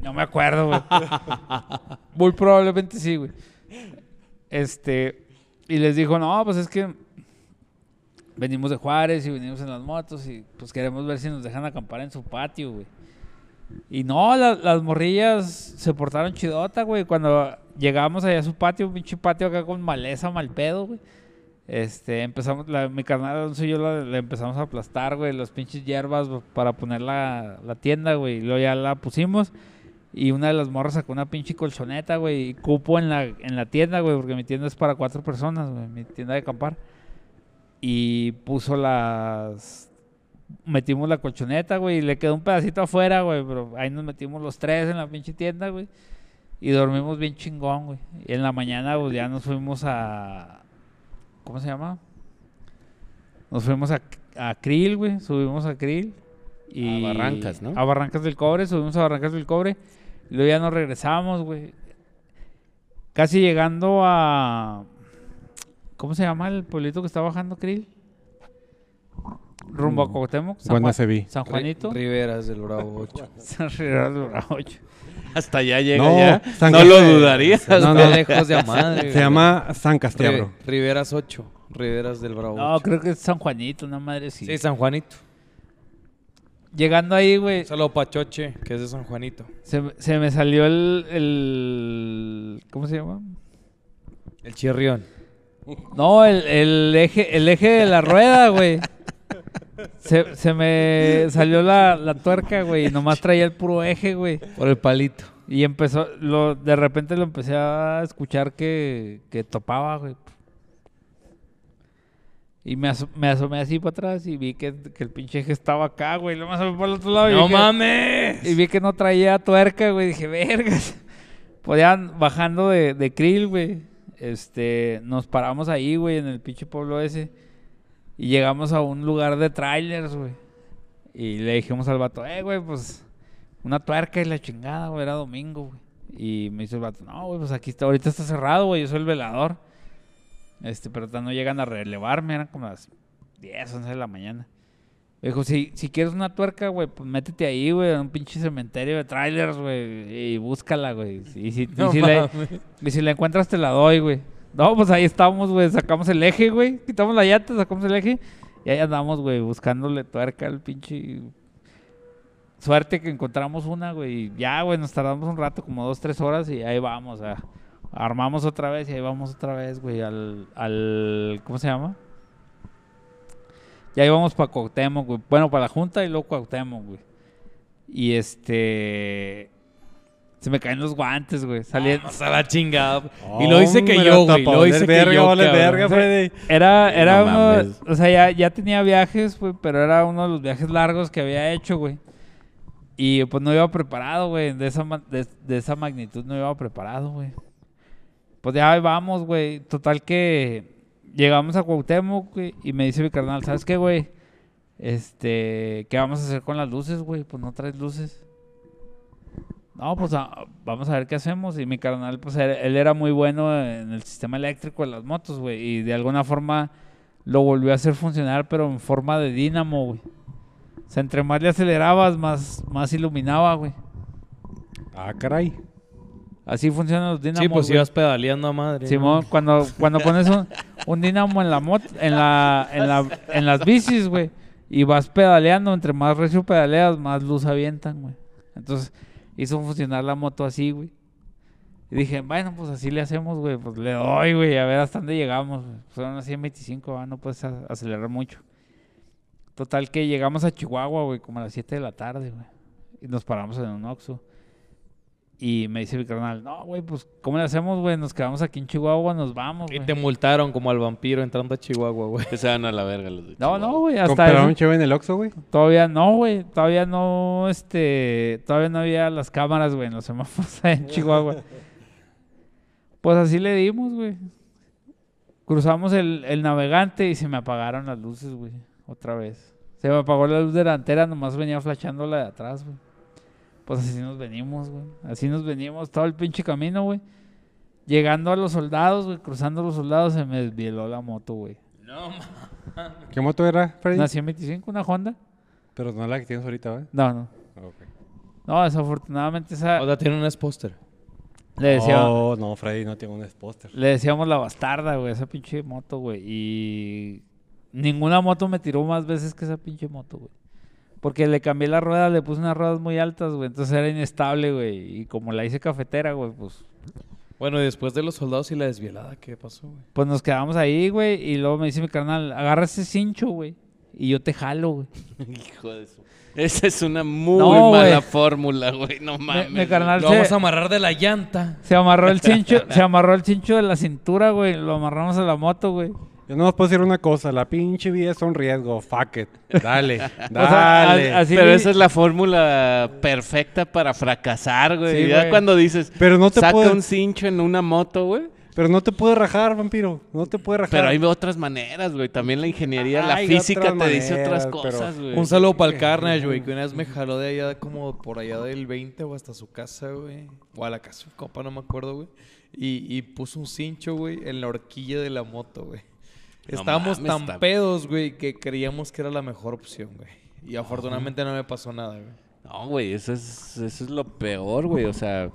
S1: No me acuerdo, güey. Muy probablemente sí, güey. Este, y les dijo, no, pues es que venimos de Juárez y venimos en las motos y pues queremos ver si nos dejan acampar en su patio, güey. Y no, la- las morrillas se portaron chidota, güey. Cuando llegamos allá a su patio, un pinche patio acá con maleza, mal pedo, güey. Este, empezamos, la- mi carnal Alonso y yo la, la empezamos a aplastar, güey, las pinches hierbas güey, para poner la, la tienda, güey. Y luego ya la pusimos. Y una de las morras sacó una pinche colchoneta, güey, y cupo en la, en la tienda, güey, porque mi tienda es para cuatro personas, güey, mi tienda de acampar. Y puso las. Metimos la colchoneta, güey, y le quedó un pedacito afuera, güey, pero ahí nos metimos los tres en la pinche tienda, güey. Y dormimos bien chingón, güey. Y en la mañana, pues ya nos fuimos a. ¿Cómo se llama? Nos fuimos a, a Krill, güey. Subimos a Krill. Y
S2: A Barrancas, ¿no?
S1: A Barrancas del Cobre, subimos a Barrancas del Cobre. Y luego ya nos regresamos, güey. Casi llegando a. ¿Cómo se llama el pueblito que está bajando Krill? Rumbo a Cuauhtémoc. San, Juan-
S4: Guanaceví.
S1: San Juanito.
S5: Riveras del Bravo 8.
S1: San Riberal del Bravo.
S2: Hasta allá llega
S4: No,
S2: ya.
S4: San
S2: No lo
S4: José.
S2: dudarías.
S4: No,
S3: Está
S4: no.
S3: lejos de a madre,
S4: Se
S3: güey.
S4: llama San Castiabro.
S5: Rive- Riveras 8. Riveras del Bravo
S1: No,
S5: 8.
S1: creo que es San Juanito, una madre sí.
S3: Sí, San Juanito.
S1: Llegando ahí, güey,
S5: Solo Pachoche, que es de San Juanito.
S1: se, me- se me salió el, el- ¿Cómo se llama?
S3: El chirrión.
S1: No, el, el eje, el eje de la rueda, güey. Se, se me salió la, la tuerca, güey, y nomás traía el puro eje, güey.
S3: Por el palito.
S1: Y empezó, lo, de repente lo empecé a escuchar que, que topaba, güey. Y me, aso- me asomé así para atrás y vi que, que el pinche eje estaba acá, güey. Lo me asomé para el otro lado y
S3: ¡No
S1: dije,
S3: mames!
S1: Y vi que no traía tuerca, güey. Dije, vergas. Pues ya bajando de, de Krill, güey. Este, nos paramos ahí, güey, en el pinche pueblo ese. Y llegamos a un lugar de trailers, güey. Y le dijimos al vato, eh, güey, pues una tuerca y la chingada, güey. Era domingo, güey. Y me dice el vato, no, güey, pues aquí está, ahorita está cerrado, güey. Yo soy el velador. Este, pero no llegan a relevarme. Eran como las 10, 11 de la mañana. Me Dijo, si, si quieres una tuerca, güey, pues métete ahí, güey, a un pinche cementerio de trailers, güey, y búscala, güey. Y si, y si la, y si la encuentras, te la doy, güey. No, pues ahí estamos, güey, sacamos el eje, güey, quitamos la llanta, sacamos el eje, y ahí andamos, güey, buscándole tuerca al pinche. Suerte que encontramos una, güey, y ya, güey, nos tardamos un rato, como dos, tres horas, y ahí vamos, a- armamos otra vez, y ahí vamos otra vez, güey, al, al. ¿Cómo se llama? Ya íbamos para Cuauhtémoc, güey. Bueno, para la Junta y luego Cuauhtémoc, güey. Y este... Se me caen los guantes, güey. Salí...
S3: Vamos a la chingada. y lo hice que yo, güey. Lo hice que
S4: verga,
S3: yo,
S4: vale
S3: cabrón.
S4: verga, Freddy.
S1: Era, era
S2: No
S1: uno...
S2: mames.
S1: O sea, ya, ya tenía viajes, güey. Pero era uno de los viajes largos que había hecho, güey. Y pues no iba preparado, güey. De esa, ma- de, de esa magnitud no iba preparado, güey. Pues ya ahí vamos, güey. Total que llegamos a Cuauhtémoc, güey. Y me dice mi carnal, ¿sabes qué, güey? Este, ¿qué vamos a hacer con las luces, güey? Pues no traes luces. No, pues ah, vamos a ver qué hacemos. Y mi carnal, pues él, él era muy bueno en el sistema eléctrico de las motos, güey. Y de alguna forma lo volvió a hacer funcionar, pero en forma de dínamo, güey. O sea, entre más le acelerabas, más, más iluminaba, güey.
S4: Ah, caray.
S1: Así funcionan los dínamos.
S3: Sí, pues
S1: güey.
S3: ibas pedaleando a madre.
S1: Simón, cuando, cuando pones un, un dínamo en la mot, en la, en la, en las bicis, güey, y vas pedaleando, entre más recio pedaleas, más luz avientan, güey. Entonces, hizo funcionar la moto así, güey. Y dije, bueno, pues así le hacemos, güey, pues le doy, güey, a ver hasta dónde llegamos. güey. Pues Son unas 125, ah, no puedes a- acelerar mucho. Total que llegamos a Chihuahua, güey, como a las 7 de la tarde, güey. Y nos paramos en un Oxxo. Y me dice mi carnal, no, güey, pues, ¿cómo le hacemos, güey? Nos quedamos aquí en Chihuahua, nos vamos,
S3: Y
S1: güey".
S3: te multaron como al vampiro entrando a Chihuahua, güey.
S2: Empezaban a la verga los de
S1: No,
S2: Chihuahua.
S1: no, güey, hasta
S4: Compraron
S1: eso-
S4: un cheve en el Oxxo, güey.
S1: Todavía no, güey. Todavía no, este. Todavía no había las cámaras, güey, en los semáforos en Chihuahua. Pues así le dimos, güey. Cruzamos el, el navegante y se me apagaron las luces, güey. Otra vez. Se me apagó la luz delantera, nomás venía flashando la de atrás, güey. Pues así nos venimos, güey. Así nos venimos todo el pinche camino, güey. Llegando a los soldados, güey, cruzando los soldados, se me desvieló la moto, güey.
S4: ¿Qué moto era, Freddy?
S1: Una 125, una Honda.
S4: Pero no la que tienes ahorita, ¿verdad?
S1: No, no.
S4: Ok.
S1: No, desafortunadamente esa...
S3: O sea, tiene un póster.
S1: le, decía-
S4: Oh, no, Freddy no tiene un póster.
S1: le decíamos la bastarda, güey, esa pinche moto, güey. Y ninguna moto me tiró más veces que esa pinche moto, güey. Porque le cambié las ruedas, le puse unas ruedas muy altas, güey. Entonces era inestable, güey. Y como la hice cafetera, güey, pues
S3: Bueno, y después de los soldados y la desvielada, ¿qué pasó, güey?
S1: Pues nos quedamos ahí, güey. Y luego me dice mi carnal, agarra ese cincho, güey. Y yo te jalo, güey.
S2: Hijo de su. Esa es una muy
S1: No, güey.
S2: mala fórmula, güey. No mames.
S1: Mi carnal
S3: Lo vamos a
S1: se,
S3: amarrar de la llanta.
S1: se amarró el cincho, se amarró el cincho de la cintura, güey. Lo amarramos a la moto, güey.
S4: Yo nomás puedo decir una cosa, la pinche vida es un riesgo, fuck it. Dale, dale.
S1: sea, a- así-
S2: Pero
S1: le-
S2: esa es la fórmula perfecta para fracasar, güey.
S1: Sí,
S2: ya
S1: güey.
S2: cuando dices,
S4: Pero no te
S2: saca
S4: puedes-
S2: un cincho en una moto, güey.
S4: Pero no te puede rajar, vampiro. No te puede rajar.
S2: Pero hay otras maneras, güey. También la ingeniería,
S4: Hay
S2: la física te
S4: otras
S2: dice otras
S4: maneras, pero-
S2: cosas, güey.
S5: Un saludo para el Carnage, güey, que una vez me jaló de allá, como por allá del 20 o hasta su casa, güey. O a la casa de un compa, no me acuerdo, güey. Y, y puso un cincho, güey, en la horquilla de la moto, güey.
S2: No
S5: Estábamos
S2: mames,
S5: tan
S2: está-
S5: pedos, güey, que creíamos que era la mejor opción, güey. Y afortunadamente no me pasó nada, güey.
S2: No, güey, eso es, eso es lo peor, güey. O sea,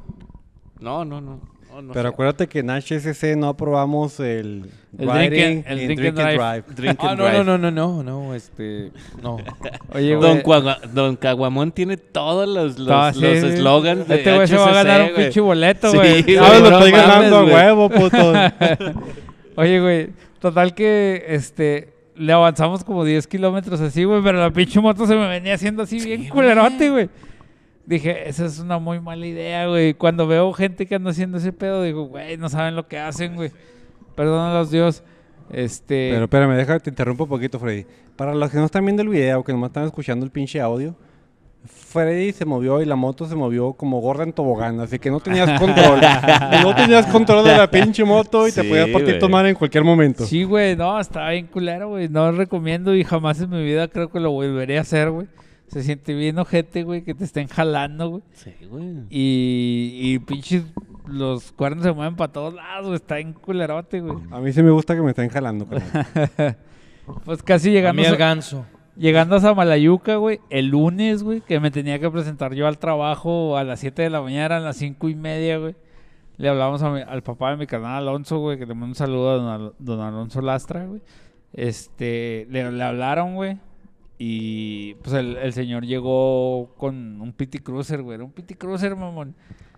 S2: no, no, no. no, no
S4: Pero
S2: sé.
S4: acuérdate que en HSC no aprobamos el,
S1: El drink and- el
S4: y
S1: drink and drive.
S2: Drink
S5: Ah,
S2: and
S5: no, no,
S2: drive.
S5: no, no, no, no, este, no.
S1: Oye,
S2: Don,
S1: güey.
S2: Cuagua- Don Caguamón tiene todos los
S1: estaba
S2: los-
S1: así,
S2: los
S1: güey.
S2: eslogans de
S1: Ah, Este güey se va a
S2: HCC,
S1: ganar un
S2: güey.
S1: pinche boleto,
S2: Sí,
S1: güey.
S2: güey.
S4: ¿Sabes?
S2: No
S4: Lo estoy
S2: mames,
S4: ganando a
S2: güey.
S4: huevo, puto.
S1: Oye, güey. Total que, este, le avanzamos como 10 kilómetros así, güey. Pero la pinche moto se me venía haciendo así bien culerote, güey. Dije, esa es una muy mala idea, güey. Cuando veo gente que anda haciendo ese pedo, digo, güey, no saben lo que hacen, güey. Perdónalos, Dios. Este.
S4: Pero espérame, déjame, te interrumpo un poquito, Freddy. Para los que no están viendo el video, que nomás están escuchando el pinche audio, Freddy se movió y la moto se movió como gorda en tobogán, así que no tenías control. no tenías control de la pinche moto y te
S2: Sí,
S4: podías partir
S2: güey.
S4: tomar en cualquier momento.
S1: Sí, güey, no, estaba bien culero, güey. No lo recomiendo y jamás en mi vida creo que lo volveré a hacer, güey. Se siente bien ojete, güey, que te estén jalando, güey.
S2: Sí, güey.
S1: Y, y pinches, los cuernos se mueven para todos lados, güey. Está bien culerote, güey.
S4: A mí sí me gusta que me estén jalando. carnal.
S1: Pues casi
S3: A
S1: llegando
S3: mí
S1: a,
S3: el ganso.
S1: llegando a Samalayuca, güey, el lunes, güey, que me tenía que presentar yo al trabajo a las 7 de la mañana, eran las 5 y media, güey. Le hablamos a mi- al papá de mi canal, Alonso, güey, que le mando un saludo a don, Al- don Alonso Lastra, güey. Este, le, le hablaron, güey. Y pues el, el señor llegó con un Pity Cruiser, güey. Era un Pity Cruiser, mamón.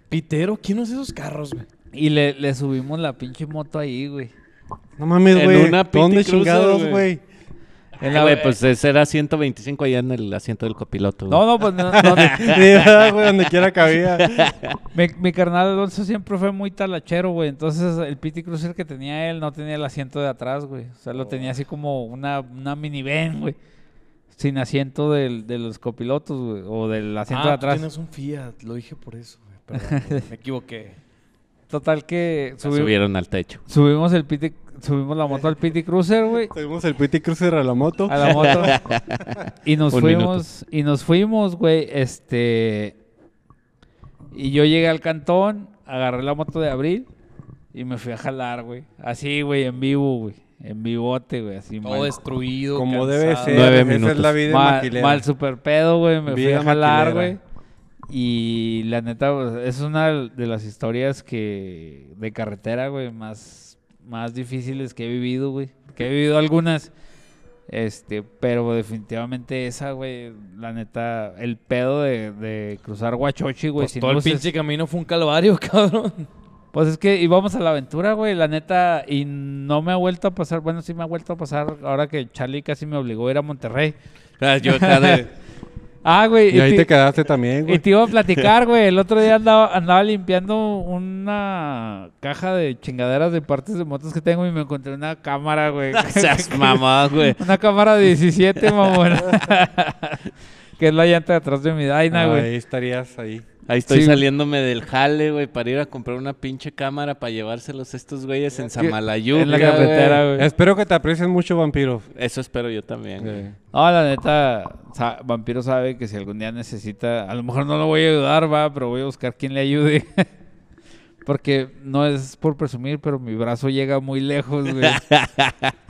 S5: Pitero, ¿quién usa esos carros, güey?
S1: Y le, le subimos la pinche moto ahí, güey.
S4: No mames,
S2: En
S4: güey.
S2: una Pity
S4: ¿Dónde
S2: Cruiser,
S4: chingados,
S2: güey?
S4: güey?
S1: En
S2: Ah,
S1: la-
S2: güey, pues ese era 125 allá en el asiento del copiloto. güey.
S1: No, no, pues no- no,
S4: Mira, güey, donde quiera cabía.
S1: Mi, mi carnal Alonso siempre fue muy talachero, güey. Entonces, el PT Cruiser que tenía él no tenía el asiento de atrás, güey. O sea, lo tenía así como una, una minivan, güey. Sin asiento del- de los copilotos, güey. O del asiento de
S5: Ah, tú
S1: atrás.
S5: tienes un Fiat, lo dije por eso, güey. Perdón, güey, me equivoqué.
S1: Total que
S2: La
S1: subi-
S2: subieron al techo.
S1: subimos el PT, subimos la moto al PT Cruiser, güey.
S4: Tuvimos el Pity Cruiser a la moto.
S1: A la moto. y nos
S2: Un
S1: fuimos, y nos fuimos, güey, este... Y yo llegué al cantón, agarré la moto de abril y me fui a jalar, güey. Así, güey, en vivo, güey. En vivote, güey, así.
S5: Todo destruido,
S4: Como
S5: cansado.
S4: debe ser.
S2: Nueve
S4: Esa es
S2: minutos.
S4: la vida en
S1: mal,
S4: maquilera.
S1: mal super pedo, güey. Me fui
S4: Vida
S1: a jalar,
S4: maquilera.
S1: güey. Y la neta, pues, es una de las historias que de carretera, güey, más, más difíciles que he vivido, güey. Que he vivido algunas. Este, pero definitivamente esa, güey, la neta, el pedo de, de cruzar Huachochi, güey,
S3: Pues
S1: sin
S3: todo el
S1: luces.
S3: pinche camino fue un calvario, cabrón.
S1: Pues es que íbamos a la aventura, güey, la neta, y no me ha vuelto a pasar, bueno, sí me ha vuelto a pasar ahora que Charlie casi me obligó a ir a Monterrey.
S2: Ah, yo acá de-
S1: Ah, güey,
S4: Y ahí
S1: ti-
S4: te quedaste también,
S1: Y
S4: güey.
S1: te iba a platicar, güey. El otro día andaba, andaba limpiando una caja de chingaderas de partes de motos que tengo y me encontré una cámara, güey.
S2: No seas mamá, güey.
S1: una cámara de 17, mamón. que es la llanta de atrás de mi Daina, güey.
S4: Ahí estarías ahí.
S2: Ahí estoy
S1: Sí.
S2: saliéndome del jale, güey, para ir a comprar una pinche cámara para llevárselos a estos güeyes en Samalayuca.
S1: En la
S2: güey.
S1: carretera, güey.
S4: Espero que te aprecien mucho, vampiro.
S2: Eso espero yo también, güey.
S1: No, la neta, sa- Vampiro sabe que si algún día necesita, a lo mejor no lo voy a ayudar, va, pero voy a buscar quien le ayude. Porque no es por presumir, pero mi brazo llega muy lejos, güey.
S2: Hace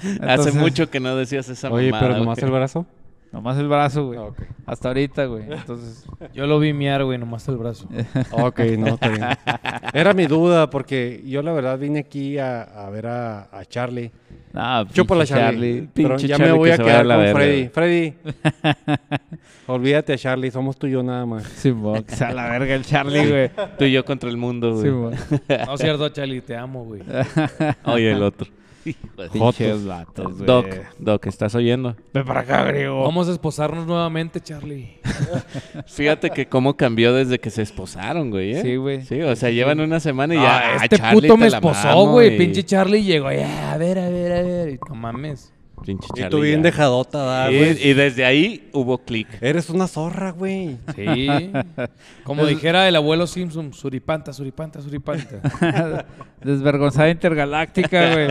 S1: Entonces-
S2: mucho que no decías esa
S4: Oye,
S2: mamada,
S4: pero nomás
S2: güey.
S4: el brazo.
S1: Nomás el brazo, güey.
S4: Ah, ok.
S1: Hasta ahorita, güey. Entonces,
S5: Yo lo vi miar, güey, nomás el brazo.
S4: Ok, no, está bien. Era mi duda, porque yo la verdad vine aquí a, a ver a, a Charlie.
S1: nada,
S4: Chúpala, Charlie. Pero ya me voy a quedar con Freddy. Freddy, olvídate a Charlie, somos tú y yo nada más.
S1: Simón, que sea la verga el Charlie, güey.
S2: Tú y yo contra el mundo, güey.
S1: Simón.
S5: No es cierto, Charlie, te amo, güey.
S2: Oye, el otro.
S1: Pinches vatos, güey.
S2: Doc, Doc, ¿estás oyendo?
S1: Ven para acá, griego.
S5: Vamos a esposarnos nuevamente, Charlie.
S2: Fíjate que cómo cambió desde que se esposaron, güey. ¿eh?
S1: Sí, güey.
S2: Sí, o sea, llevan una semana y ya.
S5: Ah,
S2: "Ah,
S5: este
S2: Charlie,
S5: puto
S2: te
S5: me
S2: la mamo",
S5: esposó, güey.
S2: y-
S5: Pinche Charlie llegó. "Ya, a ver, a ver, a ver. Y no mames.
S2: Pinche
S4: Y
S2: Charlie.
S4: tú bien
S2: ya.
S4: dejadota, ¿verdad, güey.
S2: Y, y desde ahí hubo clic.
S4: Eres una zorra, güey.
S5: Sí. Como dijera el abuelo Simpson, suripanta, suripanta, suripanta.
S1: Desvergonzada intergaláctica, güey.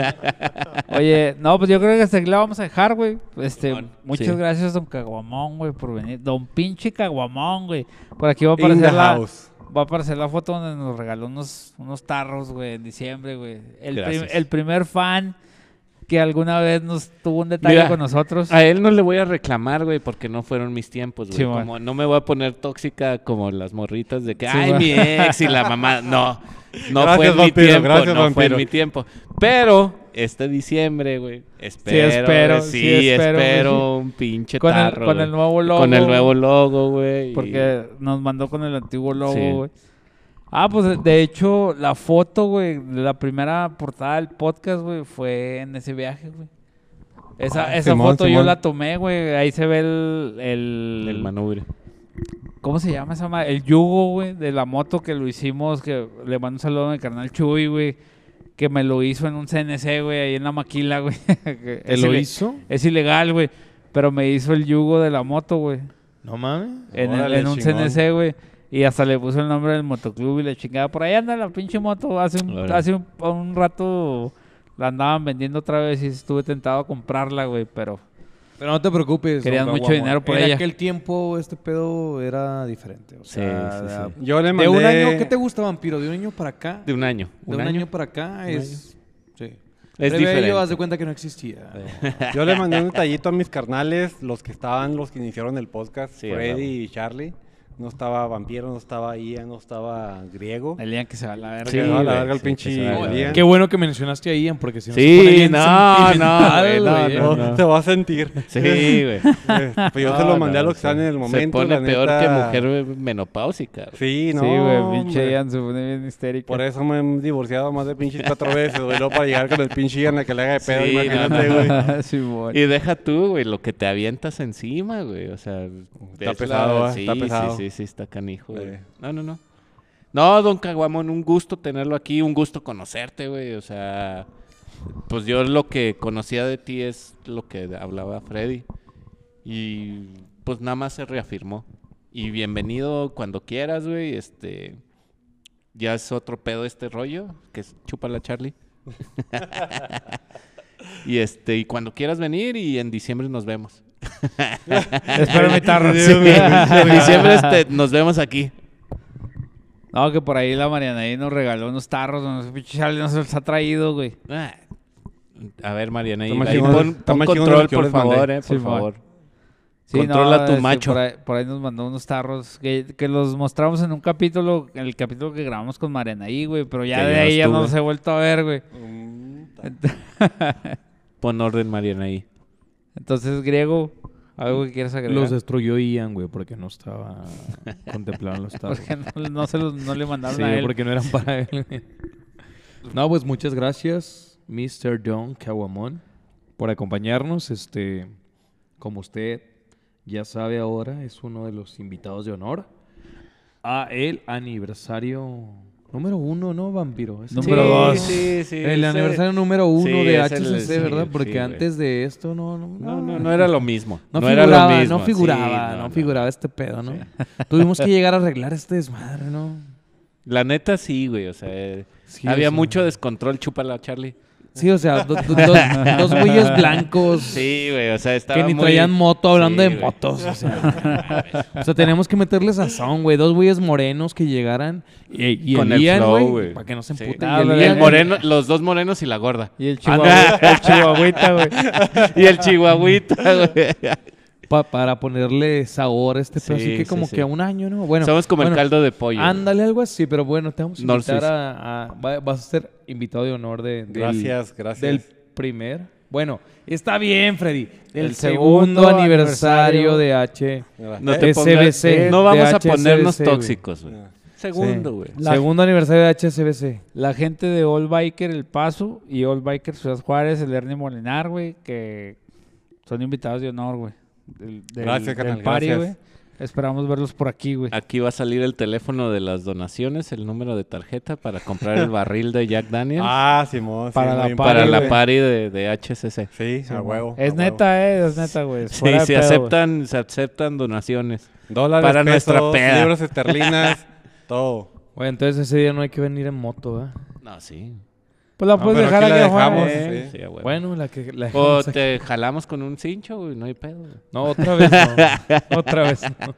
S1: Oye, no, pues yo creo que hasta aquí la vamos a dejar, güey. Este,
S2: Simón,
S1: muchas
S2: sí.
S1: gracias, don Caguamón, güey, por venir. Don pinche Caguamón, güey. Por aquí va a
S4: In the
S1: aparecer la,
S4: house.
S1: va a aparecer la foto donde nos regaló unos, unos tarros, güey, en diciembre, güey. El, prim-
S2: Gracias.
S1: el primer fan que alguna vez nos tuvo un detalle
S2: Mira,
S1: con nosotros.
S2: A él no le voy a reclamar, güey, porque no fueron mis tiempos, güey.
S1: Simón.
S2: como no me voy a poner tóxica como las morritas de que, ay,
S1: Simón.
S2: mi ex y la mamá. No, no
S4: Gracias,
S2: fue en mi
S4: vampiro,
S2: tiempo,
S4: gracias,
S2: no fue en
S4: vampiro.
S2: mi tiempo. Pero este diciembre, güey, espero, sí,
S1: espero,
S2: espero,
S1: sí, espero,
S2: un pinche
S1: con, el,
S2: tarro,
S1: con
S2: güey.
S1: el nuevo logo.
S2: Con el nuevo logo, güey. y-
S1: Porque nos mandó con el antiguo logo,
S2: Sí.
S1: güey. Ah, pues de- de hecho, la foto, güey, de la primera portada del podcast, güey, fue en ese viaje, güey. Esa,
S4: Ah,
S1: esa
S4: Simón,
S1: foto yo
S4: Simón.
S1: la tomé, güey. Ahí se ve el. el,
S2: El manubrio.
S1: ¿Cómo se llama esa madre? El yugo, güey, de la moto que lo hicimos. que Le mando un saludo a mi carnal Chuy, güey. Que me lo hizo en un CNC, güey, ahí en la maquila, güey. Que
S5: ¿Te
S1: es
S5: lo
S1: ile-
S5: hizo?
S1: Es ilegal, güey. Pero me hizo el yugo de la moto, güey
S5: No mames.
S1: en, el-
S4: Órale,
S1: en un
S4: chingón.
S1: CNC, güey. Y hasta le puso el nombre del motoclub y la chingada. Por ahí anda la pinche moto. Hace un,
S2: Órale.
S1: hace un, un rato la andaban vendiendo otra vez y estuve tentado a comprarla, güey. Pero
S5: Pero no te preocupes.
S1: Querían
S5: don
S1: mucho
S5: Caguamón.
S1: dinero por
S5: en
S1: ella.
S5: aquel tiempo este pedo era diferente. O
S2: Sí,
S5: sea,
S2: sí,
S5: de-
S2: sí.
S4: Yo le
S5: De
S4: mandé...
S5: un año, ¿qué te gusta, vampiro? De un año para acá.
S2: De un año.
S5: De un, año? para acá es. Sí.
S2: Es
S5: Previo a ello,
S2: diferente.
S5: haz de cuenta que no existía.
S4: Yo le mandé un detallito a mis carnales, los que estaban, los que iniciaron el podcast,
S2: Sí, a huevo.
S4: Freddy y Charlie. No estaba Vampiro, no estaba Ian, no estaba Griego.
S1: el día que se va a la verga.
S4: Sí,
S1: güey.
S4: no, la
S2: güey,
S4: verga el
S2: sí,
S4: pinche
S2: que se vaya,
S4: día.
S2: güey.
S5: Qué bueno que mencionaste a Ian, porque si no
S2: Sí,
S5: se pone bien
S2: no, no,
S5: sentimental,
S2: güey, no,
S5: güey.
S4: No,
S2: no.
S4: te va a sentir.
S2: Sí, güey.
S4: Eh, pues yo se
S2: No,
S4: lo mandé a
S2: no,
S4: los que están en el momento.
S2: Se pone
S4: la
S2: peor
S4: neta.
S2: que mujer menopáusica. güey.
S4: Sí, no.
S1: Sí, güey. Pinche
S4: hombre.
S1: Ian se pone bien histérico.
S4: Por eso me he divorciado más de pinches cuatro veces, güey. Luego para llegar con el pinche Ian a que le haga de pedo,
S2: Sí, no,
S4: imagínate,
S2: no,
S4: güey.
S1: sí, güey.
S2: Y deja tú, güey, lo que te avientas encima, güey. O sea, ves la-
S4: pesado, ¿eh?
S2: sí,
S4: Está pesado.
S2: Sí, sí, sí, está canijo, güey.
S4: Eh.
S2: No, no, no. No, don Caguamón, un gusto tenerlo aquí, un gusto conocerte, güey. O sea, pues yo lo que conocía de ti es lo que hablaba Freddy. Y pues nada más se reafirmó. Y bienvenido cuando quieras, güey. Este. Ya es otro pedo este rollo, que es chúpala, Charlie. y este, y cuando quieras venir y en diciembre nos vemos.
S1: Espero mi tarro.
S4: Sí, güey,
S2: en diciembre este, nos vemos aquí.
S1: No, que por ahí la Mariana ahí nos regaló unos tarros. Unos pinche Charlie nos los ha traído, güey.
S2: Ah, A ver, Mariana, ahí,
S4: Está más
S2: ahí
S4: chingón-
S2: pon,
S4: está
S2: pon
S4: más chingón de
S2: control,
S4: lo que yo
S2: por
S4: les mandé.
S2: favor, eh, por
S1: Sí, va.
S2: favor.
S1: Sí,
S2: Controla tu
S1: este,
S2: macho.
S1: Por ahí, por ahí nos mandó unos tarros que, que los mostramos en un capítulo, en el capítulo que grabamos con Marianaí, güey, pero ya
S2: Que
S1: de
S2: yo no
S1: ahí ya no
S2: estuve.
S1: los he vuelto a ver, güey.
S4: Mm,
S2: Pon orden, Mariana, ahí.
S1: Entonces, griego, algo que quieras agregar.
S5: Los destruyó Ian, güey, porque no estaba contemplando los tarros.
S1: porque no, no se los- no le mandaron
S5: Sí,
S1: a él.
S5: porque no eran para él. güey. no, pues muchas gracias, Mr. Don Caguamón, por acompañarnos. Este, como usted ya sabe ahora, es uno de los invitados de honor a el aniversario número uno, ¿no, vampiro? Es-
S1: Número
S2: Sí,
S1: dos.
S2: sí, sí,
S5: El
S2: ese-
S5: aniversario número uno
S2: sí,
S5: de
S2: es el-
S5: HCC,
S2: sí,
S5: ¿verdad?
S2: sí,
S5: Porque
S2: güey.
S5: antes de esto no... No,
S2: No, no, no era lo mismo.
S5: No,
S2: era
S5: figuraba,
S2: lo mismo.
S5: no
S2: sí,
S5: figuraba, no,
S2: no.
S5: figuraba este pedo, ¿no? Tuvimos que llegar a arreglar este desmadre, ¿no?
S2: La neta sí, güey, o sea, eh,
S5: Sí,
S2: había
S5: o sea.
S2: mucho descontrol, chúpala, Charlie.
S5: Sí, o sea, do- do- dos- dos güeyes blancos
S2: Sí, güey, o sea, estaba
S5: que ni
S2: muy-
S5: traían moto
S2: Sí,
S5: hablando de
S2: güey.
S5: motos. O sea, o sea, tenemos que meterles sazón, güey. Dos güeyes morenos que llegaran y, y
S2: Con
S5: el
S2: el
S5: Ian,
S2: flow,
S5: güey,
S2: güey.
S5: para que no se
S2: Sí.
S5: emputen.
S1: Ah,
S5: y el
S1: pero
S2: Y
S5: Ian,
S2: el moreno, los dos morenos y la gorda. Ah,
S1: Y el chihuahua, el chihuahuita, güey.
S2: Y el chihuahuita, güey.
S3: pa- para ponerle sabor a este pedo.
S2: Sí,
S3: Así
S2: sí,
S3: que como
S2: sí.
S3: que a un año, ¿no? Bueno.
S2: Somos como el
S3: bueno,
S2: caldo de pollo.
S3: Ándale algo así, pero bueno, te vamos a
S2: No lo
S3: invitar
S2: sé.
S3: a, a- va- vas a ser invitado de honor de, del-
S4: Gracias, gracias.
S3: del primer. Bueno, está bien, Freddy. Del
S1: El
S3: segundo,
S1: segundo
S3: aniversario
S1: aniversario.
S3: de H.
S2: No,
S3: Eh,
S2: te pongas-
S3: SBC,
S2: no vamos a
S3: DHCC,
S2: ponernos
S3: güey.
S2: tóxicos, güey. Ah. Segundo, güey.
S1: La-
S3: Segundo aniversario de HSBC.
S1: La gente de All Biker El Paso y All Biker Ciudad Juárez, el Ernie Molinar, güey, que son invitados de honor, güey. del- del-
S4: Gracias,
S1: del
S4: carnal,
S1: party,
S4: gracias. Ah,
S1: güey. Esperamos verlos por aquí, güey.
S2: Aquí va a salir el teléfono de las donaciones, el número de tarjeta para comprar el barril de Jack Daniels
S4: Ah, Simón. sí,
S1: Para la
S4: muy
S2: para
S1: party,
S2: la
S1: güey.
S2: party de, de HCC.
S4: Sí, a huevo. a
S1: Es
S4: huevo.
S1: neta, eh, es neta, güey. es
S2: Sí,
S1: fuera de
S2: se
S1: pedo, güey.
S2: aceptan, se aceptan donaciones.
S4: Dólares,
S2: Para
S4: pesos,
S2: nuestra peda.
S4: libras esterlinas, todo.
S3: Bueno, entonces ese día no hay que venir en moto, ¿verdad?
S2: No, sí.
S1: Pues la
S4: No,
S1: puedes
S4: pero
S1: dejar
S4: aquí
S1: aquí
S4: la
S1: afuera,
S4: dejamos,
S1: eh.
S4: Sí.
S2: Sí, güey.
S3: Bueno, Oh. la que
S2: o
S3: la dejamos aquí.
S2: te jalamos con un cincho, güey, no hay pedo. güey.
S3: No, otra vez no. otra vez no.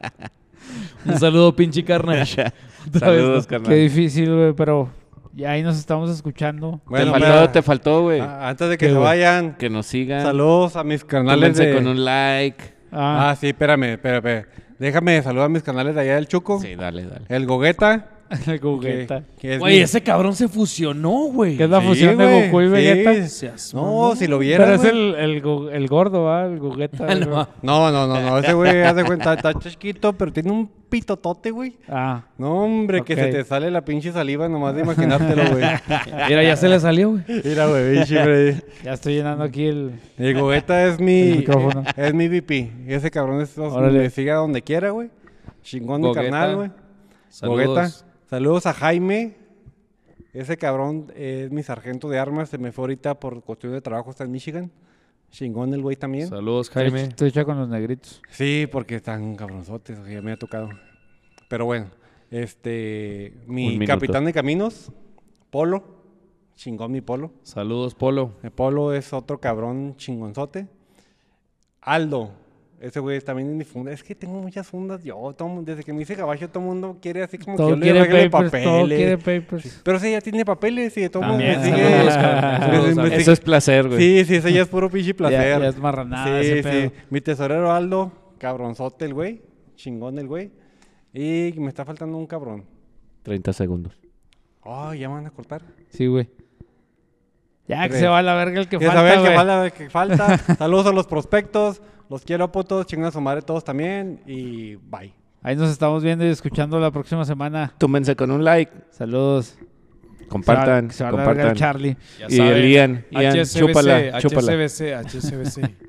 S3: Un saludo, pinche carnage. Otra vez
S2: Saludos,
S3: no.
S2: carnal.
S1: Qué difícil, güey, pero ya ahí nos estamos escuchando.
S4: Bueno,
S2: te faltó,
S4: pero-
S2: te faltó, güey.
S4: Ah, antes de que
S1: Qué
S4: se
S1: bueno.
S4: vayan,
S2: Que nos sigan.
S4: saludos a mis canales
S2: Tómense
S4: de...
S2: con un like.
S1: Ah,
S4: Ah, sí, espérame, espérame. espérame. Déjame saludar a mis canales de allá del Chuco.
S2: Sí, dale, dale.
S4: El Gogeta.
S1: el Gogeta.
S4: que- que es
S3: Güey,
S4: mi-
S3: ese cabrón se fusionó, güey.
S1: Que es la
S4: Sí,
S1: fusión
S4: güey,
S1: de Goku y
S4: sí.
S1: Vegeta.
S4: No, si
S1: Pero
S4: lo vieras,
S1: es el, el, go- el gordo, ¿ah? El Gogeta.
S3: Ah, no.
S1: güey.
S4: No, no, no, no. Ese güey, haz de cuenta, está chiquito, pero tiene un pitotote, güey.
S1: Ah,
S4: No, hombre,
S1: Ok.
S4: que se te sale la pinche saliva nomás de imaginártelo, güey.
S3: Mira, ya se le salió, güey.
S4: Mira, güey, pinche Freddy.
S1: ya estoy llenando aquí el...
S4: El Gogeta es mi...
S1: El micrófono.
S4: Es mi VP. Ese cabrón es...
S1: Órale.
S4: Me sigue a donde quiera, güey. Chingón mi
S3: Gogeta.
S4: carnal, güey.
S3: Saludos.
S4: Gogeta. Saludos a Jaime. Ese cabrón es mi sargento de armas. Se me fue ahorita por cuestión de trabajo. Está en Michigan. Chingón el güey también.
S3: Saludos,
S1: Jaime.
S3: Jaime.
S1: Estoy hecha con los negritos.
S4: Sí, porque están cabronzotes. o sea, Ya me ha tocado. Pero bueno. Este...
S2: Un
S4: Mi
S2: minuto.
S4: capitán de caminos. Polo. Chingón mi Polo.
S3: Saludos, Polo.
S4: El Polo es otro cabrón chingonzote. Aldo. Ese güey también es mi funda. Es que tengo muchas fundas. Yo, todo, mu- desde que me hice caballo, todo el mundo quiere así como
S1: Todo
S4: que yo le
S1: quiere
S4: arregle
S1: papers, todo
S4: papeles.
S1: quiere papers.
S4: Pero si ella tiene papeles y de todo mundo
S3: También,
S4: me sigue.
S3: saludos,
S4: me-
S3: carnal.
S4: me
S3: Saludos,
S4: sigue-
S2: Eso es placer, güey.
S4: Sí, sí, eso ya es puro pinche placer.
S1: Ya, ya es marranada
S4: sí,
S1: ese
S4: sí.
S1: pedo.
S4: Mi tesorero Aldo, cabronzote el güey. Chingón el güey. Y me está faltando un cabrón.
S2: 30 segundos.
S4: Ay, ya me van a cortar.
S1: Sí, güey. Ya, que
S4: Tres.
S1: se va a la verga el que
S4: Que saber
S1: falta,
S4: que
S1: güey.
S4: falta, que falta. Saludos a los prospectos. Los quiero a putos. Chingan a su madre todos también. Y bye.
S1: Ahí nos estamos viendo y escuchando la próxima semana.
S2: Túmense con un like.
S1: Saludos.
S2: Compartan,
S1: Se va- se va a la verga el
S2: compartan.
S1: Charlie.
S2: Y el Ian, Ian, chúpala, chúpala.
S5: HSBC, HSBC.